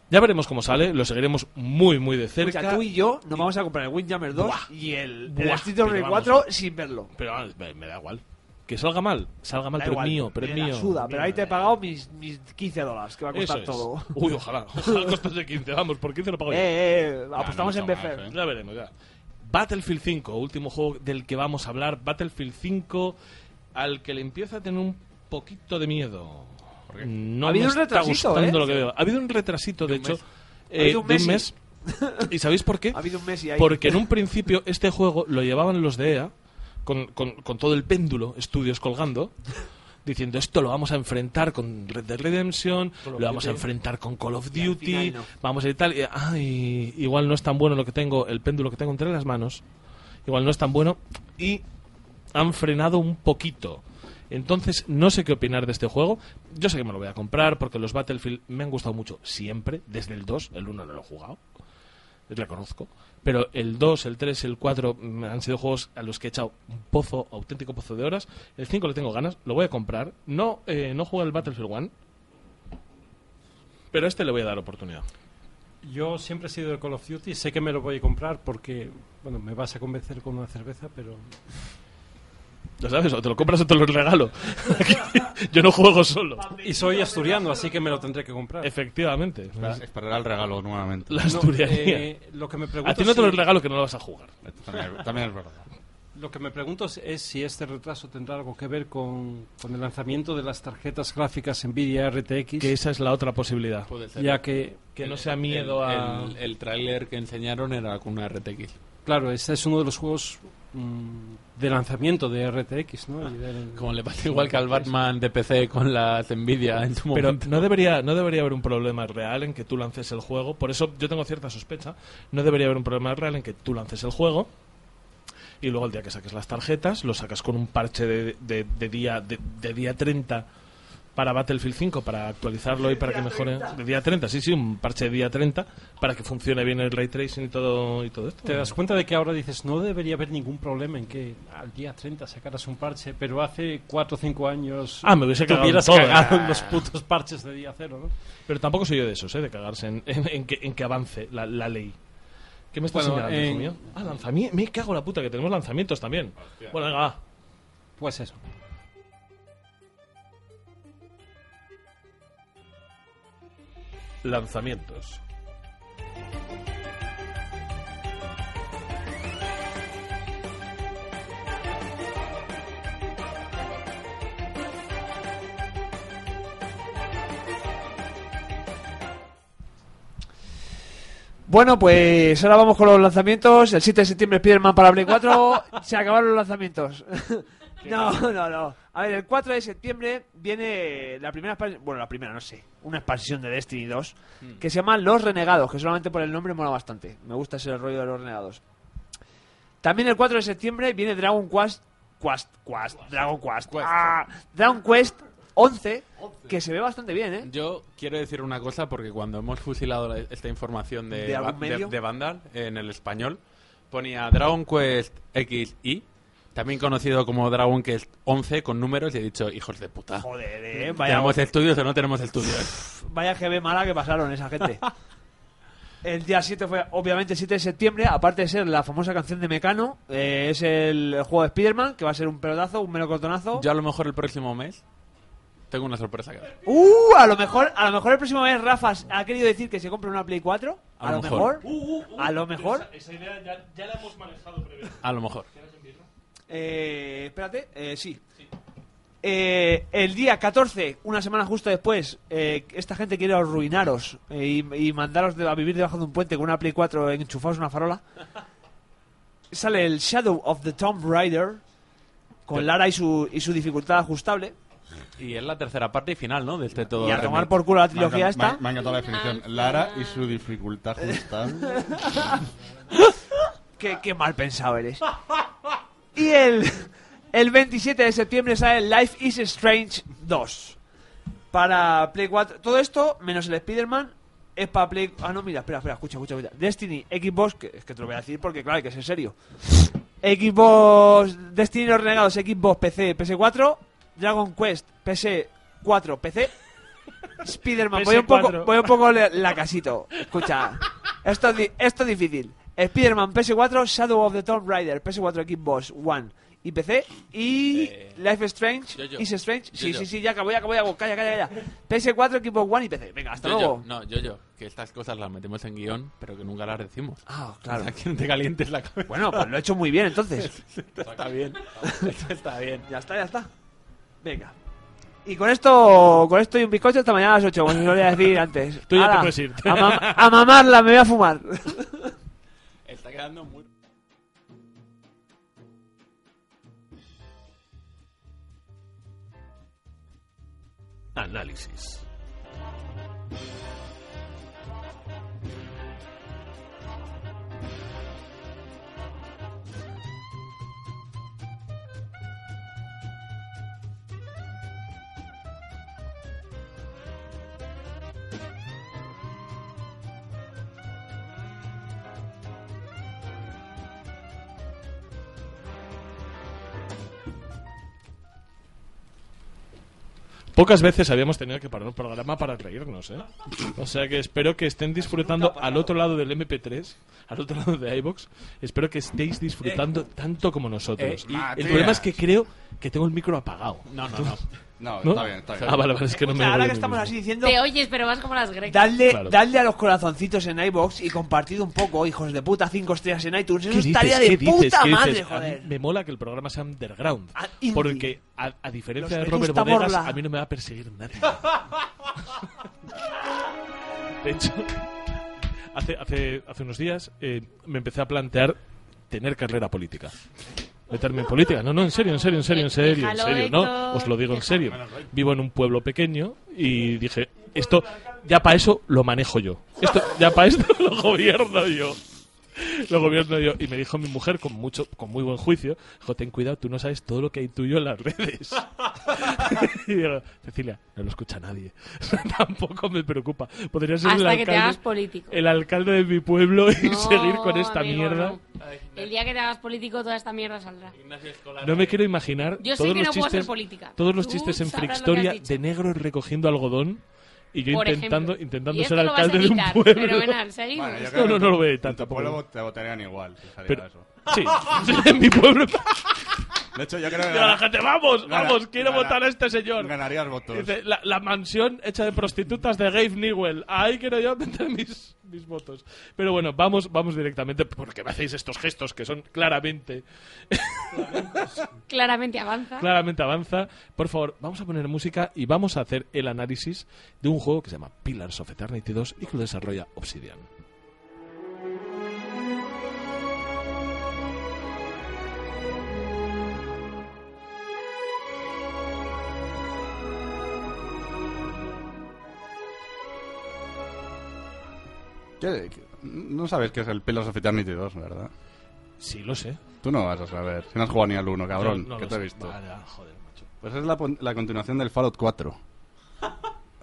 Ya veremos cómo sale, lo seguiremos muy, muy de cerca.
Escucha, tú y yo nos vamos a comprar el Windjammer 2
Buah.
y el, el
Buah,
Street of
pero
Rage
vamos.
4 sin verlo.
Pero vamos, me, me da igual. Que salga mal, salga mal,
Da
pero es
igual,
mío, pero es
me la
mío.
Suda, pero ahí te he pagado mis, mis 15 dólares, que va a
Eso
costar
es.
todo.
Uy, ojalá, ojalá costase 15, vamos, por 15 lo pago yo.
Eh, eh,
Ah,
apostamos
no
en
está mal,
Befer.
eh.
Ya veremos, ya. Battlefield 5, último juego del que vamos a hablar. Battlefield 5, al que le empieza a tener un poquito de miedo. No
Ha habido
me está
un retrasito,
gustando
¿eh?
lo que veo. Ha habido un retrasito, de, hecho, eh,
Ha habido un
de un
Messi.
mes. ¿Y sabéis por qué?
Ha habido un Messi ahí.
Porque en un principio este juego lo llevaban los de EA con, con- con todo el péndulo, estudios colgando, diciendo esto lo vamos a enfrentar con Red Dead Redemption, lo vamos a enfrentar con Call of
al
Duty,
final no.
vamos a ir tal. y, ay, igual no es tan bueno lo que tengo, el péndulo que tengo entre las manos, igual no es tan bueno. Y han frenado un poquito. Entonces, no sé qué opinar de este juego. Yo sé que me lo voy a comprar porque los Battlefield me han gustado mucho siempre, desde el 2, el 1 no lo he jugado reconozco. Pero el 2, el 3, el 4 mm, han sido juegos a los que he echado un pozo, auténtico pozo de horas. El 5 le tengo ganas, lo voy a comprar. No, eh, no juego el Battlefield 1. Pero a este le voy a dar oportunidad.
Yo siempre he sido de Call of Duty, sé que me lo voy a comprar porque, bueno, me vas a convencer con una cerveza, pero
¿Lo sabes? O te lo compras o te lo regalo. Yo no juego solo.
y soy asturiano, así que me lo tendré que comprar.
Efectivamente.
Espera- Esperará el regalo nuevamente.
La
No,
asturianía.
eh, lo que me pregunto
a ti no te
si-
lo regalo que no lo vas a jugar.
Esto También, también es verdad.
Lo que me pregunto es, es si este retraso tendrá algo que ver con, con el lanzamiento de las tarjetas gráficas Nvidia RTX,
Que esa es la otra posibilidad.
Puede ser.
ya que,
Que no sea miedo a...
El, el tráiler que enseñaron era con una RTX.
claro, este es uno de los juegos mm, de lanzamiento de RTX,
Ah,
¿no? Y del-
Como le pasa igual que al Batman de PC con las Nvidia en su
Pero
momento.
no debería, no debería haber un problema real en que tú lances el juego. Por eso yo tengo cierta sospecha. No debería haber un problema real en que tú lances el juego y luego el día que saques las tarjetas lo sacas con un parche de, de- de día, de, de día 30 para Battlefield 5, para actualizarlo y para que mejore. De día 30, sí, sí, un parche de día 30 para que funcione bien el ray tracing y todo, y todo esto.
Te das cuenta de que ahora dices, no debería haber ningún problema en que al día 30 sacaras un parche, pero hace 4 o 5 años
Ah, me hubiese
te
cagado en
hubieras
todo. ¿eh?
cagado en los putos parches de día cero, ¿no?
Pero tampoco soy yo de esos, ¿eh? De cagarse en, en- en que, en que avance la, la ley. ¿Qué me estás
Bueno,
señalando,
eh,
hijo mío? Ah, lanzamiento. Me cago en la puta, que tenemos lanzamientos también. Bueno, venga, va.
Pues eso.
Lanzamientos.
Bueno, pues ahora vamos con los lanzamientos. El 7 de septiembre Spider-Man para Play 4. se acabaron los lanzamientos. no, no, no. A ver, el 4 de septiembre viene la primera expansión. Bueno, la primera, no sé. Una expansión de Destiny 2.
Hmm.
Que se llama Los Renegados. Que solamente por el nombre mola bastante. Me gusta ese rollo de los Renegados. También el 4 de septiembre viene Dragon Quest. Quest, Quest, Dragon Quest. Ah, Dragon Quest 11. Que se ve bastante bien, ¿eh?
Yo quiero decir una cosa porque cuando hemos fusilado la- esta información de,
¿De algún
Ba-
medio?
de Vandal en el español, ponía Dragon Quest XI, también conocido como Dragon Quest 11 con números y he dicho, hijos de puta.
Joder, eh, vaya-
¿Tenemos estudios o no tenemos estudios?
Vaya GB mala que pasaron esa gente. El día 7 fue, obviamente, el 7 de septiembre. Aparte de ser la famosa canción de Mecano, eh, es el juego de Spider-Man, que va a ser un pelotazo, un melocotonazo.
Yo a lo mejor el próximo mes tengo una sorpresa que dar.
¡Uh! A lo mejor, a lo mejor el próximo mes Rafa ha querido decir que se compre una Play 4. A, lo mejor. a lo mejor.
Esa, idea ya, la hemos manejado previamente.
A lo mejor.
Eh, espérate, eh, sí. Eh, el día 14, una semana justo después, eh, esta gente quiere arruinaros eh, y, y mandaros de- a vivir debajo de un puente con una Play 4 enchufados en una farola. Sale el Shadow of the Tomb Raider con Lara y su, y su dificultad ajustable.
Y es la tercera parte y final, ¿no? De este todo.
Y a
remake.
tomar por culo la trilogía
me,
esta.
Me, me ha encantado la definición. Lara y su dificultad ajustable.
qué, qué mal pensado eres. Y el, el 27 de septiembre sale Life is Strange 2. Para Play 4. Todo esto, menos el Spider-Man, es para Play... Ah, no, mira, espera, espera, escucha, escucha, escucha. Destiny, Xbox... Que, es que te lo voy a decir porque, claro, hay que ser serio. Xbox... Destiny Los Renegados, Xbox, PC, PS4. Dragon Quest, PS4, PC. Spider-Man, voy un poco,
PS4.
voy un poco le- lacasito. Escucha, esto, es di- esto es difícil. Spider-Man PS4, Shadow of the Tomb Raider, PS4, Xbox One y PC. Y Life is Strange,
Eh, yo, yo.
Is Strange.
Yo,
sí,
yo.
sí, sí, ya acabo, ya acabo, ya acabo. Calla, calla, calla. PS4, Xbox One y PC. Venga, hasta
Yo,
luego.
yo, no, yo, yo. Que estas cosas las metemos en guión, pero que nunca las decimos.
Ah, claro.
O sea, que no te calientes la cabeza.
Bueno, pues lo he hecho muy bien entonces.
está bien. está bien.
Ya está, ya está. Venga. Y con esto, con esto y un bizcocho hasta mañana a las 8, como se solía decir antes.
Tú ya te
Hala,
puedes ir.
A, mam- a mamarla, me voy a fumar.
Está quedando muy.
Análisis.
Pocas veces habíamos tenido que parar un programa para reírnos, ¿eh? O sea que espero que estén disfrutando al otro lado del MP3, al otro lado de iBox. Espero que estéis disfrutando tanto como nosotros.
Eh, y-
el
Matías.
problema es que creo que tengo el micro apagado.
No, no, no.
No,
¿No?
está bien, está bien.
Ah, vale, vale, es que no me. oigo
Ahora que
a mí
estamos
mismo.
así diciendo.
Te oyes, pero vas como las grecas.
Dadle,
Claro.
dadle a los corazoncitos en iBox y compartid un poco, hijos de puta, cinco estrellas en iTunes. Eso
¿Qué
es
dices?
tarea
¿Qué
de
dices?
puta
¿Qué
madre,
dices? A mí
joder. Ah,
me mola que el programa sea underground.
indie.
porque, a, a diferencia
Los
de Robert
Vetusta
Bodegas,
Morla.
a mí no me va a perseguir nadie. De hecho, hace, hace, hace unos días eh, me empecé a plantear tener carrera política. meterme en política. No, no, en serio, en serio, en serio, en serio, en
Déjalo,
serio. No,
Héctor.
os lo digo en serio. Vivo en un pueblo pequeño y dije, esto ya para eso lo manejo yo. Esto ya para esto lo gobierno yo. Lo gobierno yo. Y me dijo mi mujer con mucho, con muy buen juicio, dijo, ten cuidado, tú no sabes todo lo que hay tuyo en las redes. y digo, Cecilia, no lo escucha nadie. Tampoco me preocupa. Podría ser el
Hasta que
alcalde,
te hagas político.
el alcalde de mi pueblo y
No,
seguir con esta
amigo,
mierda.
no. El día que te hagas político, toda esta mierda saldrá.
No me quiero imaginar
Yo sé
todos
que
los
no puedo
chistes,
hacer política.
todos los
Tú
chistes en
sabrás lo que has
Frictoria
dicho.
de negros recogiendo algodón y yo
Por
intentando
ejemplo.
intentando
Y esto
ser
lo vas a
alcalde de un
editar,
pueblo.
fenomenal, seguimos.
Bueno, yo creo
no,
que
no, no lo voy a editar.
En tu
tampoco.
pueblo te votarían igual. si saliera
Pero-
eso.
sí, en mi pueblo.
De hecho, yo creo que.
Digo a la gente, vamos, vamos, quiero votar a este señor.
Ganarías votos.
Dice, la, la mansión hecha de prostitutas de Gabe Newell. Ahí quiero yo meter mis, mis votos. Pero bueno, vamos, vamos directamente, porque me hacéis estos gestos que son claramente
Claramente avanza.
claramente avanza. Por favor, vamos a poner música y vamos a hacer el análisis de un juego que se llama Pillars of Eternity 2 y que lo desarrolla Obsidian.
¿Qué- qué- No sabes qué es el Pillars of Eternity 2, ¿verdad?
Sí, lo sé.
Tú no vas a saber. Si no has jugado ni al 1, cabrón.
Yo no
que
lo
te he
sé.
visto.
Vale, ah, joder, macho.
Pues es la, pon- la continuación del Fallout 4.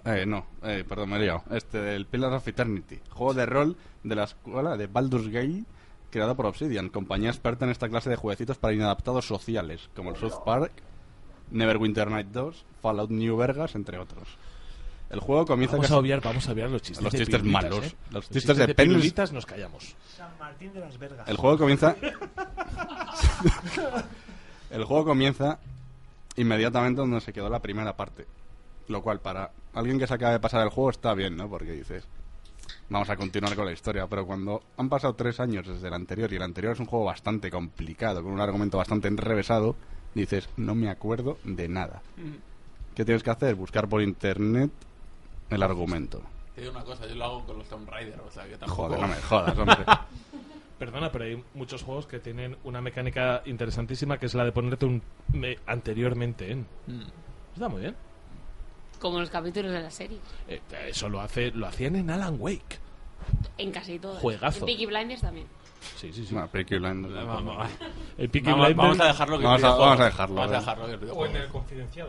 Eh, no, eh, perdón, me he liado. Este, del Pillars of Eternity. Juego de rol de la escuela de Baldur's Gate, creado por Obsidian, compañía experta en esta clase de jueguecitos para inadaptados sociales, como el South Park, Neverwinter Night 2, Fallout New Vegas, entre otros. El juego comienza
Vamos
casi-
a obviar, vamos a obviar los chistes.
Los
de
chistes
pirulitas,
malos.
¿eh?
Los chistes de penes.
pirulitas nos callamos.
San Martín de las Vergas.
El juego comienza. el juego comienza inmediatamente donde se quedó la primera parte. Lo cual, para alguien que se acaba de pasar el juego, está bien, ¿no? Porque dices, vamos a continuar con la historia. Pero cuando han pasado tres años desde el anterior y el anterior es un juego bastante complicado, con un argumento bastante enrevesado, dices, no me acuerdo de nada. ¿Qué tienes que hacer? Buscar por internet el argumento.
Te digo una cosa, yo lo hago con los Tomb Raider, o sea, que tampoco...
Joder, no me jodas, hombre.
Perdona, pero hay muchos juegos que tienen una mecánica interesantísima que es la de ponerte un me- anteriormente en. Está muy bien.
Como los capítulos de la serie.
Eh, eso lo hace, lo hacían en Alan Wake.
En casi todo.
Juegazo.
En Peaky Blinders también.
Sí, sí, sí.
No, Peaky Blinders.
Vamos,
El Peaky
vamos,
Blinders-
vamos a dejarlo que
Vamos a-
videojuegos.
vamos a dejarlo,
Vamos a
¿eh?
dejarlo que
O
videojuegos.
en el confidencial.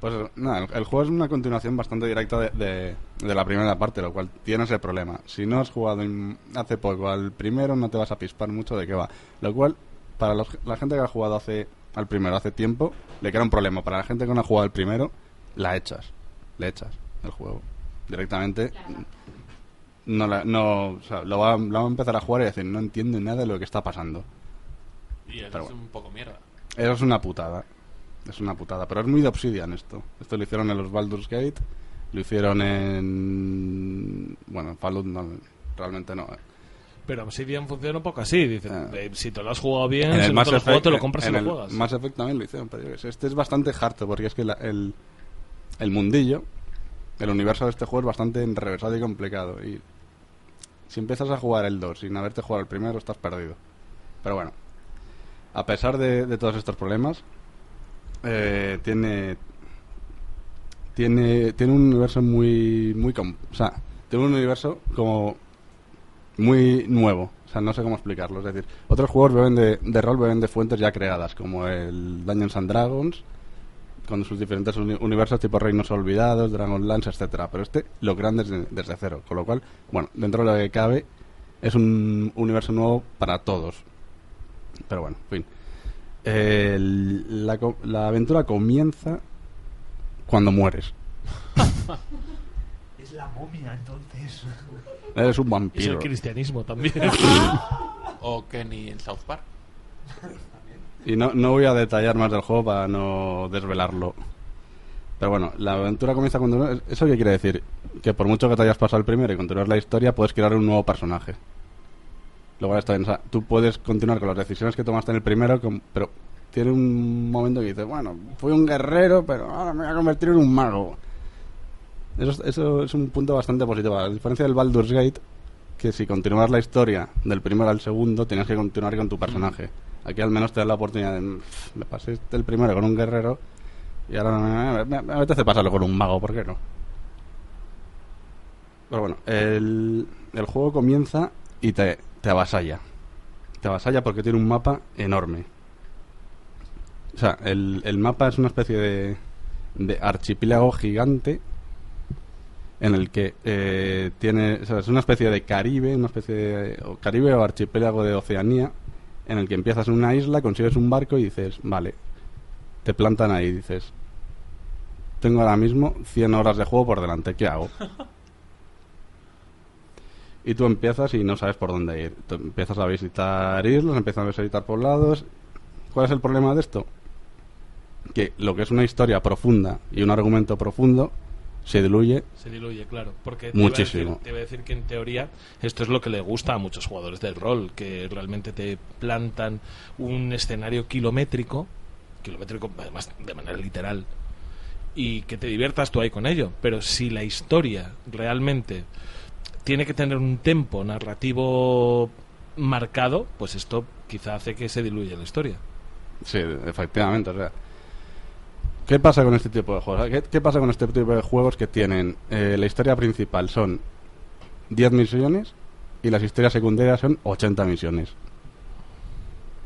Pues nada, el, el juego es una continuación bastante directa de, de- de la primera parte, lo cual tiene ese problema. Si no has jugado en- hace poco al primero, no te vas a pispar mucho de qué va. Lo cual, para los- la gente que ha jugado hace al primero hace tiempo, le queda un problema. Para la gente que no ha jugado al primero, la echas. Le echas el juego. Directamente. No, la- no o sea, lo, va, lo va a empezar a jugar y decir, no entiendo nada de lo que está pasando.
Y eso
Pero
es
bueno.
un poco mierda.
Eso es una putada. Es una putada. Pero es muy de Obsidian esto. Esto lo hicieron en los Baldur's Gate. Lo hicieron en. Bueno, en Fallout no. Realmente no. eh.
Pero Obsidian funciona un poco así. Dice, eh, si te lo has jugado bien,
Ah. en
si
el
no
Mass
te lo has jugado,
Effect.
te lo compras y
en
lo
el
juegas.
Mass Effect también lo hicieron. Pero yo qué sé, Este es bastante harto porque es que la- el, el mundillo, el universo de este juego es bastante enrevesado y complicado. Y si empiezas a jugar el 2 sin haberte jugado el primero, estás perdido. Pero bueno, a pesar de, de todos estos problemas, eh, tiene tiene tiene un universo muy muy com- o sea tiene un universo como muy nuevo o sea no sé cómo explicarlo es decir otros juegos beben de, de rol beben de fuentes ya creadas como el Dungeons and Dragons con sus diferentes uni- universos tipo Reinos Olvidados Dragonlance etcétera pero este lo crean desde, desde cero con lo cual bueno dentro de lo que cabe es un universo nuevo para todos pero bueno en fin El- la, co- la aventura comienza cuando mueres
Es la momia, entonces.
Eres
Es el
un vampiro.
cristianismo también.
O Kenny en South Park.
Y no, no voy a detallar más del juego para no desvelarlo. Pero bueno, la aventura comienza cuando... ¿Eso qué quiere decir? Que por mucho que te hayas pasado el primero y continuar la historia, puedes crear un nuevo personaje. Lo cual está bien. O sea, tú puedes continuar con las decisiones que tomaste en el primero, con- pero tiene un momento que dices, bueno, fui un guerrero, pero ahora me voy a convertir en un mago. Eso, es- eso es un punto bastante positivo. A diferencia del Baldur's Gate, que si continúas la historia del primero al segundo, tienes que continuar con tu personaje. Aquí al menos te dan la oportunidad de. "Pff, Me pasé el primero con un guerrero y ahora eh, me, me apetece pasarlo con un mago, ¿por qué no? Pero bueno, el, el juego comienza y te, te avasalla. Te avasalla porque tiene un mapa enorme. O sea, el, el mapa es una especie de, de archipiélago gigante en el que eh, tiene. o sea, es una especie de Caribe, una especie de. o Caribe o archipiélago de Oceanía, en el que empiezas en una isla, consigues un barco y dices, vale, te plantan ahí y dices, tengo ahora mismo 100 horas de juego por delante, ¿qué hago? Y tú empiezas y no sabes por dónde ir. Tú empiezas a visitar islas, empiezas a visitar poblados. ¿Cuál es el problema de esto? Que lo que es una historia profunda y un argumento profundo se diluye
Se diluye, claro. Porque Te, iba a
Muchísimo.
decir, te iba a decir que en teoría esto es lo que le gusta a muchos jugadores del rol, que realmente te plantan un escenario kilométrico, kilométrico además de manera literal, y que te diviertas tú ahí con ello. Pero si la historia realmente tiene que tener un tempo narrativo marcado, pues esto quizá hace que se diluya la historia.
Sí, efectivamente. O sea, ¿qué pasa con este tipo de juegos? ¿Qué, qué pasa con este tipo de juegos que tienen eh, la historia principal son 10 misiones y las historias secundarias son 80 misiones?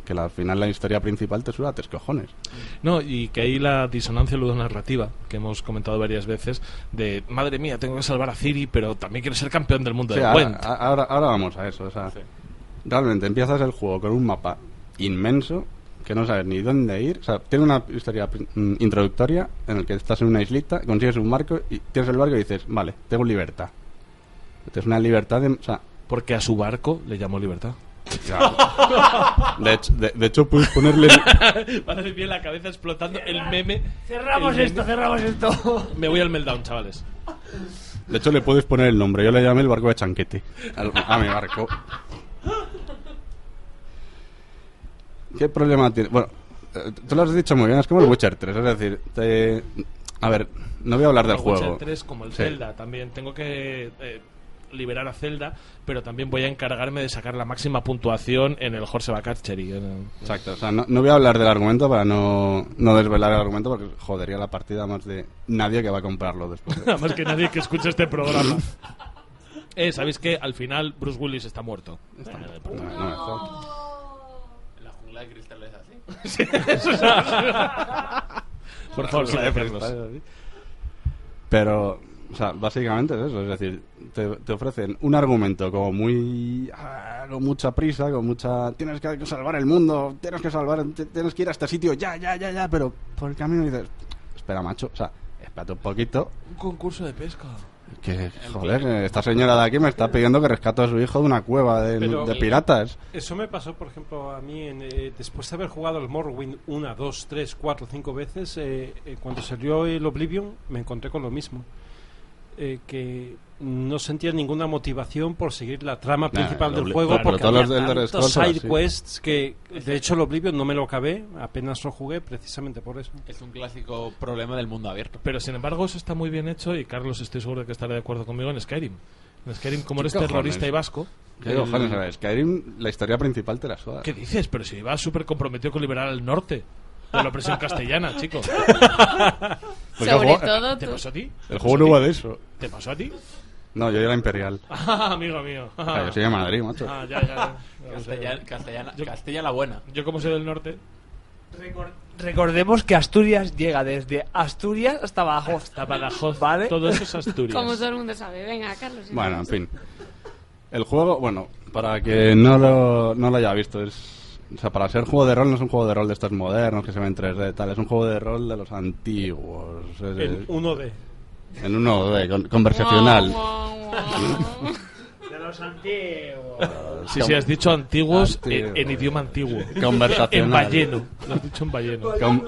Que la- al final la historia principal te suda tres cojones.
No, y que ahí la disonancia ludonarrativa, que hemos comentado varias veces, de madre mía, tengo que salvar a Ciri, pero también quiero ser campeón del mundo
Sí,
de
ahora,
Gwent.
a- ahora- ahora vamos a eso. o sea, Realmente empiezas el juego con un mapa inmenso que no sabes ni dónde ir. O sea, tiene una historia pri- mm, introductoria en el que estás en una islita, consigues un barco y tienes el barco y dices, vale, tengo libertad. Es una libertad de... O sea,
Porque a su barco le llamó libertad.
de, hecho, de- de hecho, puedes ponerle...
Madre mía, la cabeza explotando, el meme.
Cerramos
el
esto, cerramos esto.
Me voy al meltdown, chavales.
De hecho, le puedes poner el nombre. Yo le llamé el barco de chanquete al- a mi barco. ¿Qué problema tiene? Bueno, eh, tú lo has dicho muy bien, es como el Witcher 3. Es decir, te- a ver, no voy a hablar del
Como el
juego.
Witcher 3 como el
Sí.
Zelda, también tengo que eh, liberar a Zelda, pero también voy a encargarme de sacar la máxima puntuación en el Horse Catchery.
Exacto, o sea, no, no voy a hablar del argumento para no, no desvelar el argumento porque jodería la partida más de nadie que va a comprarlo después.
Más que nadie que escuche este programa. Eh, ¿sabéis que Al final Bruce Willis está muerto. Eh,
No, no, no.
La jungla de cristal es así.
Sí, eso es así. Por favor,
La de
silenciarlos.
freestyle, así. Pero, o sea, básicamente es eso. Es decir, te, te ofrecen un argumento como muy. ah, con mucha prisa, con mucha. Tienes que salvar el mundo, tienes que salvar. te- Tienes que ir a este sitio, ya, ya, ya, ya. Pero por el camino dices, espera, macho, o sea, espérate un poquito.
Un concurso de pesca.
Que, joder, que esta señora de aquí me está pidiendo que rescate a su hijo de una cueva de,
Pero-
de piratas.
Eso me pasó, por ejemplo, a mí en, eh, después de haber jugado al Morrowind una, dos, tres, cuatro, cinco veces, eh, eh, cuando salió el Oblivion me encontré con lo mismo. Eh, que no sentía ninguna motivación por seguir la trama
Nah,
principal
el
del
Obli-
juego
claro,
porque
todos los
había
de Elder
tantos
Scrolls son
side
así.
quests que de hecho el Oblivion no me lo acabé apenas lo jugué precisamente por eso
Es un clásico problema del mundo abierto.
Pero sin embargo, eso está muy bien hecho y Carlos, estoy seguro de que estará de acuerdo conmigo en Skyrim. En Skyrim, como
¿Qué
eres
cojones?
terrorista y vasco.
¿Qué
el-
cojones? A ver, Skyrim, la historia principal te la suda.
¿Qué dices? Pero si iba súper comprometido con liberar al norte de la opresión castellana, chico. Pues
Porque el Sobre juego- todo
¿Te
tú.
pasó a ti?
El juego no va de eso.
¿Te pasó a ti?
No, yo era imperial.
Ah, amigo mío.
Ah, yo soy de Madrid, macho.
Ah, ya, ya, ya.
Castellana, castellana, Castilla la buena.
Yo como soy del norte.
Recordemos que Asturias llega desde Asturias hasta abajo. Hasta
Badajoz.
¿Vale?
Todo eso es Asturias.
Como todo el mundo sabe. Venga, Carlos.
Bueno, en fin. El juego, bueno, para que no lo, no lo haya visto, es. O sea, para ser juego de rol no es un juego de rol de estos modernos que se ven en 3D, tal. Es un juego de rol de los antiguos. Es
en
el-
1D
en uno de con- conversacional.
De los antiguos.
Sí, sí, has dicho antiguos eh,
Antiguo.
en, en idioma antiguo.
Conversacional.
En balleno. Lo has dicho en balleno.
Com-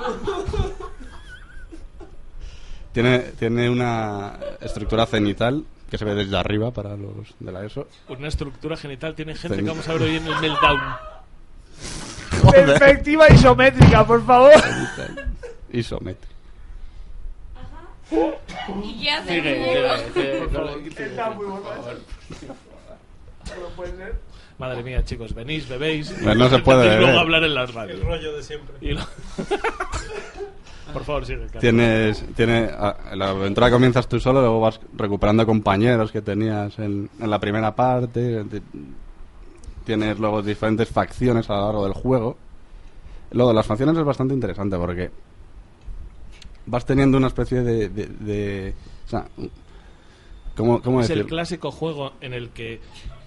Tiene, tiene una estructura cenital que se ve desde arriba para los de la ESO.
Una estructura genital tiene gente
Ten-
que vamos a ver hoy en el meltdown.
Perspectiva isométrica, por favor.
Isométrica.
¿Y qué hace?
Sigue,
el muñeco?
sigue, sigue,
Por
no lo
favor.
quites, Está muy por
favor.
borracho. Madre mía, chicos, venís, bebéis.
Pues no se puede
y luego
beber.
hablar en las radios.
El rollo de siempre.
Y lo- Por favor, sigue. Carlos.
Tienes, tiene, a- la aventura comienzas tú solo, luego vas recuperando compañeros que tenías en, en la primera parte. ti- Tienes luego diferentes facciones a lo largo del juego. Luego, las facciones es bastante interesante porque vas teniendo una especie de. de- de- o sea, ¿cómo, cómo
Es el
decirlo?
clásico juego en el que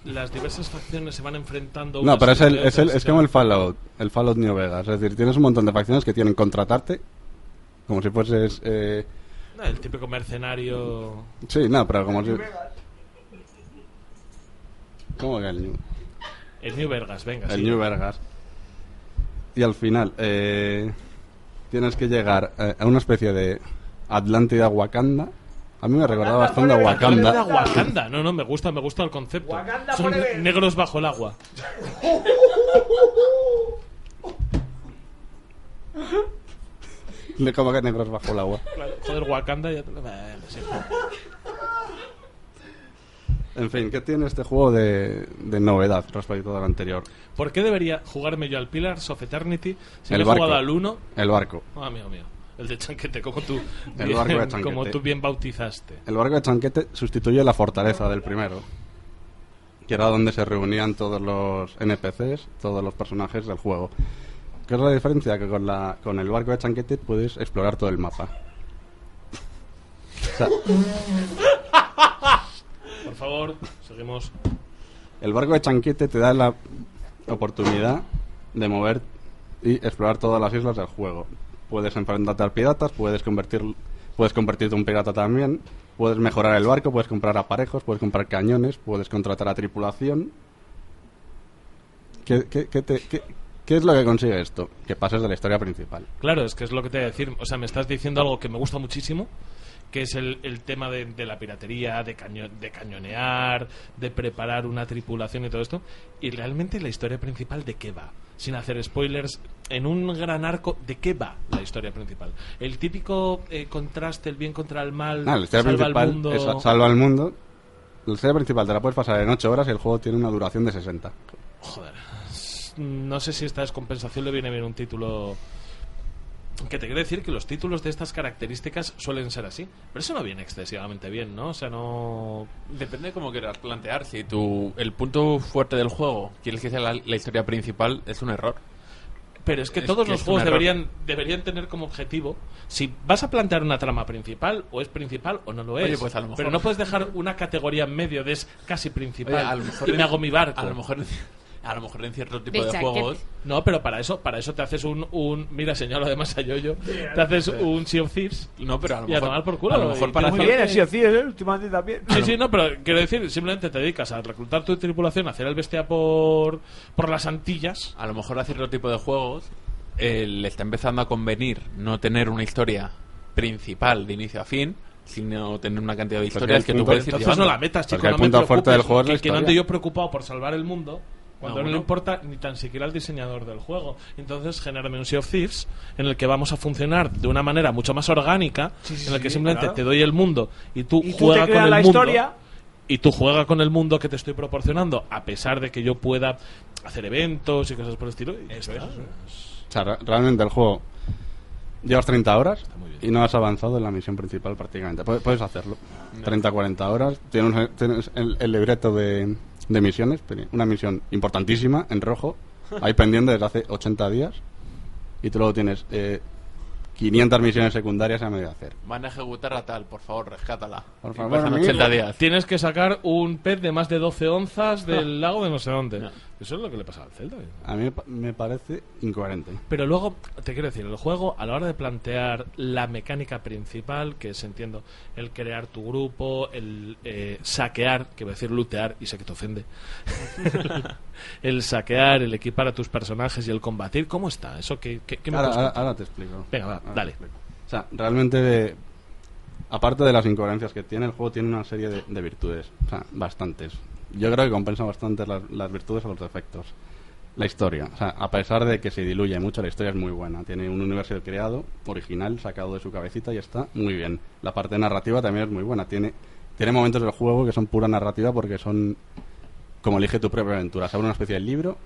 las diversas facciones se van enfrentando.
No,
unas
pero es, el,
entre
es, el-
otras,
es
y
como el
tal.
Fallout, el Fallout New Vegas. Es decir, tienes un montón de facciones que tienen contratarte, como si fueses... eh,
No, el típico mercenario.
sí, no, pero como si... ¿Cómo que el New?
El New Vegas, venga.
El
sí.
New Vegas. Y al final, eh, tienes que llegar eh, a una especie de Atlántida Wakanda. A mí me recordaba bastante a
Una
Wakanda.
Ah, Wakanda, no, no, me gusta, me gusta el concepto. Son
forever.
negros bajo el agua.
Como que negros bajo el agua.
Claro, Joder, Wakanda ya te eh, lo- Vale, sí.
En fin, ¿qué tiene este juego de, de novedad respecto al anterior?
¿Por qué debería jugarme yo al Pillars of Eternity si
El
le he
barco.
jugado al 1?
El barco.
Ah, mío, mío. El de Chanquete, como tú,
El
bien-
barco de Chanquete.
como tú bien bautizaste.
El barco de Chanquete sustituye la fortaleza del primero, que era donde se reunían todos los NPCs, todos los personajes del juego. ¿Qué es la diferencia? Que con, la, con el barco de Chanquete puedes explorar todo el mapa. O sea,
Por favor, seguimos.
el barco de Chanquete te da la oportunidad de mover y explorar todas las islas del juego. Puedes enfrentarte a piratas, puedes, convertir, puedes convertirte en un pirata también, puedes mejorar el barco, puedes comprar aparejos, puedes comprar cañones, puedes contratar a tripulación. ¿Qué, qué- qué te- qué- qué es lo que consigue esto? Que pases de la historia principal.
Claro, es que es lo que te voy a decir. O sea, me estás diciendo algo que me gusta muchísimo, que es el, el tema de, de la piratería, de, caño- de cañonear, de preparar una tripulación y todo esto. Y realmente la historia principal de qué va. Sin hacer spoilers, en un gran arco, ¿de qué va la historia principal? El típico eh, contraste, el bien contra el mal,
Ah, la historia
salva al
principal
mundo...
es sa- salva al mundo. La historia principal te la puedes pasar en 8 horas y el juego tiene una duración de 60.
Joder. No sé si esta descompensación le viene bien un título. Que te quiero decir que los títulos de estas características suelen ser así. Pero eso no viene excesivamente bien, ¿no? O sea, no.
Depende cómo quieras plantear. Si tu, el punto fuerte del juego quieres que sea la, la historia principal, es un error.
Pero es que
Es
todos
que
los
es un
juegos
error.
deberían, deberían tener como objetivo si vas a plantear una trama principal, o es principal o no lo es.
Oye, pues a lo mejor-
Pero no puedes dejar una categoría en medio de es casi principal
Oye, a lo mejor
y
en-
me hago mi barco.
a lo mejor A lo mejor en cierto tipo
De
de,
chaqueta.
juegos.
No, pero para eso, para eso te haces un, un mira señor además a Yoyo, te haces un Sea of Thieves.
No, pero a lo
y
mejor-
tomar por culo.
a lo mejor
Y
para
tienes
hacer-
que-
Bien, así
Sí, ¿eh? últimamente también.
Sí, sí, no, pero quiero decir, simplemente te dedicas a reclutar tu tripulación, a hacer el bestia por, por las Antillas.
A lo mejor a cierto tipo de juegos eh, le está empezando a convenir no tener una historia principal de inicio a fin, sino tener una cantidad de
Porque
historias
el
que tú
punto-
puedes ir
Entonces no
llevando.
la metas, chico,
Porque el
no me
punto fuerte
preocupes,
del juego es la
que, que no
historia.
ande yo preocupado por salvar el mundo cuando no,
No, bueno.
le importa ni tan siquiera el diseñador del juego. Entonces, genérame un Sea of Thieves en el que vamos a funcionar de una manera mucho más orgánica, en el que
sí,
simplemente
claro.
te doy el mundo y tú
Y tú te
juegas con
creas
el
la
mundo.
historia.
Y tú juegas con el mundo que te estoy proporcionando, a pesar de que yo pueda hacer eventos y cosas por el estilo. y ya está.
O sea, re- realmente el juego llevas 30 horas y no has avanzado en la misión principal prácticamente. Pu- Puedes hacerlo. 30, 40 horas. Tienes, tienes el, el libreto de, de misiones. Tiene Una misión importantísima en rojo. Ahí pendiente desde hace 80 días. Y tú luego tienes eh, 500 misiones secundarias a medio hacer.
Van a ejecutar a tal, por favor, rescátala.
Por
Y pues
favor,
pasan
amigo.
80 días.
Tienes que sacar un pez de más de 12 onzas del lago de no sé dónde. Eso es lo que le pasa al Zelda.
A mí me pa- me parece incoherente.
Pero luego, te quiero decir, el juego, a la hora de plantear la mecánica principal, que es, entiendo, el crear tu grupo, el eh, saquear, que voy a decir lootear, y sé que te ofende, el saquear, el equipar a tus personajes y el combatir, ¿cómo está? ¿Eso qué, qué- qué me
ahora,
puedes
ahora-
contar?
ahora te explico.
Venga, va,
Ahora te
dale.
explico. O sea, realmente, de- aparte de las incoherencias que tiene, el juego tiene una serie de, de virtudes. O sea, bastantes. Yo creo que compensa bastante las, las virtudes a los defectos. La historia. O sea, a pesar de que se diluye mucho, la historia es muy buena. Tiene un universo creado, original, sacado de su cabecita y está muy bien. La parte narrativa también es muy buena. Tiene, tiene momentos del juego que son pura narrativa porque son como elige tu propia aventura. Se abre una especie de libro,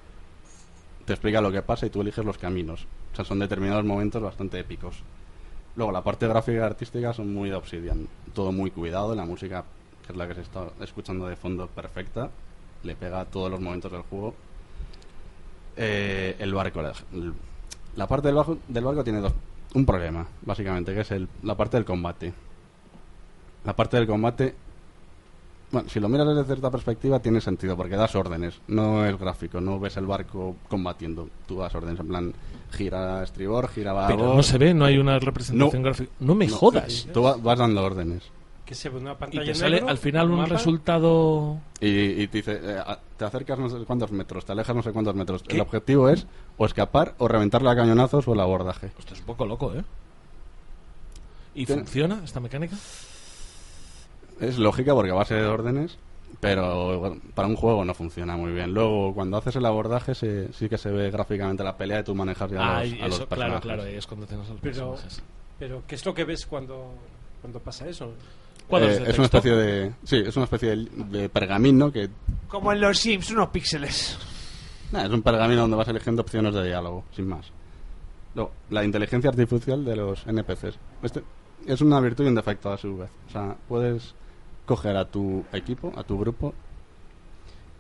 te explica lo que pasa y tú eliges los caminos. O sea, son determinados momentos bastante épicos. Luego, la parte gráfica y artística son muy de Obsidian. Todo muy cuidado, la música, que es la que se está escuchando de fondo, perfecta. Le pega a todos los momentos del juego. Eh, el barco. La, la parte del, bajo- del barco tiene dos- un problema, básicamente, que es el- la parte del combate. La parte del combate, bueno, si lo miras desde cierta perspectiva, tiene sentido, porque das órdenes, no es gráfico, no ves el barco combatiendo. Tú das órdenes, en plan, gira a estribor, gira a
Pero
babor.
no se ve, no hay una representación gráfica. No me jodas.
Tú va- vas dando órdenes.
Que se ve una
Y
pantalla
te
en
sale
negro,
al final un
mapa.
resultado.
Y, y te dice, eh, a- te acercas no sé cuántos metros, te alejas no sé cuántos metros. El objetivo es o escapar o reventarla a cañonazos o el abordaje.
Esto es un poco loco, ¿eh? ¿Y
Tiene-
funciona esta mecánica?
Es lógica porque va a ser órdenes, pero bueno, para un juego no funciona muy bien. Luego, cuando haces el abordaje, se- sí que se ve gráficamente la pelea y tú manejas ya
Ah,
los-
y
a los
eso, claro,
personajes.
claro, ahí es cuando tienes a los
Pero,
personajes.
pero, ¿qué es lo que ves cuando, cuando pasa eso?
Eh, es una especie de sí, es una especie de, de pergamino que
Como en los Sims, unos píxeles.
Nah, es un pergamino donde vas eligiendo opciones de diálogo, sin más. Luego, la inteligencia artificial de los NPCs. Este es una virtud y un defecto a su vez. O sea, puedes coger a tu equipo, a tu grupo,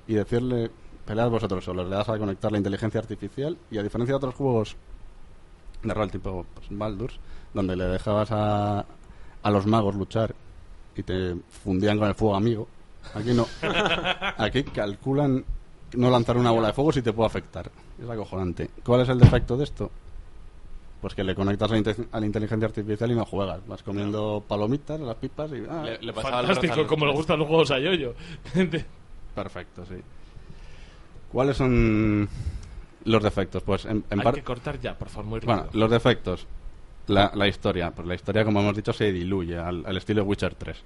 y decirle, pelead vosotros solos. Le das a conectar la inteligencia artificial y a diferencia de otros juegos de rol tipo pues, Baldur's, donde le dejabas a, a los magos luchar y te fundían con el fuego amigo, aquí no. Aquí calculan no lanzar una bola de fuego si te puede afectar. Es acojonante. ¿Cuál es el defecto de esto? Pues que le conectas a, la inte- a la inteligencia artificial y no juegas. Vas comiendo palomitas, las pipas y... ah,
Le- le pasaba al Fantástico, Brazal. como le gustan los juegos a Yoyo.
Perfecto, sí. ¿Cuáles son los defectos? Pues en, en
Hay
par-
que cortar ya, por favor, muy
Bueno,
rápido.
los defectos. La, la historia. Pues la historia, como hemos dicho, se diluye al, al estilo Witcher 3.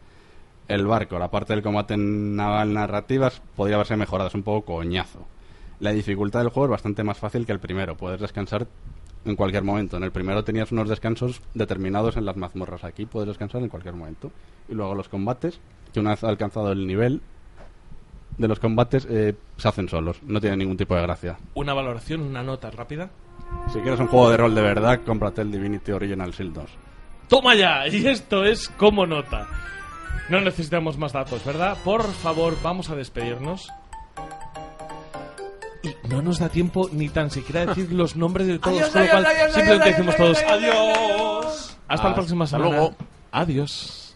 El barco, la parte del combate naval narrativas, podría haberse mejorado. Es un poco coñazo. La dificultad del juego es bastante más fácil que el primero. Puedes descansar en cualquier momento. En el primero tenías unos descansos determinados en las mazmorras. Aquí puedes descansar en cualquier momento. Y luego los combates, que una vez alcanzado el nivel de los combates, eh, se hacen solos. No tienen ningún tipo de gracia.
Una valoración, una nota rápida.
Si quieres un juego de rol de verdad, cómprate el Divinity Original Seal 2.
¡Toma ya! Y esto es como nota. No necesitamos más datos, ¿verdad? Por favor, vamos a despedirnos. Y no nos da tiempo ni tan siquiera decir los nombres de todos,
Adiós,
con lo cual
adiós, adiós,
simplemente
adiós,
decimos
adiós,
todos
adiós,
adiós.
adiós.
Hasta la próxima
Hasta
semana.
luego.
Adiós.